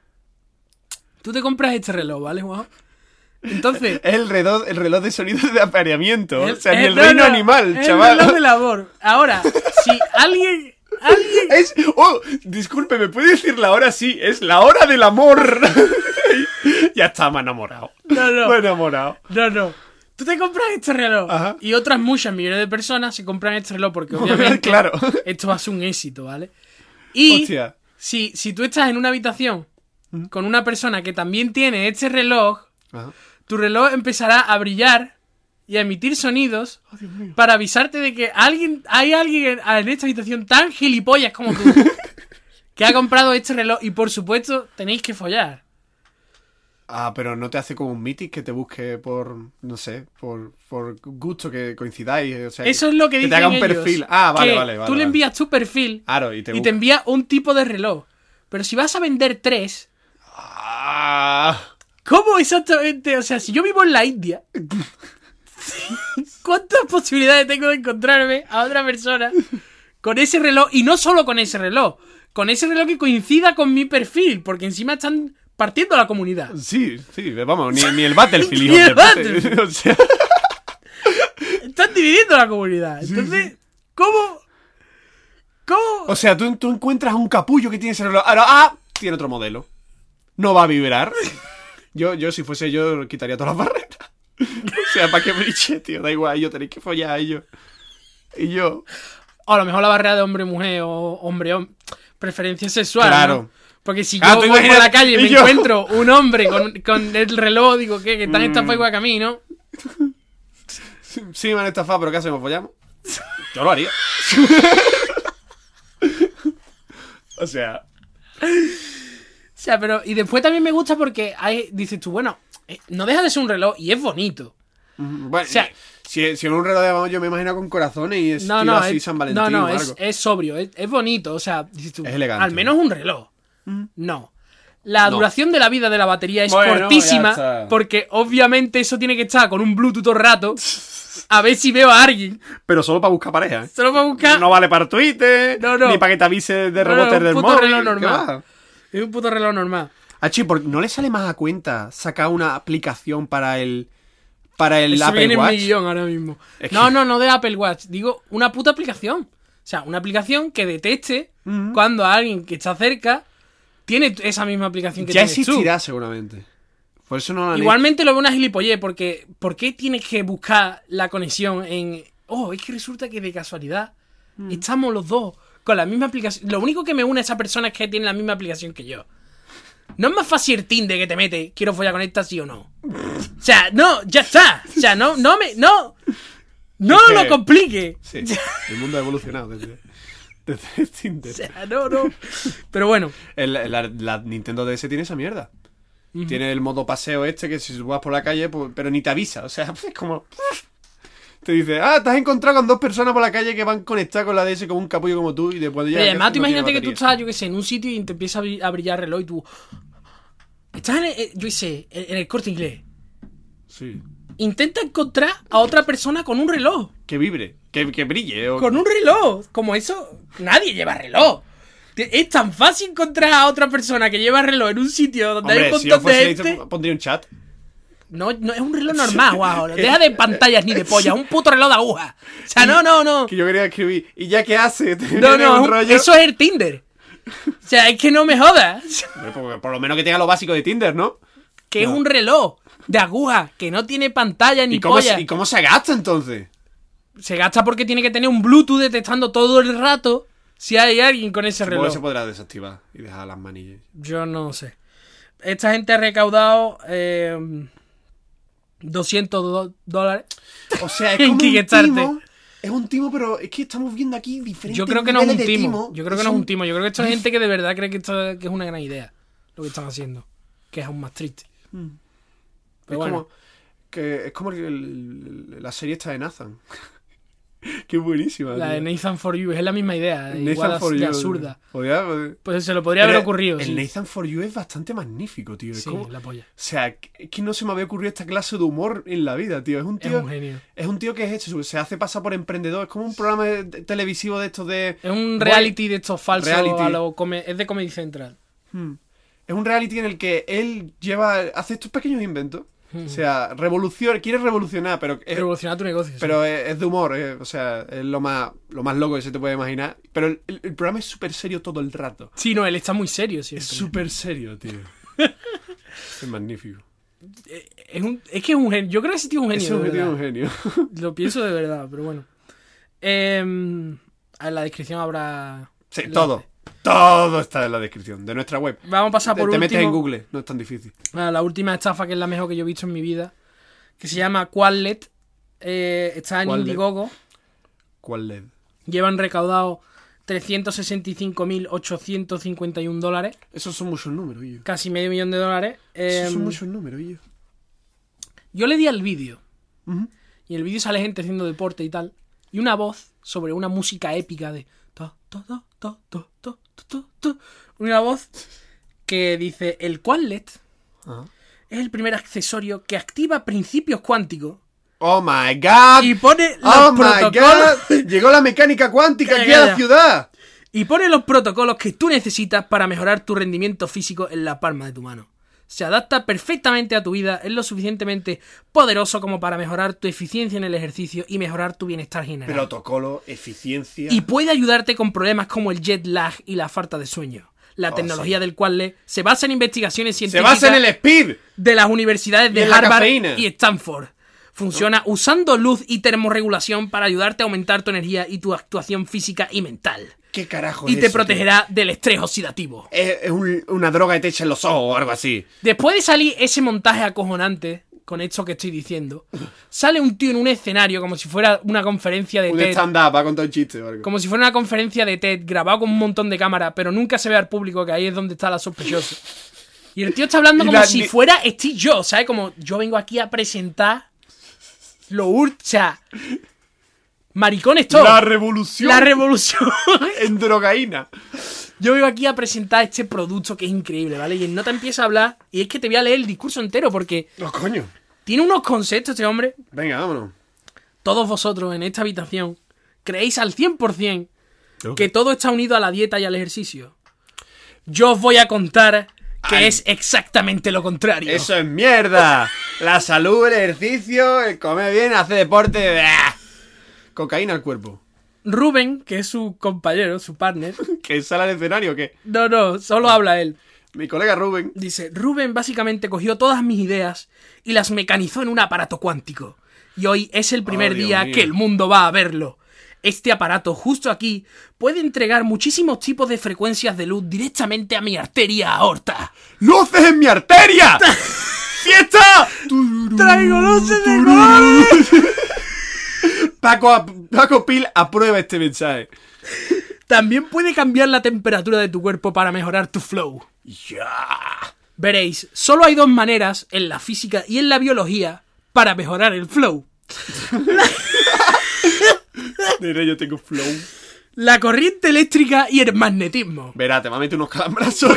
[SPEAKER 1] Tú te compras este reloj, ¿vale, Juan? Entonces...
[SPEAKER 2] Es el reloj, el reloj de sonido de apareamiento. o sea, ni
[SPEAKER 1] eh,
[SPEAKER 2] el
[SPEAKER 1] no,
[SPEAKER 2] reino
[SPEAKER 1] no,
[SPEAKER 2] animal,
[SPEAKER 1] el
[SPEAKER 2] chaval.
[SPEAKER 1] reloj de labor. Ahora, si alguien... Alguien...
[SPEAKER 2] Es. ¡Oh! Disculpe, ¿me puede decir la hora? Sí, es la hora del amor. ya está, me he enamorado.
[SPEAKER 1] No, no.
[SPEAKER 2] Me he enamorado.
[SPEAKER 1] No, no. Tú te compras este reloj.
[SPEAKER 2] Ajá.
[SPEAKER 1] Y otras muchas millones de personas se compran este reloj porque obviamente
[SPEAKER 2] claro.
[SPEAKER 1] esto va a ser un éxito, ¿vale? Y
[SPEAKER 2] Hostia.
[SPEAKER 1] si, si tú estás en una habitación con una persona que también tiene este reloj,
[SPEAKER 2] Ajá.
[SPEAKER 1] tu reloj empezará a brillar y a emitir sonidos
[SPEAKER 2] Oh,
[SPEAKER 1] para avisarte de que alguien hay alguien en, en esta habitación tan gilipollas como tú que ha comprado este reloj y por supuesto tenéis que follar.
[SPEAKER 2] Ah, pero no te hace como un meeting que te busque por, no sé, por, por gusto que coincidáis. O sea,
[SPEAKER 1] Eso es lo que dicen
[SPEAKER 2] te haga un
[SPEAKER 1] ellos,
[SPEAKER 2] perfil. Ah, vale,
[SPEAKER 1] que
[SPEAKER 2] vale, vale.
[SPEAKER 1] Tú le
[SPEAKER 2] vale. Ah,
[SPEAKER 1] envías tu perfil
[SPEAKER 2] Claro, y te,
[SPEAKER 1] y
[SPEAKER 2] busca.
[SPEAKER 1] te envía un tipo de reloj. Pero si vas a vender tres,
[SPEAKER 2] Ah,
[SPEAKER 1] ¿cómo exactamente? O sea, si yo vivo en la India, ¿cuántas posibilidades tengo de encontrarme a otra persona con ese reloj? Y no solo con ese reloj, con ese reloj que coincida con mi perfil, porque encima están partiendo la comunidad.
[SPEAKER 2] sí, sí, vamos, ni, ni el Battlefield,
[SPEAKER 1] Ni
[SPEAKER 2] hijo
[SPEAKER 1] el
[SPEAKER 2] de puta.
[SPEAKER 1] Battlefield.
[SPEAKER 2] O sea,
[SPEAKER 1] Están dividiendo la comunidad. Entonces, ¿cómo? ¿Cómo?
[SPEAKER 2] o sea, tú, tú encuentras un capullo que tiene ese reloj. Ahora, ah, tiene otro modelo. No va a vibrar. Yo, yo si fuese yo, quitaría todas las barreras. O sea, ¿para qué briche, tío? Da igual, yo tenéis que follar a ellos. Y yo.
[SPEAKER 1] O a lo mejor la barrera de hombre-mujer o hombre-hombre. Preferencia sexual.
[SPEAKER 2] Claro.
[SPEAKER 1] ¿no? Porque si
[SPEAKER 2] Ah,
[SPEAKER 1] yo
[SPEAKER 2] tú
[SPEAKER 1] voy por la
[SPEAKER 2] imagínate,
[SPEAKER 1] calle y me
[SPEAKER 2] y yo-
[SPEAKER 1] encuentro un hombre con, con el reloj, digo, ¿qué? Que están
[SPEAKER 2] Mm.
[SPEAKER 1] en esta fue camino.
[SPEAKER 2] Sí, sí, me han estafado, pero ¿qué hacemos? ¿Follamos? Yo lo haría. o sea.
[SPEAKER 1] O sea, pero. Y después también me gusta porque hay, dices tú, bueno, eh, no deja de ser un reloj y es bonito.
[SPEAKER 2] mm, Bueno,
[SPEAKER 1] sea-
[SPEAKER 2] si, si en un reloj de mano yo me imagino con corazones y es
[SPEAKER 1] No,
[SPEAKER 2] estilo
[SPEAKER 1] no,
[SPEAKER 2] así
[SPEAKER 1] es,
[SPEAKER 2] San Valentín
[SPEAKER 1] no, no,
[SPEAKER 2] o
[SPEAKER 1] es,
[SPEAKER 2] algo.
[SPEAKER 1] es sobrio, es, es bonito. O sea, dices tú,
[SPEAKER 2] Es elegante. Mm.
[SPEAKER 1] al menos un reloj. No. La
[SPEAKER 2] No.
[SPEAKER 1] duración de la vida de la batería es
[SPEAKER 2] Bueno, ya
[SPEAKER 1] cortísima
[SPEAKER 2] está.
[SPEAKER 1] porque obviamente eso tiene que estar con un Bluetooth todo el rato a ver si veo a alguien.
[SPEAKER 2] Pero solo para buscar pareja. ¿eh?
[SPEAKER 1] Solo para buscar
[SPEAKER 2] No vale para Twitter,
[SPEAKER 1] No, no.
[SPEAKER 2] ni para que te avise
[SPEAKER 1] No,
[SPEAKER 2] de
[SPEAKER 1] no,
[SPEAKER 2] rebotes
[SPEAKER 1] un
[SPEAKER 2] del
[SPEAKER 1] puto
[SPEAKER 2] móvil.
[SPEAKER 1] reloj
[SPEAKER 2] ¿qué
[SPEAKER 1] normal.
[SPEAKER 2] va?
[SPEAKER 1] Es un puto reloj normal.
[SPEAKER 2] Ah, sí, porque ¿no le sale más a cuenta sacar una aplicación para el, para el
[SPEAKER 1] Eso
[SPEAKER 2] Apple
[SPEAKER 1] viene en mi
[SPEAKER 2] Watch?
[SPEAKER 1] guión ahora mismo.
[SPEAKER 2] Es que-
[SPEAKER 1] No, no, no de Apple Watch. Digo, una puta aplicación. O sea, una aplicación que detecte cuando alguien que está cerca tiene esa misma aplicación que
[SPEAKER 2] Ya
[SPEAKER 1] tienes tú.
[SPEAKER 2] existirá seguramente. Por eso no la han
[SPEAKER 1] Igualmente lo veo una gilipollez, porque ¿por qué tienes que buscar la conexión en... Oh, es que resulta que de casualidad estamos los dos con la misma aplicación. Lo único que me une a esa persona es que tiene la misma aplicación que yo. No es más fácil el Tinder que te mete, quiero follar con esta, sí o no. O sea, no, ya está. O sea, no, no me... No, no
[SPEAKER 2] Es que-
[SPEAKER 1] lo complique.
[SPEAKER 2] Sí, el mundo ha evolucionado desde, desde Tinder.
[SPEAKER 1] O sea, no, no. Pero bueno,
[SPEAKER 2] El- el- la, la Nintendo DS tiene esa mierda. Tiene el modo paseo este que si vas por la calle, pues- pero ni te avisa. O sea, es como... Te dice, ah, te has encontrado con dos personas por la calle que van conectadas con la DS como un capullo como tú y después ya...
[SPEAKER 1] Pero además, tú
[SPEAKER 2] no tiene
[SPEAKER 1] imagínate que tú
[SPEAKER 2] batería.
[SPEAKER 1] estás, yo qué sé, en un sitio y te empieza a bri- a brillar el reloj y tú. Estás en el, eh, yo qué sé, en en el corte inglés.
[SPEAKER 2] Sí.
[SPEAKER 1] Intenta encontrar a otra persona con un reloj.
[SPEAKER 2] Que vibre, que, que brille. o-
[SPEAKER 1] Con un reloj. Como eso, nadie lleva reloj. Te- Es tan fácil encontrar a otra persona que lleva reloj en un sitio donde hay
[SPEAKER 2] Hombre,
[SPEAKER 1] un
[SPEAKER 2] si yo
[SPEAKER 1] montón de
[SPEAKER 2] fuese
[SPEAKER 1] gente.
[SPEAKER 2] editor, pondría un chat.
[SPEAKER 1] No, no, es un reloj normal, guau. Deja de pantallas ni de polla, un puto reloj de aguja. O sea, no, no, no.
[SPEAKER 2] Que yo quería escribir. ¿Y ya qué hace? Te
[SPEAKER 1] No,
[SPEAKER 2] viene un
[SPEAKER 1] no,
[SPEAKER 2] rollo.
[SPEAKER 1] eso es el Tinder. O sea, es que no me jodas.
[SPEAKER 2] Hombre, pues, por- por lo menos que tenga lo básico de Tinder, ¿no?
[SPEAKER 1] que es un reloj de aguja que no tiene pantalla ni
[SPEAKER 2] ¿Y cómo,
[SPEAKER 1] polla. Este
[SPEAKER 2] se, ¿Y cómo se gasta entonces?
[SPEAKER 1] Se gasta porque tiene que tener un Bluetooth detectando todo el rato Si hay alguien con ese
[SPEAKER 2] Supongo que
[SPEAKER 1] reloj.
[SPEAKER 2] se podrá desactivar y dejar las manillas.
[SPEAKER 1] Yo no sé. Esta gente ha recaudado eh, 200 do- dólares.
[SPEAKER 2] O sea, es
[SPEAKER 1] En
[SPEAKER 2] como un
[SPEAKER 1] Kickstarter.
[SPEAKER 2] timo. Es un timo, pero es que estamos viendo aquí diferentes
[SPEAKER 1] Yo creo que no es un
[SPEAKER 2] niveles de
[SPEAKER 1] este timo. Yo creo que no es un timo. Yo creo que esta
[SPEAKER 2] dif-
[SPEAKER 1] gente que de verdad cree que esto que es una gran idea. Lo que están haciendo. Que es aún más triste.
[SPEAKER 2] Es
[SPEAKER 1] Pero bueno.
[SPEAKER 2] como, que es como el- el- la serie esta de Nathan. Qué buenísima.
[SPEAKER 1] La de
[SPEAKER 2] tío.
[SPEAKER 1] Nathan for You es la misma idea.
[SPEAKER 2] Nathan
[SPEAKER 1] igual as-
[SPEAKER 2] for
[SPEAKER 1] de
[SPEAKER 2] You.
[SPEAKER 1] absurda.
[SPEAKER 2] Podría- podría-
[SPEAKER 1] Pues se lo podría haber
[SPEAKER 2] Pero
[SPEAKER 1] ocurrido.
[SPEAKER 2] El
[SPEAKER 1] sí.
[SPEAKER 2] Nathan for You es bastante magnífico, tío. Es
[SPEAKER 1] Sí,
[SPEAKER 2] como-
[SPEAKER 1] la polla.
[SPEAKER 2] O sea, es que no se me había ocurrido esta clase de humor en la vida, tío. Es un
[SPEAKER 1] Es
[SPEAKER 2] tío,
[SPEAKER 1] un genio.
[SPEAKER 2] es un tío que es hecho, se hace pasar por emprendedor. Es como un programa de- de- televisivo de estos de.
[SPEAKER 1] Es un reality de estos falsos.
[SPEAKER 2] Reality.
[SPEAKER 1] a lo come- es de Comedy Central.
[SPEAKER 2] Hmm. Es un reality en el que él lleva. hace estos pequeños inventos. O sea, revoluciona, quiere revolucionar, Hmm. pero es,
[SPEAKER 1] Revolucionar tu negocio. sí.
[SPEAKER 2] Eh, pero es, es de humor, eh, o sea, es lo más, lo más loco que se te puede imaginar. Pero el, el- el programa es súper serio todo el rato.
[SPEAKER 1] Sí, no, él está muy serio. sí.
[SPEAKER 2] Es súper serio, tío. es magnífico.
[SPEAKER 1] Es, un- es que es un genio. Yo creo que ese tío es un genio.
[SPEAKER 2] Es un
[SPEAKER 1] de
[SPEAKER 2] genio,
[SPEAKER 1] verdad.
[SPEAKER 2] un genio.
[SPEAKER 1] Lo pienso de verdad, pero bueno. Em, en la descripción habrá.
[SPEAKER 2] Sí,
[SPEAKER 1] enlace.
[SPEAKER 2] todo. Todo está en la descripción de nuestra web.
[SPEAKER 1] Vamos a pasar
[SPEAKER 2] te
[SPEAKER 1] por
[SPEAKER 2] te
[SPEAKER 1] último
[SPEAKER 2] metes en Google, no es tan difícil.
[SPEAKER 1] a la última estafa que es la mejor que yo he visto en mi vida. Que se llama Quadlet. Eh, está en
[SPEAKER 2] Quadlet.
[SPEAKER 1] Indiegogo.
[SPEAKER 2] ¿Cuál LED?
[SPEAKER 1] Llevan recaudado 365.851 dólares.
[SPEAKER 2] Esos son muchos números, yo.
[SPEAKER 1] Casi medio millón de dólares.
[SPEAKER 2] Esos son
[SPEAKER 1] Em,
[SPEAKER 2] muchos números, yo.
[SPEAKER 1] Yo le di al vídeo.
[SPEAKER 2] Ujú.
[SPEAKER 1] Y en el vídeo sale gente haciendo deporte y tal. Y una voz sobre una música épica de. to, to, to, to, to, to, to, to, to. Una voz que dice: El Quadlet
[SPEAKER 2] Ajá.
[SPEAKER 1] es el primer accesorio que activa principios cuánticos
[SPEAKER 2] Oh my god.
[SPEAKER 1] y pone los
[SPEAKER 2] Oh my
[SPEAKER 1] protocolos.
[SPEAKER 2] god. Llegó la mecánica cuántica aquí a
[SPEAKER 1] Calla,
[SPEAKER 2] la
[SPEAKER 1] calla.
[SPEAKER 2] ciudad.
[SPEAKER 1] Y pone los protocolos que tú necesitas para mejorar tu rendimiento físico en la palma de tu mano. Se adapta perfectamente a tu vida, es lo suficientemente poderoso como para mejorar tu eficiencia en el ejercicio y mejorar tu bienestar general.
[SPEAKER 2] Protocolo, eficiencia.
[SPEAKER 1] y puede ayudarte con problemas como el jet lag y la falta de sueño. La tecnología del cual le- se basa en investigaciones
[SPEAKER 2] Oh, Se
[SPEAKER 1] científicas
[SPEAKER 2] basa en el speed.
[SPEAKER 1] de las universidades
[SPEAKER 2] y
[SPEAKER 1] de
[SPEAKER 2] en la
[SPEAKER 1] Harvard
[SPEAKER 2] cafeína.
[SPEAKER 1] y Stanford. Funciona usando luz y termorregulación para ayudarte a aumentar tu energía y tu actuación física y mental.
[SPEAKER 2] ¿Qué carajo
[SPEAKER 1] Y
[SPEAKER 2] es
[SPEAKER 1] te
[SPEAKER 2] eso,
[SPEAKER 1] protegerá del estrés oxidativo.
[SPEAKER 2] tío? Es, es un- una droga que te echa en los ojos o algo así.
[SPEAKER 1] Después de salir ese montaje acojonante con esto que estoy diciendo, sale un tío en un escenario como si fuera una conferencia de
[SPEAKER 2] Un
[SPEAKER 1] TED.
[SPEAKER 2] stand-up, va a contar un chiste o algo.
[SPEAKER 1] Como si fuera una conferencia de TED grabado con un montón de cámaras, pero nunca se ve al público, que ahí es donde está la sospechosa. Y el tío está hablando
[SPEAKER 2] Y
[SPEAKER 1] como
[SPEAKER 2] la-
[SPEAKER 1] si
[SPEAKER 2] ni-
[SPEAKER 1] fuera Steve Jobs, ¿sabes? Como yo vengo aquí a presentar lo ur... O sea, maricones todos.
[SPEAKER 2] La
[SPEAKER 1] La,
[SPEAKER 2] revolución
[SPEAKER 1] revolución.
[SPEAKER 2] en drogaína.
[SPEAKER 1] yo vengo aquí a presentar este producto que es increíble, ¿vale? Y en nota empieza a hablar, y es que te voy a leer el discurso entero, porque
[SPEAKER 2] No, coño.
[SPEAKER 1] tiene unos conceptos este hombre.
[SPEAKER 2] Venga, vámonos.
[SPEAKER 1] Todos vosotros en esta habitación creéis al 100% que todo está unido a la dieta y al ejercicio. Yo os voy a contar que
[SPEAKER 2] Ay.
[SPEAKER 1] es exactamente lo contrario.
[SPEAKER 2] Eso es mierda. La salud, el ejercicio, el comer bien, hacer deporte. ¡bah! Cocaína al cuerpo.
[SPEAKER 1] Rubén, que es su compañero, su partner,
[SPEAKER 2] ¿Que sale al escenario que
[SPEAKER 1] no, no, solo habla él.
[SPEAKER 2] Mi colega Rubén.
[SPEAKER 1] Dice, Rubén básicamente cogió todas mis ideas y las mecanizó en un aparato cuántico. Y hoy es el primer
[SPEAKER 2] Oh, Dios
[SPEAKER 1] día
[SPEAKER 2] mío.
[SPEAKER 1] que el mundo va a verlo. Este aparato justo aquí puede entregar muchísimos tipos de frecuencias de luz directamente a mi arteria aorta.
[SPEAKER 2] ¡Luces en mi arteria! ¡Fiesta!
[SPEAKER 1] ¡Traigo luces de
[SPEAKER 2] Paco, ap- Paco Pil aprueba este mensaje.
[SPEAKER 1] También puede cambiar la temperatura de tu cuerpo para mejorar tu flow.
[SPEAKER 2] Ya.
[SPEAKER 1] Veréis, solo hay dos maneras, en la física y en la biología, para mejorar el flow.
[SPEAKER 2] Mira, yo tengo flow.
[SPEAKER 1] La corriente eléctrica y el magnetismo.
[SPEAKER 2] Verá, te va a meter unos calambrazos.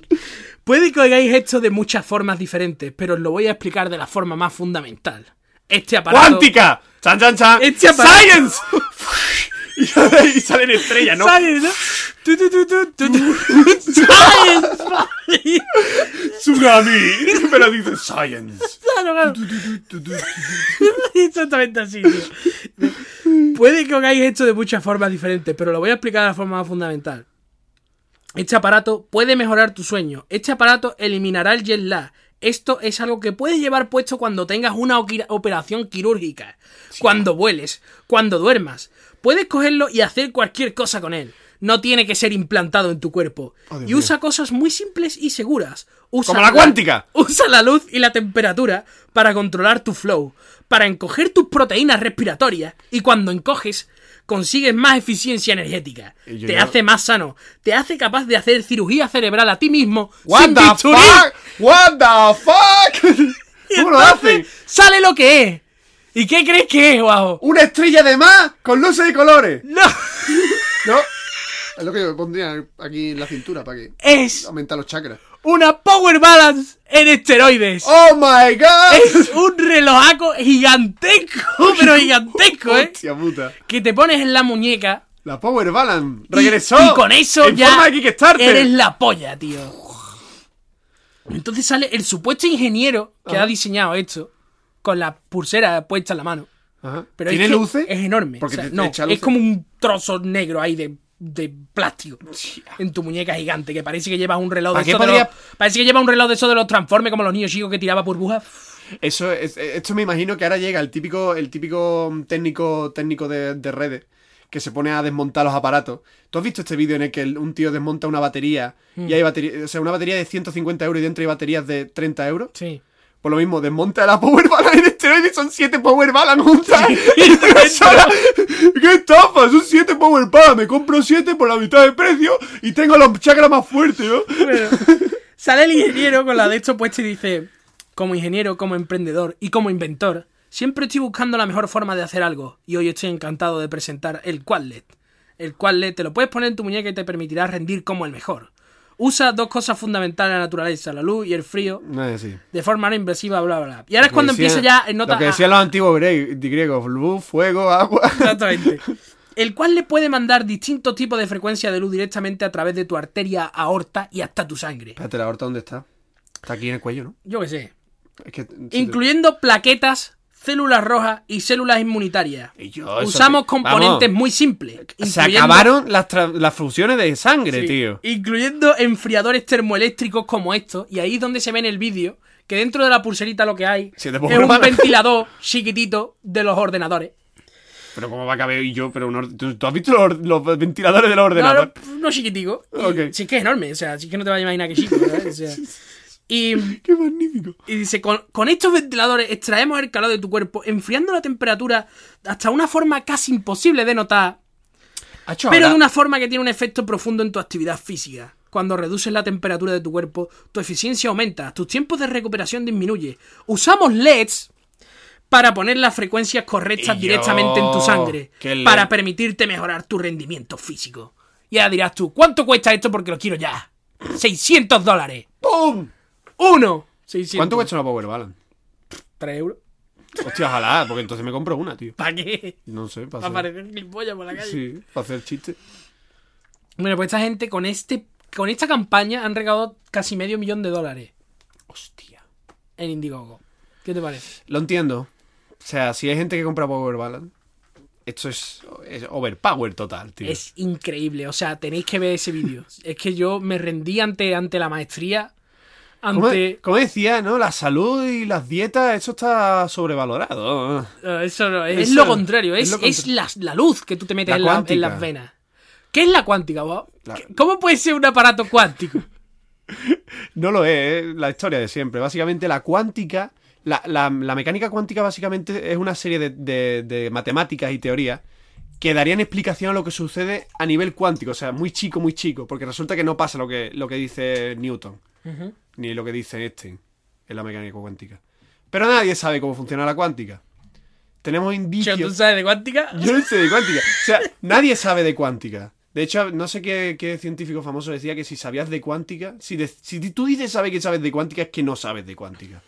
[SPEAKER 1] Puede que oigáis esto de muchas formas diferentes, pero os lo voy a explicar de la forma más fundamental. Este aparato...
[SPEAKER 2] ¡Cuántica! ¡Chan, chan, chan!
[SPEAKER 1] Este aparato-
[SPEAKER 2] ¡Science! y sale- y salen estrellas, ¿no?
[SPEAKER 1] Science, ¿no? Tu, tu, tu, tu, tu, tu. Science, vale.
[SPEAKER 2] ¡Tsunami! Pero dice Science.
[SPEAKER 1] Claro, claro. Exactamente así. tío. Puede que hagáis esto de muchas formas diferentes, pero lo voy a explicar de la forma más fundamental. Este aparato puede mejorar tu sueño. Este aparato eliminará el jet lag. Esto es algo que puedes llevar puesto cuando tengas una oqui- operación quirúrgica, cuando vueles, cuando duermas. Puedes cogerlo y hacer cualquier cosa con él. no tiene que ser implantado en tu cuerpo.
[SPEAKER 2] Oh, Dios
[SPEAKER 1] y usa cosas muy simples y seguras. Usa
[SPEAKER 2] Como la cuántica.
[SPEAKER 1] Usa la luz y la temperatura para controlar tu flow, para encoger tus proteínas respiratorias y cuando encoges consigues más eficiencia energética.
[SPEAKER 2] Y yo
[SPEAKER 1] te
[SPEAKER 2] ya-
[SPEAKER 1] hace más sano, te hace capaz de hacer cirugía cerebral a ti mismo
[SPEAKER 2] What
[SPEAKER 1] sin
[SPEAKER 2] the
[SPEAKER 1] bisturí.
[SPEAKER 2] fuck? What the fuck?
[SPEAKER 1] Y
[SPEAKER 2] ¿Cómo lo
[SPEAKER 1] entonces
[SPEAKER 2] hacen?
[SPEAKER 1] Sale lo que es. ¿Y qué crees que es, guau?
[SPEAKER 2] Una estrella de más con luces y colores.
[SPEAKER 1] No,
[SPEAKER 2] ¿No?
[SPEAKER 3] Es lo que yo me pondría aquí en la cintura para que
[SPEAKER 1] es
[SPEAKER 3] aumentar los chakras.
[SPEAKER 1] una power balance en esteroides.
[SPEAKER 2] Oh my god.
[SPEAKER 1] Es un relojaco gigantesco, pero gigantesco, ¿eh?
[SPEAKER 2] Hostia puta.
[SPEAKER 1] Que te pones en la muñeca.
[SPEAKER 2] La Power Balance
[SPEAKER 1] y-
[SPEAKER 2] regresó.
[SPEAKER 1] Y, con eso
[SPEAKER 2] en
[SPEAKER 1] ya
[SPEAKER 2] forma de Kickstarter.
[SPEAKER 1] eres la polla, tío. Entonces sale el supuesto ingeniero que ha diseñado esto con la pulsera puesta en la mano.
[SPEAKER 2] Ajá.
[SPEAKER 1] Pero
[SPEAKER 2] ¿Tiene
[SPEAKER 1] es que
[SPEAKER 2] luces?
[SPEAKER 1] Es enorme.
[SPEAKER 2] Porque
[SPEAKER 1] o sea,
[SPEAKER 2] te- te
[SPEAKER 1] no,
[SPEAKER 2] echa
[SPEAKER 1] es
[SPEAKER 2] luces.
[SPEAKER 1] como un trozo negro ahí de, de plástico en tu muñeca gigante que parece que llevas un reloj de
[SPEAKER 2] ¿Para qué
[SPEAKER 1] eso de
[SPEAKER 2] podría-
[SPEAKER 1] los- Parece que llevas un reloj de esos de los transformes como los niños chicos que tiraba burbujas.
[SPEAKER 2] Eso es- eh, esto me imagino que ahora llega el típico, el típico técnico, técnico de, de redes que se pone a desmontar los aparatos. ¿Tú has visto este vídeo en el que el- un tío desmonta una batería
[SPEAKER 1] Hmm.
[SPEAKER 2] y hay batería, o sea, una batería de 150 euros y dentro hay baterías de 30 euros?
[SPEAKER 1] Sí.
[SPEAKER 2] Por lo mismo, desmonta la Power Balance en esteroide y son 7 Power Balance juntas. Y una sola. ¡Qué estafa! Son 7 Power Balance. Me compro 7 por la mitad de precio y tengo los chakras más fuertes, ¿no?
[SPEAKER 1] Sale el ingeniero con la de esto puesta y dice, como ingeniero, como emprendedor y como inventor, siempre estoy buscando la mejor forma de hacer algo y hoy estoy encantado de presentar el Quadlet. El Quadlet te lo puedes poner en tu muñeca y te permitirá rendir como el mejor. Usa dos cosas fundamentales en la naturaleza, la luz y el frío,
[SPEAKER 2] No es así.
[SPEAKER 1] de forma no invasiva, bla, bla, bla. Y ahora es cuando empieza ya en nota
[SPEAKER 2] Lo que
[SPEAKER 1] a-
[SPEAKER 2] decían los antiguos gre- griegos: luz, fuego, agua.
[SPEAKER 1] Exactamente. El cual le puede mandar distintos tipos de frecuencia de luz directamente a través de tu arteria, aorta y hasta tu sangre.
[SPEAKER 2] Espérate, la horta, ¿dónde está? Está aquí en el cuello, ¿no?
[SPEAKER 1] Yo qué sé.
[SPEAKER 2] Es que. si te-
[SPEAKER 1] incluyendo plaquetas, células rojas y células inmunitarias.
[SPEAKER 2] Y yo, eso
[SPEAKER 1] Usamos
[SPEAKER 2] que-
[SPEAKER 1] componentes
[SPEAKER 2] vamos,
[SPEAKER 1] muy simples.
[SPEAKER 2] Se
[SPEAKER 1] incluyendo-
[SPEAKER 2] acabaron las, tra- las fusiones de sangre,
[SPEAKER 1] sí,
[SPEAKER 2] tío.
[SPEAKER 1] Incluyendo enfriadores termoeléctricos como estos. Y ahí es donde se ve en el vídeo que dentro de la pulserita lo que hay
[SPEAKER 2] Sí, te
[SPEAKER 1] es
[SPEAKER 2] pongo
[SPEAKER 1] un
[SPEAKER 2] mala.
[SPEAKER 1] ventilador chiquitito de los ordenadores.
[SPEAKER 2] Pero, ¿cómo va a caber y yo? Pero un or- ¿Tú, tú has visto los, or- los ventiladores del ordenador?
[SPEAKER 1] Claro, no chiquitico. Y
[SPEAKER 2] Ok.
[SPEAKER 1] Si es que es enorme, o sea, si es que no te vas a imaginar que chico. ¿verdad? O sea, y
[SPEAKER 2] ¡Qué magnífico!
[SPEAKER 1] Y dice, con, con estos ventiladores extraemos el calor de tu cuerpo, enfriando la temperatura hasta una forma casi imposible de notar, pero de una forma que tiene un efecto profundo en tu actividad física. Cuando reduces la temperatura de tu cuerpo, tu eficiencia aumenta, tus tiempos de recuperación disminuye. Usamos LEDs para poner las frecuencias correctas
[SPEAKER 2] Y yo,
[SPEAKER 1] directamente en tu sangre,
[SPEAKER 2] qué LED.
[SPEAKER 1] para permitirte mejorar tu rendimiento físico. Y ahora dirás tú, ¿cuánto cuesta esto? Porque lo quiero ya. 600 dólares.
[SPEAKER 2] ¡Pum!
[SPEAKER 1] Uno. 600.
[SPEAKER 2] ¿Cuánto cuesta una Power Balance?
[SPEAKER 1] 3 euros.
[SPEAKER 2] Hostia, ojalá, porque entonces me compro una, tío.
[SPEAKER 1] ¿Para qué?
[SPEAKER 2] No sé, para
[SPEAKER 1] Para
[SPEAKER 2] hacer,
[SPEAKER 1] parecer gilipollas por la calle.
[SPEAKER 2] sí, para hacer chiste.
[SPEAKER 1] Bueno, pues esta gente con este con esta campaña han regalado casi medio millón de dólares
[SPEAKER 2] Hostia.
[SPEAKER 1] en Indiegogo. ¿Qué te parece?
[SPEAKER 2] Lo entiendo. O sea, si hay gente que compra Power Balance, esto es, es overpower total, tío.
[SPEAKER 1] Es increíble. O sea, tenéis que ver ese vídeo. es que yo me rendí ante, ante la maestría.
[SPEAKER 2] Como,
[SPEAKER 1] Ante.
[SPEAKER 2] como decía, ¿no? La salud y las dietas, eso está sobrevalorado.
[SPEAKER 1] Eh, eso no, es,
[SPEAKER 2] Eso-
[SPEAKER 1] lo contrario. Es,
[SPEAKER 2] es lo contra-
[SPEAKER 1] es la, la luz que tú te metes
[SPEAKER 2] La
[SPEAKER 1] en, la- en
[SPEAKER 2] cuántica.
[SPEAKER 1] las venas. ¿Qué es la cuántica, Bob?
[SPEAKER 2] La-
[SPEAKER 1] ¿Qué- ¿Cómo puede ser un aparato cuántico?
[SPEAKER 2] No lo es, es la historia de siempre. Básicamente la cuántica, la, la- la mecánica cuántica básicamente es una serie de, de- de matemáticas y teorías que darían explicación a lo que sucede a nivel cuántico, o sea, muy chico, muy chico, porque resulta que no pasa lo que, lo que dice Newton, ni lo que dice Einstein en la mecánica cuántica. Pero nadie sabe cómo funciona la cuántica. Tenemos
[SPEAKER 1] Yo,
[SPEAKER 2] indicios...
[SPEAKER 1] ¿Tú sabes de cuántica?
[SPEAKER 2] Yo no sé de cuántica. O sea, nadie sabe de cuántica. De hecho, no sé qué, qué científico famoso decía que si sabías de cuántica, si, de- si tú dices sabes que sabes de cuántica, es que no sabes de cuántica.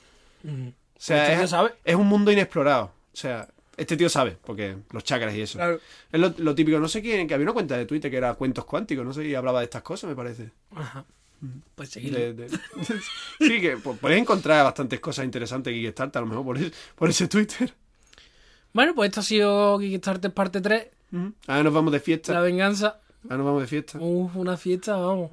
[SPEAKER 2] O
[SPEAKER 1] Este
[SPEAKER 2] sea,
[SPEAKER 1] tío
[SPEAKER 2] es,
[SPEAKER 1] sabe.
[SPEAKER 2] es un mundo inexplorado. O sea, este tío sabe, porque los chakras y eso.
[SPEAKER 1] Claro.
[SPEAKER 2] Es lo, lo típico, no sé quién, que había una cuenta de Twitter que era cuentos cuánticos, no sé, y hablaba de estas cosas, me parece.
[SPEAKER 1] Ajá. Pues seguidlo.
[SPEAKER 2] De- de- sí, que pues, podéis encontrar bastantes cosas interesantes en Kickstarter, a lo mejor por, ese- por ese Twitter.
[SPEAKER 1] Bueno, pues esto ha sido Kickstarter parte 3.
[SPEAKER 2] Ujú. Ahora nos vamos de
[SPEAKER 1] La
[SPEAKER 2] fiesta.
[SPEAKER 1] venganza.
[SPEAKER 2] Ahora nos vamos de fiesta.
[SPEAKER 1] Uf, una fiesta, vamos.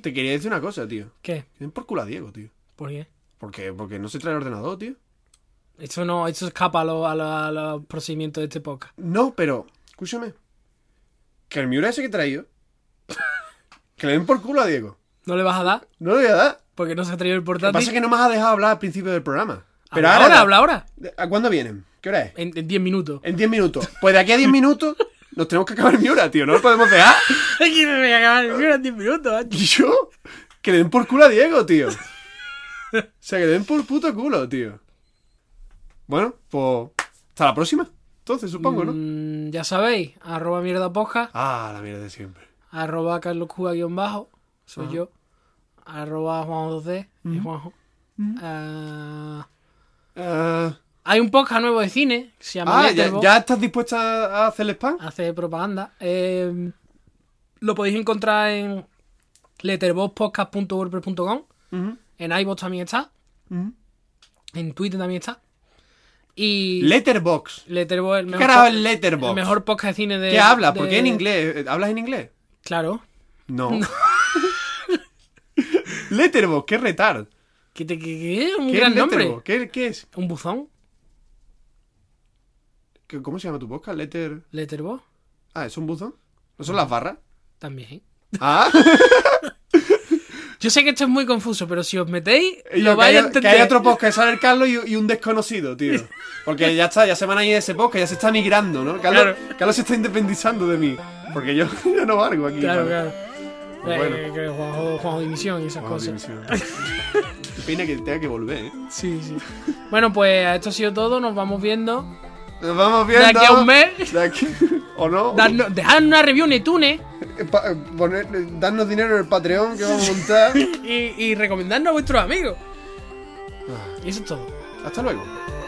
[SPEAKER 2] Te quería decir una cosa, tío.
[SPEAKER 1] ¿Qué?
[SPEAKER 2] Que den por culo a Diego, tío.
[SPEAKER 1] ¿Por qué?
[SPEAKER 2] Porque, porque no se trae el ordenador, tío.
[SPEAKER 1] Esto no, esto escapa a los a lo- a los procedimientos de este podcast.
[SPEAKER 2] No, pero, escúchame. Que el Miura ese que he traído. que le den por culo a Diego.
[SPEAKER 1] No le vas a dar
[SPEAKER 2] No le voy a dar.
[SPEAKER 1] porque no se ha traído el
[SPEAKER 2] Lo que pasa
[SPEAKER 1] portátil.
[SPEAKER 2] es que no me has dejado hablar al principio del programa. Pero
[SPEAKER 1] habla ahora,
[SPEAKER 2] ahora.
[SPEAKER 1] habla ahora.
[SPEAKER 2] ¿A cuándo vienen? ¿Qué hora es?
[SPEAKER 1] En en 10 minutos.
[SPEAKER 2] En 10 minutos. Pues de aquí a 10 minutos nos tenemos que acabar el Miura, tío. No lo podemos dejar.
[SPEAKER 1] Es que me voy a acabar el vídeo en 10 minutos, macho.
[SPEAKER 2] Y yo. Que le den por culo a Diego, tío. O sea, que le den por puto culo, tío. Bueno, pues. Hasta la próxima. Entonces, supongo, ¿no?
[SPEAKER 1] Mm, ya sabéis, arroba mierda poja,
[SPEAKER 2] Ah, la mierda de siempre.
[SPEAKER 1] arroba Carlos Cuba guión bajo, soy yo, arroba Juanjo 2D, es Juanjo. Ah,
[SPEAKER 2] Ah,
[SPEAKER 1] hay un podcast nuevo de cine, que se llama
[SPEAKER 2] ah, ya,
[SPEAKER 1] Letterboxd,
[SPEAKER 2] ¿ya estás dispuesta a hacer el spam?
[SPEAKER 1] hace propaganda. Eh, lo podéis encontrar en letterboxdpodcast.wordpress.com,
[SPEAKER 2] Ujú,
[SPEAKER 1] en iVoox también está,
[SPEAKER 2] ujú.
[SPEAKER 1] en Twitter también está, y
[SPEAKER 2] Letterbox.
[SPEAKER 1] Letterboxd es el
[SPEAKER 2] ¿Qué
[SPEAKER 1] mejor,
[SPEAKER 2] carajo es
[SPEAKER 1] po-
[SPEAKER 2] Letterbox?
[SPEAKER 1] el mejor podcast de cine de...
[SPEAKER 2] ¿Qué hablas? ¿Por
[SPEAKER 1] Eh, de-
[SPEAKER 2] qué en inglés? ¿Hablas en inglés?
[SPEAKER 1] Claro,
[SPEAKER 2] No. Letterbox, qué retard.
[SPEAKER 1] que te que, que- un
[SPEAKER 2] ¿Qué
[SPEAKER 1] gran
[SPEAKER 2] es
[SPEAKER 1] nombre,
[SPEAKER 2] Letterboxd? ¿Qué, qué es?
[SPEAKER 1] un buzón.
[SPEAKER 2] ¿Qué- ¿Cómo se llama tu podcast? Letter.
[SPEAKER 1] Letterboxd
[SPEAKER 2] Ah, ¿es un buzón? ¿No son las barras?
[SPEAKER 1] también.
[SPEAKER 2] Ah,
[SPEAKER 1] Yo sé que esto es muy confuso, pero si os metéis,
[SPEAKER 2] Y
[SPEAKER 1] lo
[SPEAKER 2] yo, que, hay,
[SPEAKER 1] vais a
[SPEAKER 2] que
[SPEAKER 1] entender.
[SPEAKER 2] hay otro podcast que sale el Carlos y, y un desconocido, tío. Porque ya está, ya se van a ir de ese podcast, ya se está migrando, ¿no? Carlos, Carlos se está independizando de mí. Porque yo, yo no valgo aquí.
[SPEAKER 1] Claro,
[SPEAKER 2] para-
[SPEAKER 1] claro.
[SPEAKER 2] Pues bueno.
[SPEAKER 1] Eh, que Juanjo, Juanjo Dimisión y esas
[SPEAKER 2] Madre
[SPEAKER 1] cosas.
[SPEAKER 2] mía. Qué pena que tenga que volver, ¿eh?
[SPEAKER 1] Sí, sí. Bueno, pues esto ha sido todo. Nos vamos viendo.
[SPEAKER 2] Nos vamos
[SPEAKER 1] De
[SPEAKER 2] viendo.
[SPEAKER 1] aquí a un mes.
[SPEAKER 2] De aquí- ¿O no?
[SPEAKER 1] Dadnos- dejadnos una review en iTunes
[SPEAKER 3] Eh, pa- eh, poner- darnos dinero en el Patreon que vamos a montar.
[SPEAKER 1] y, y recomendadnos a vuestros amigos. Y eso es todo.
[SPEAKER 2] Hasta luego.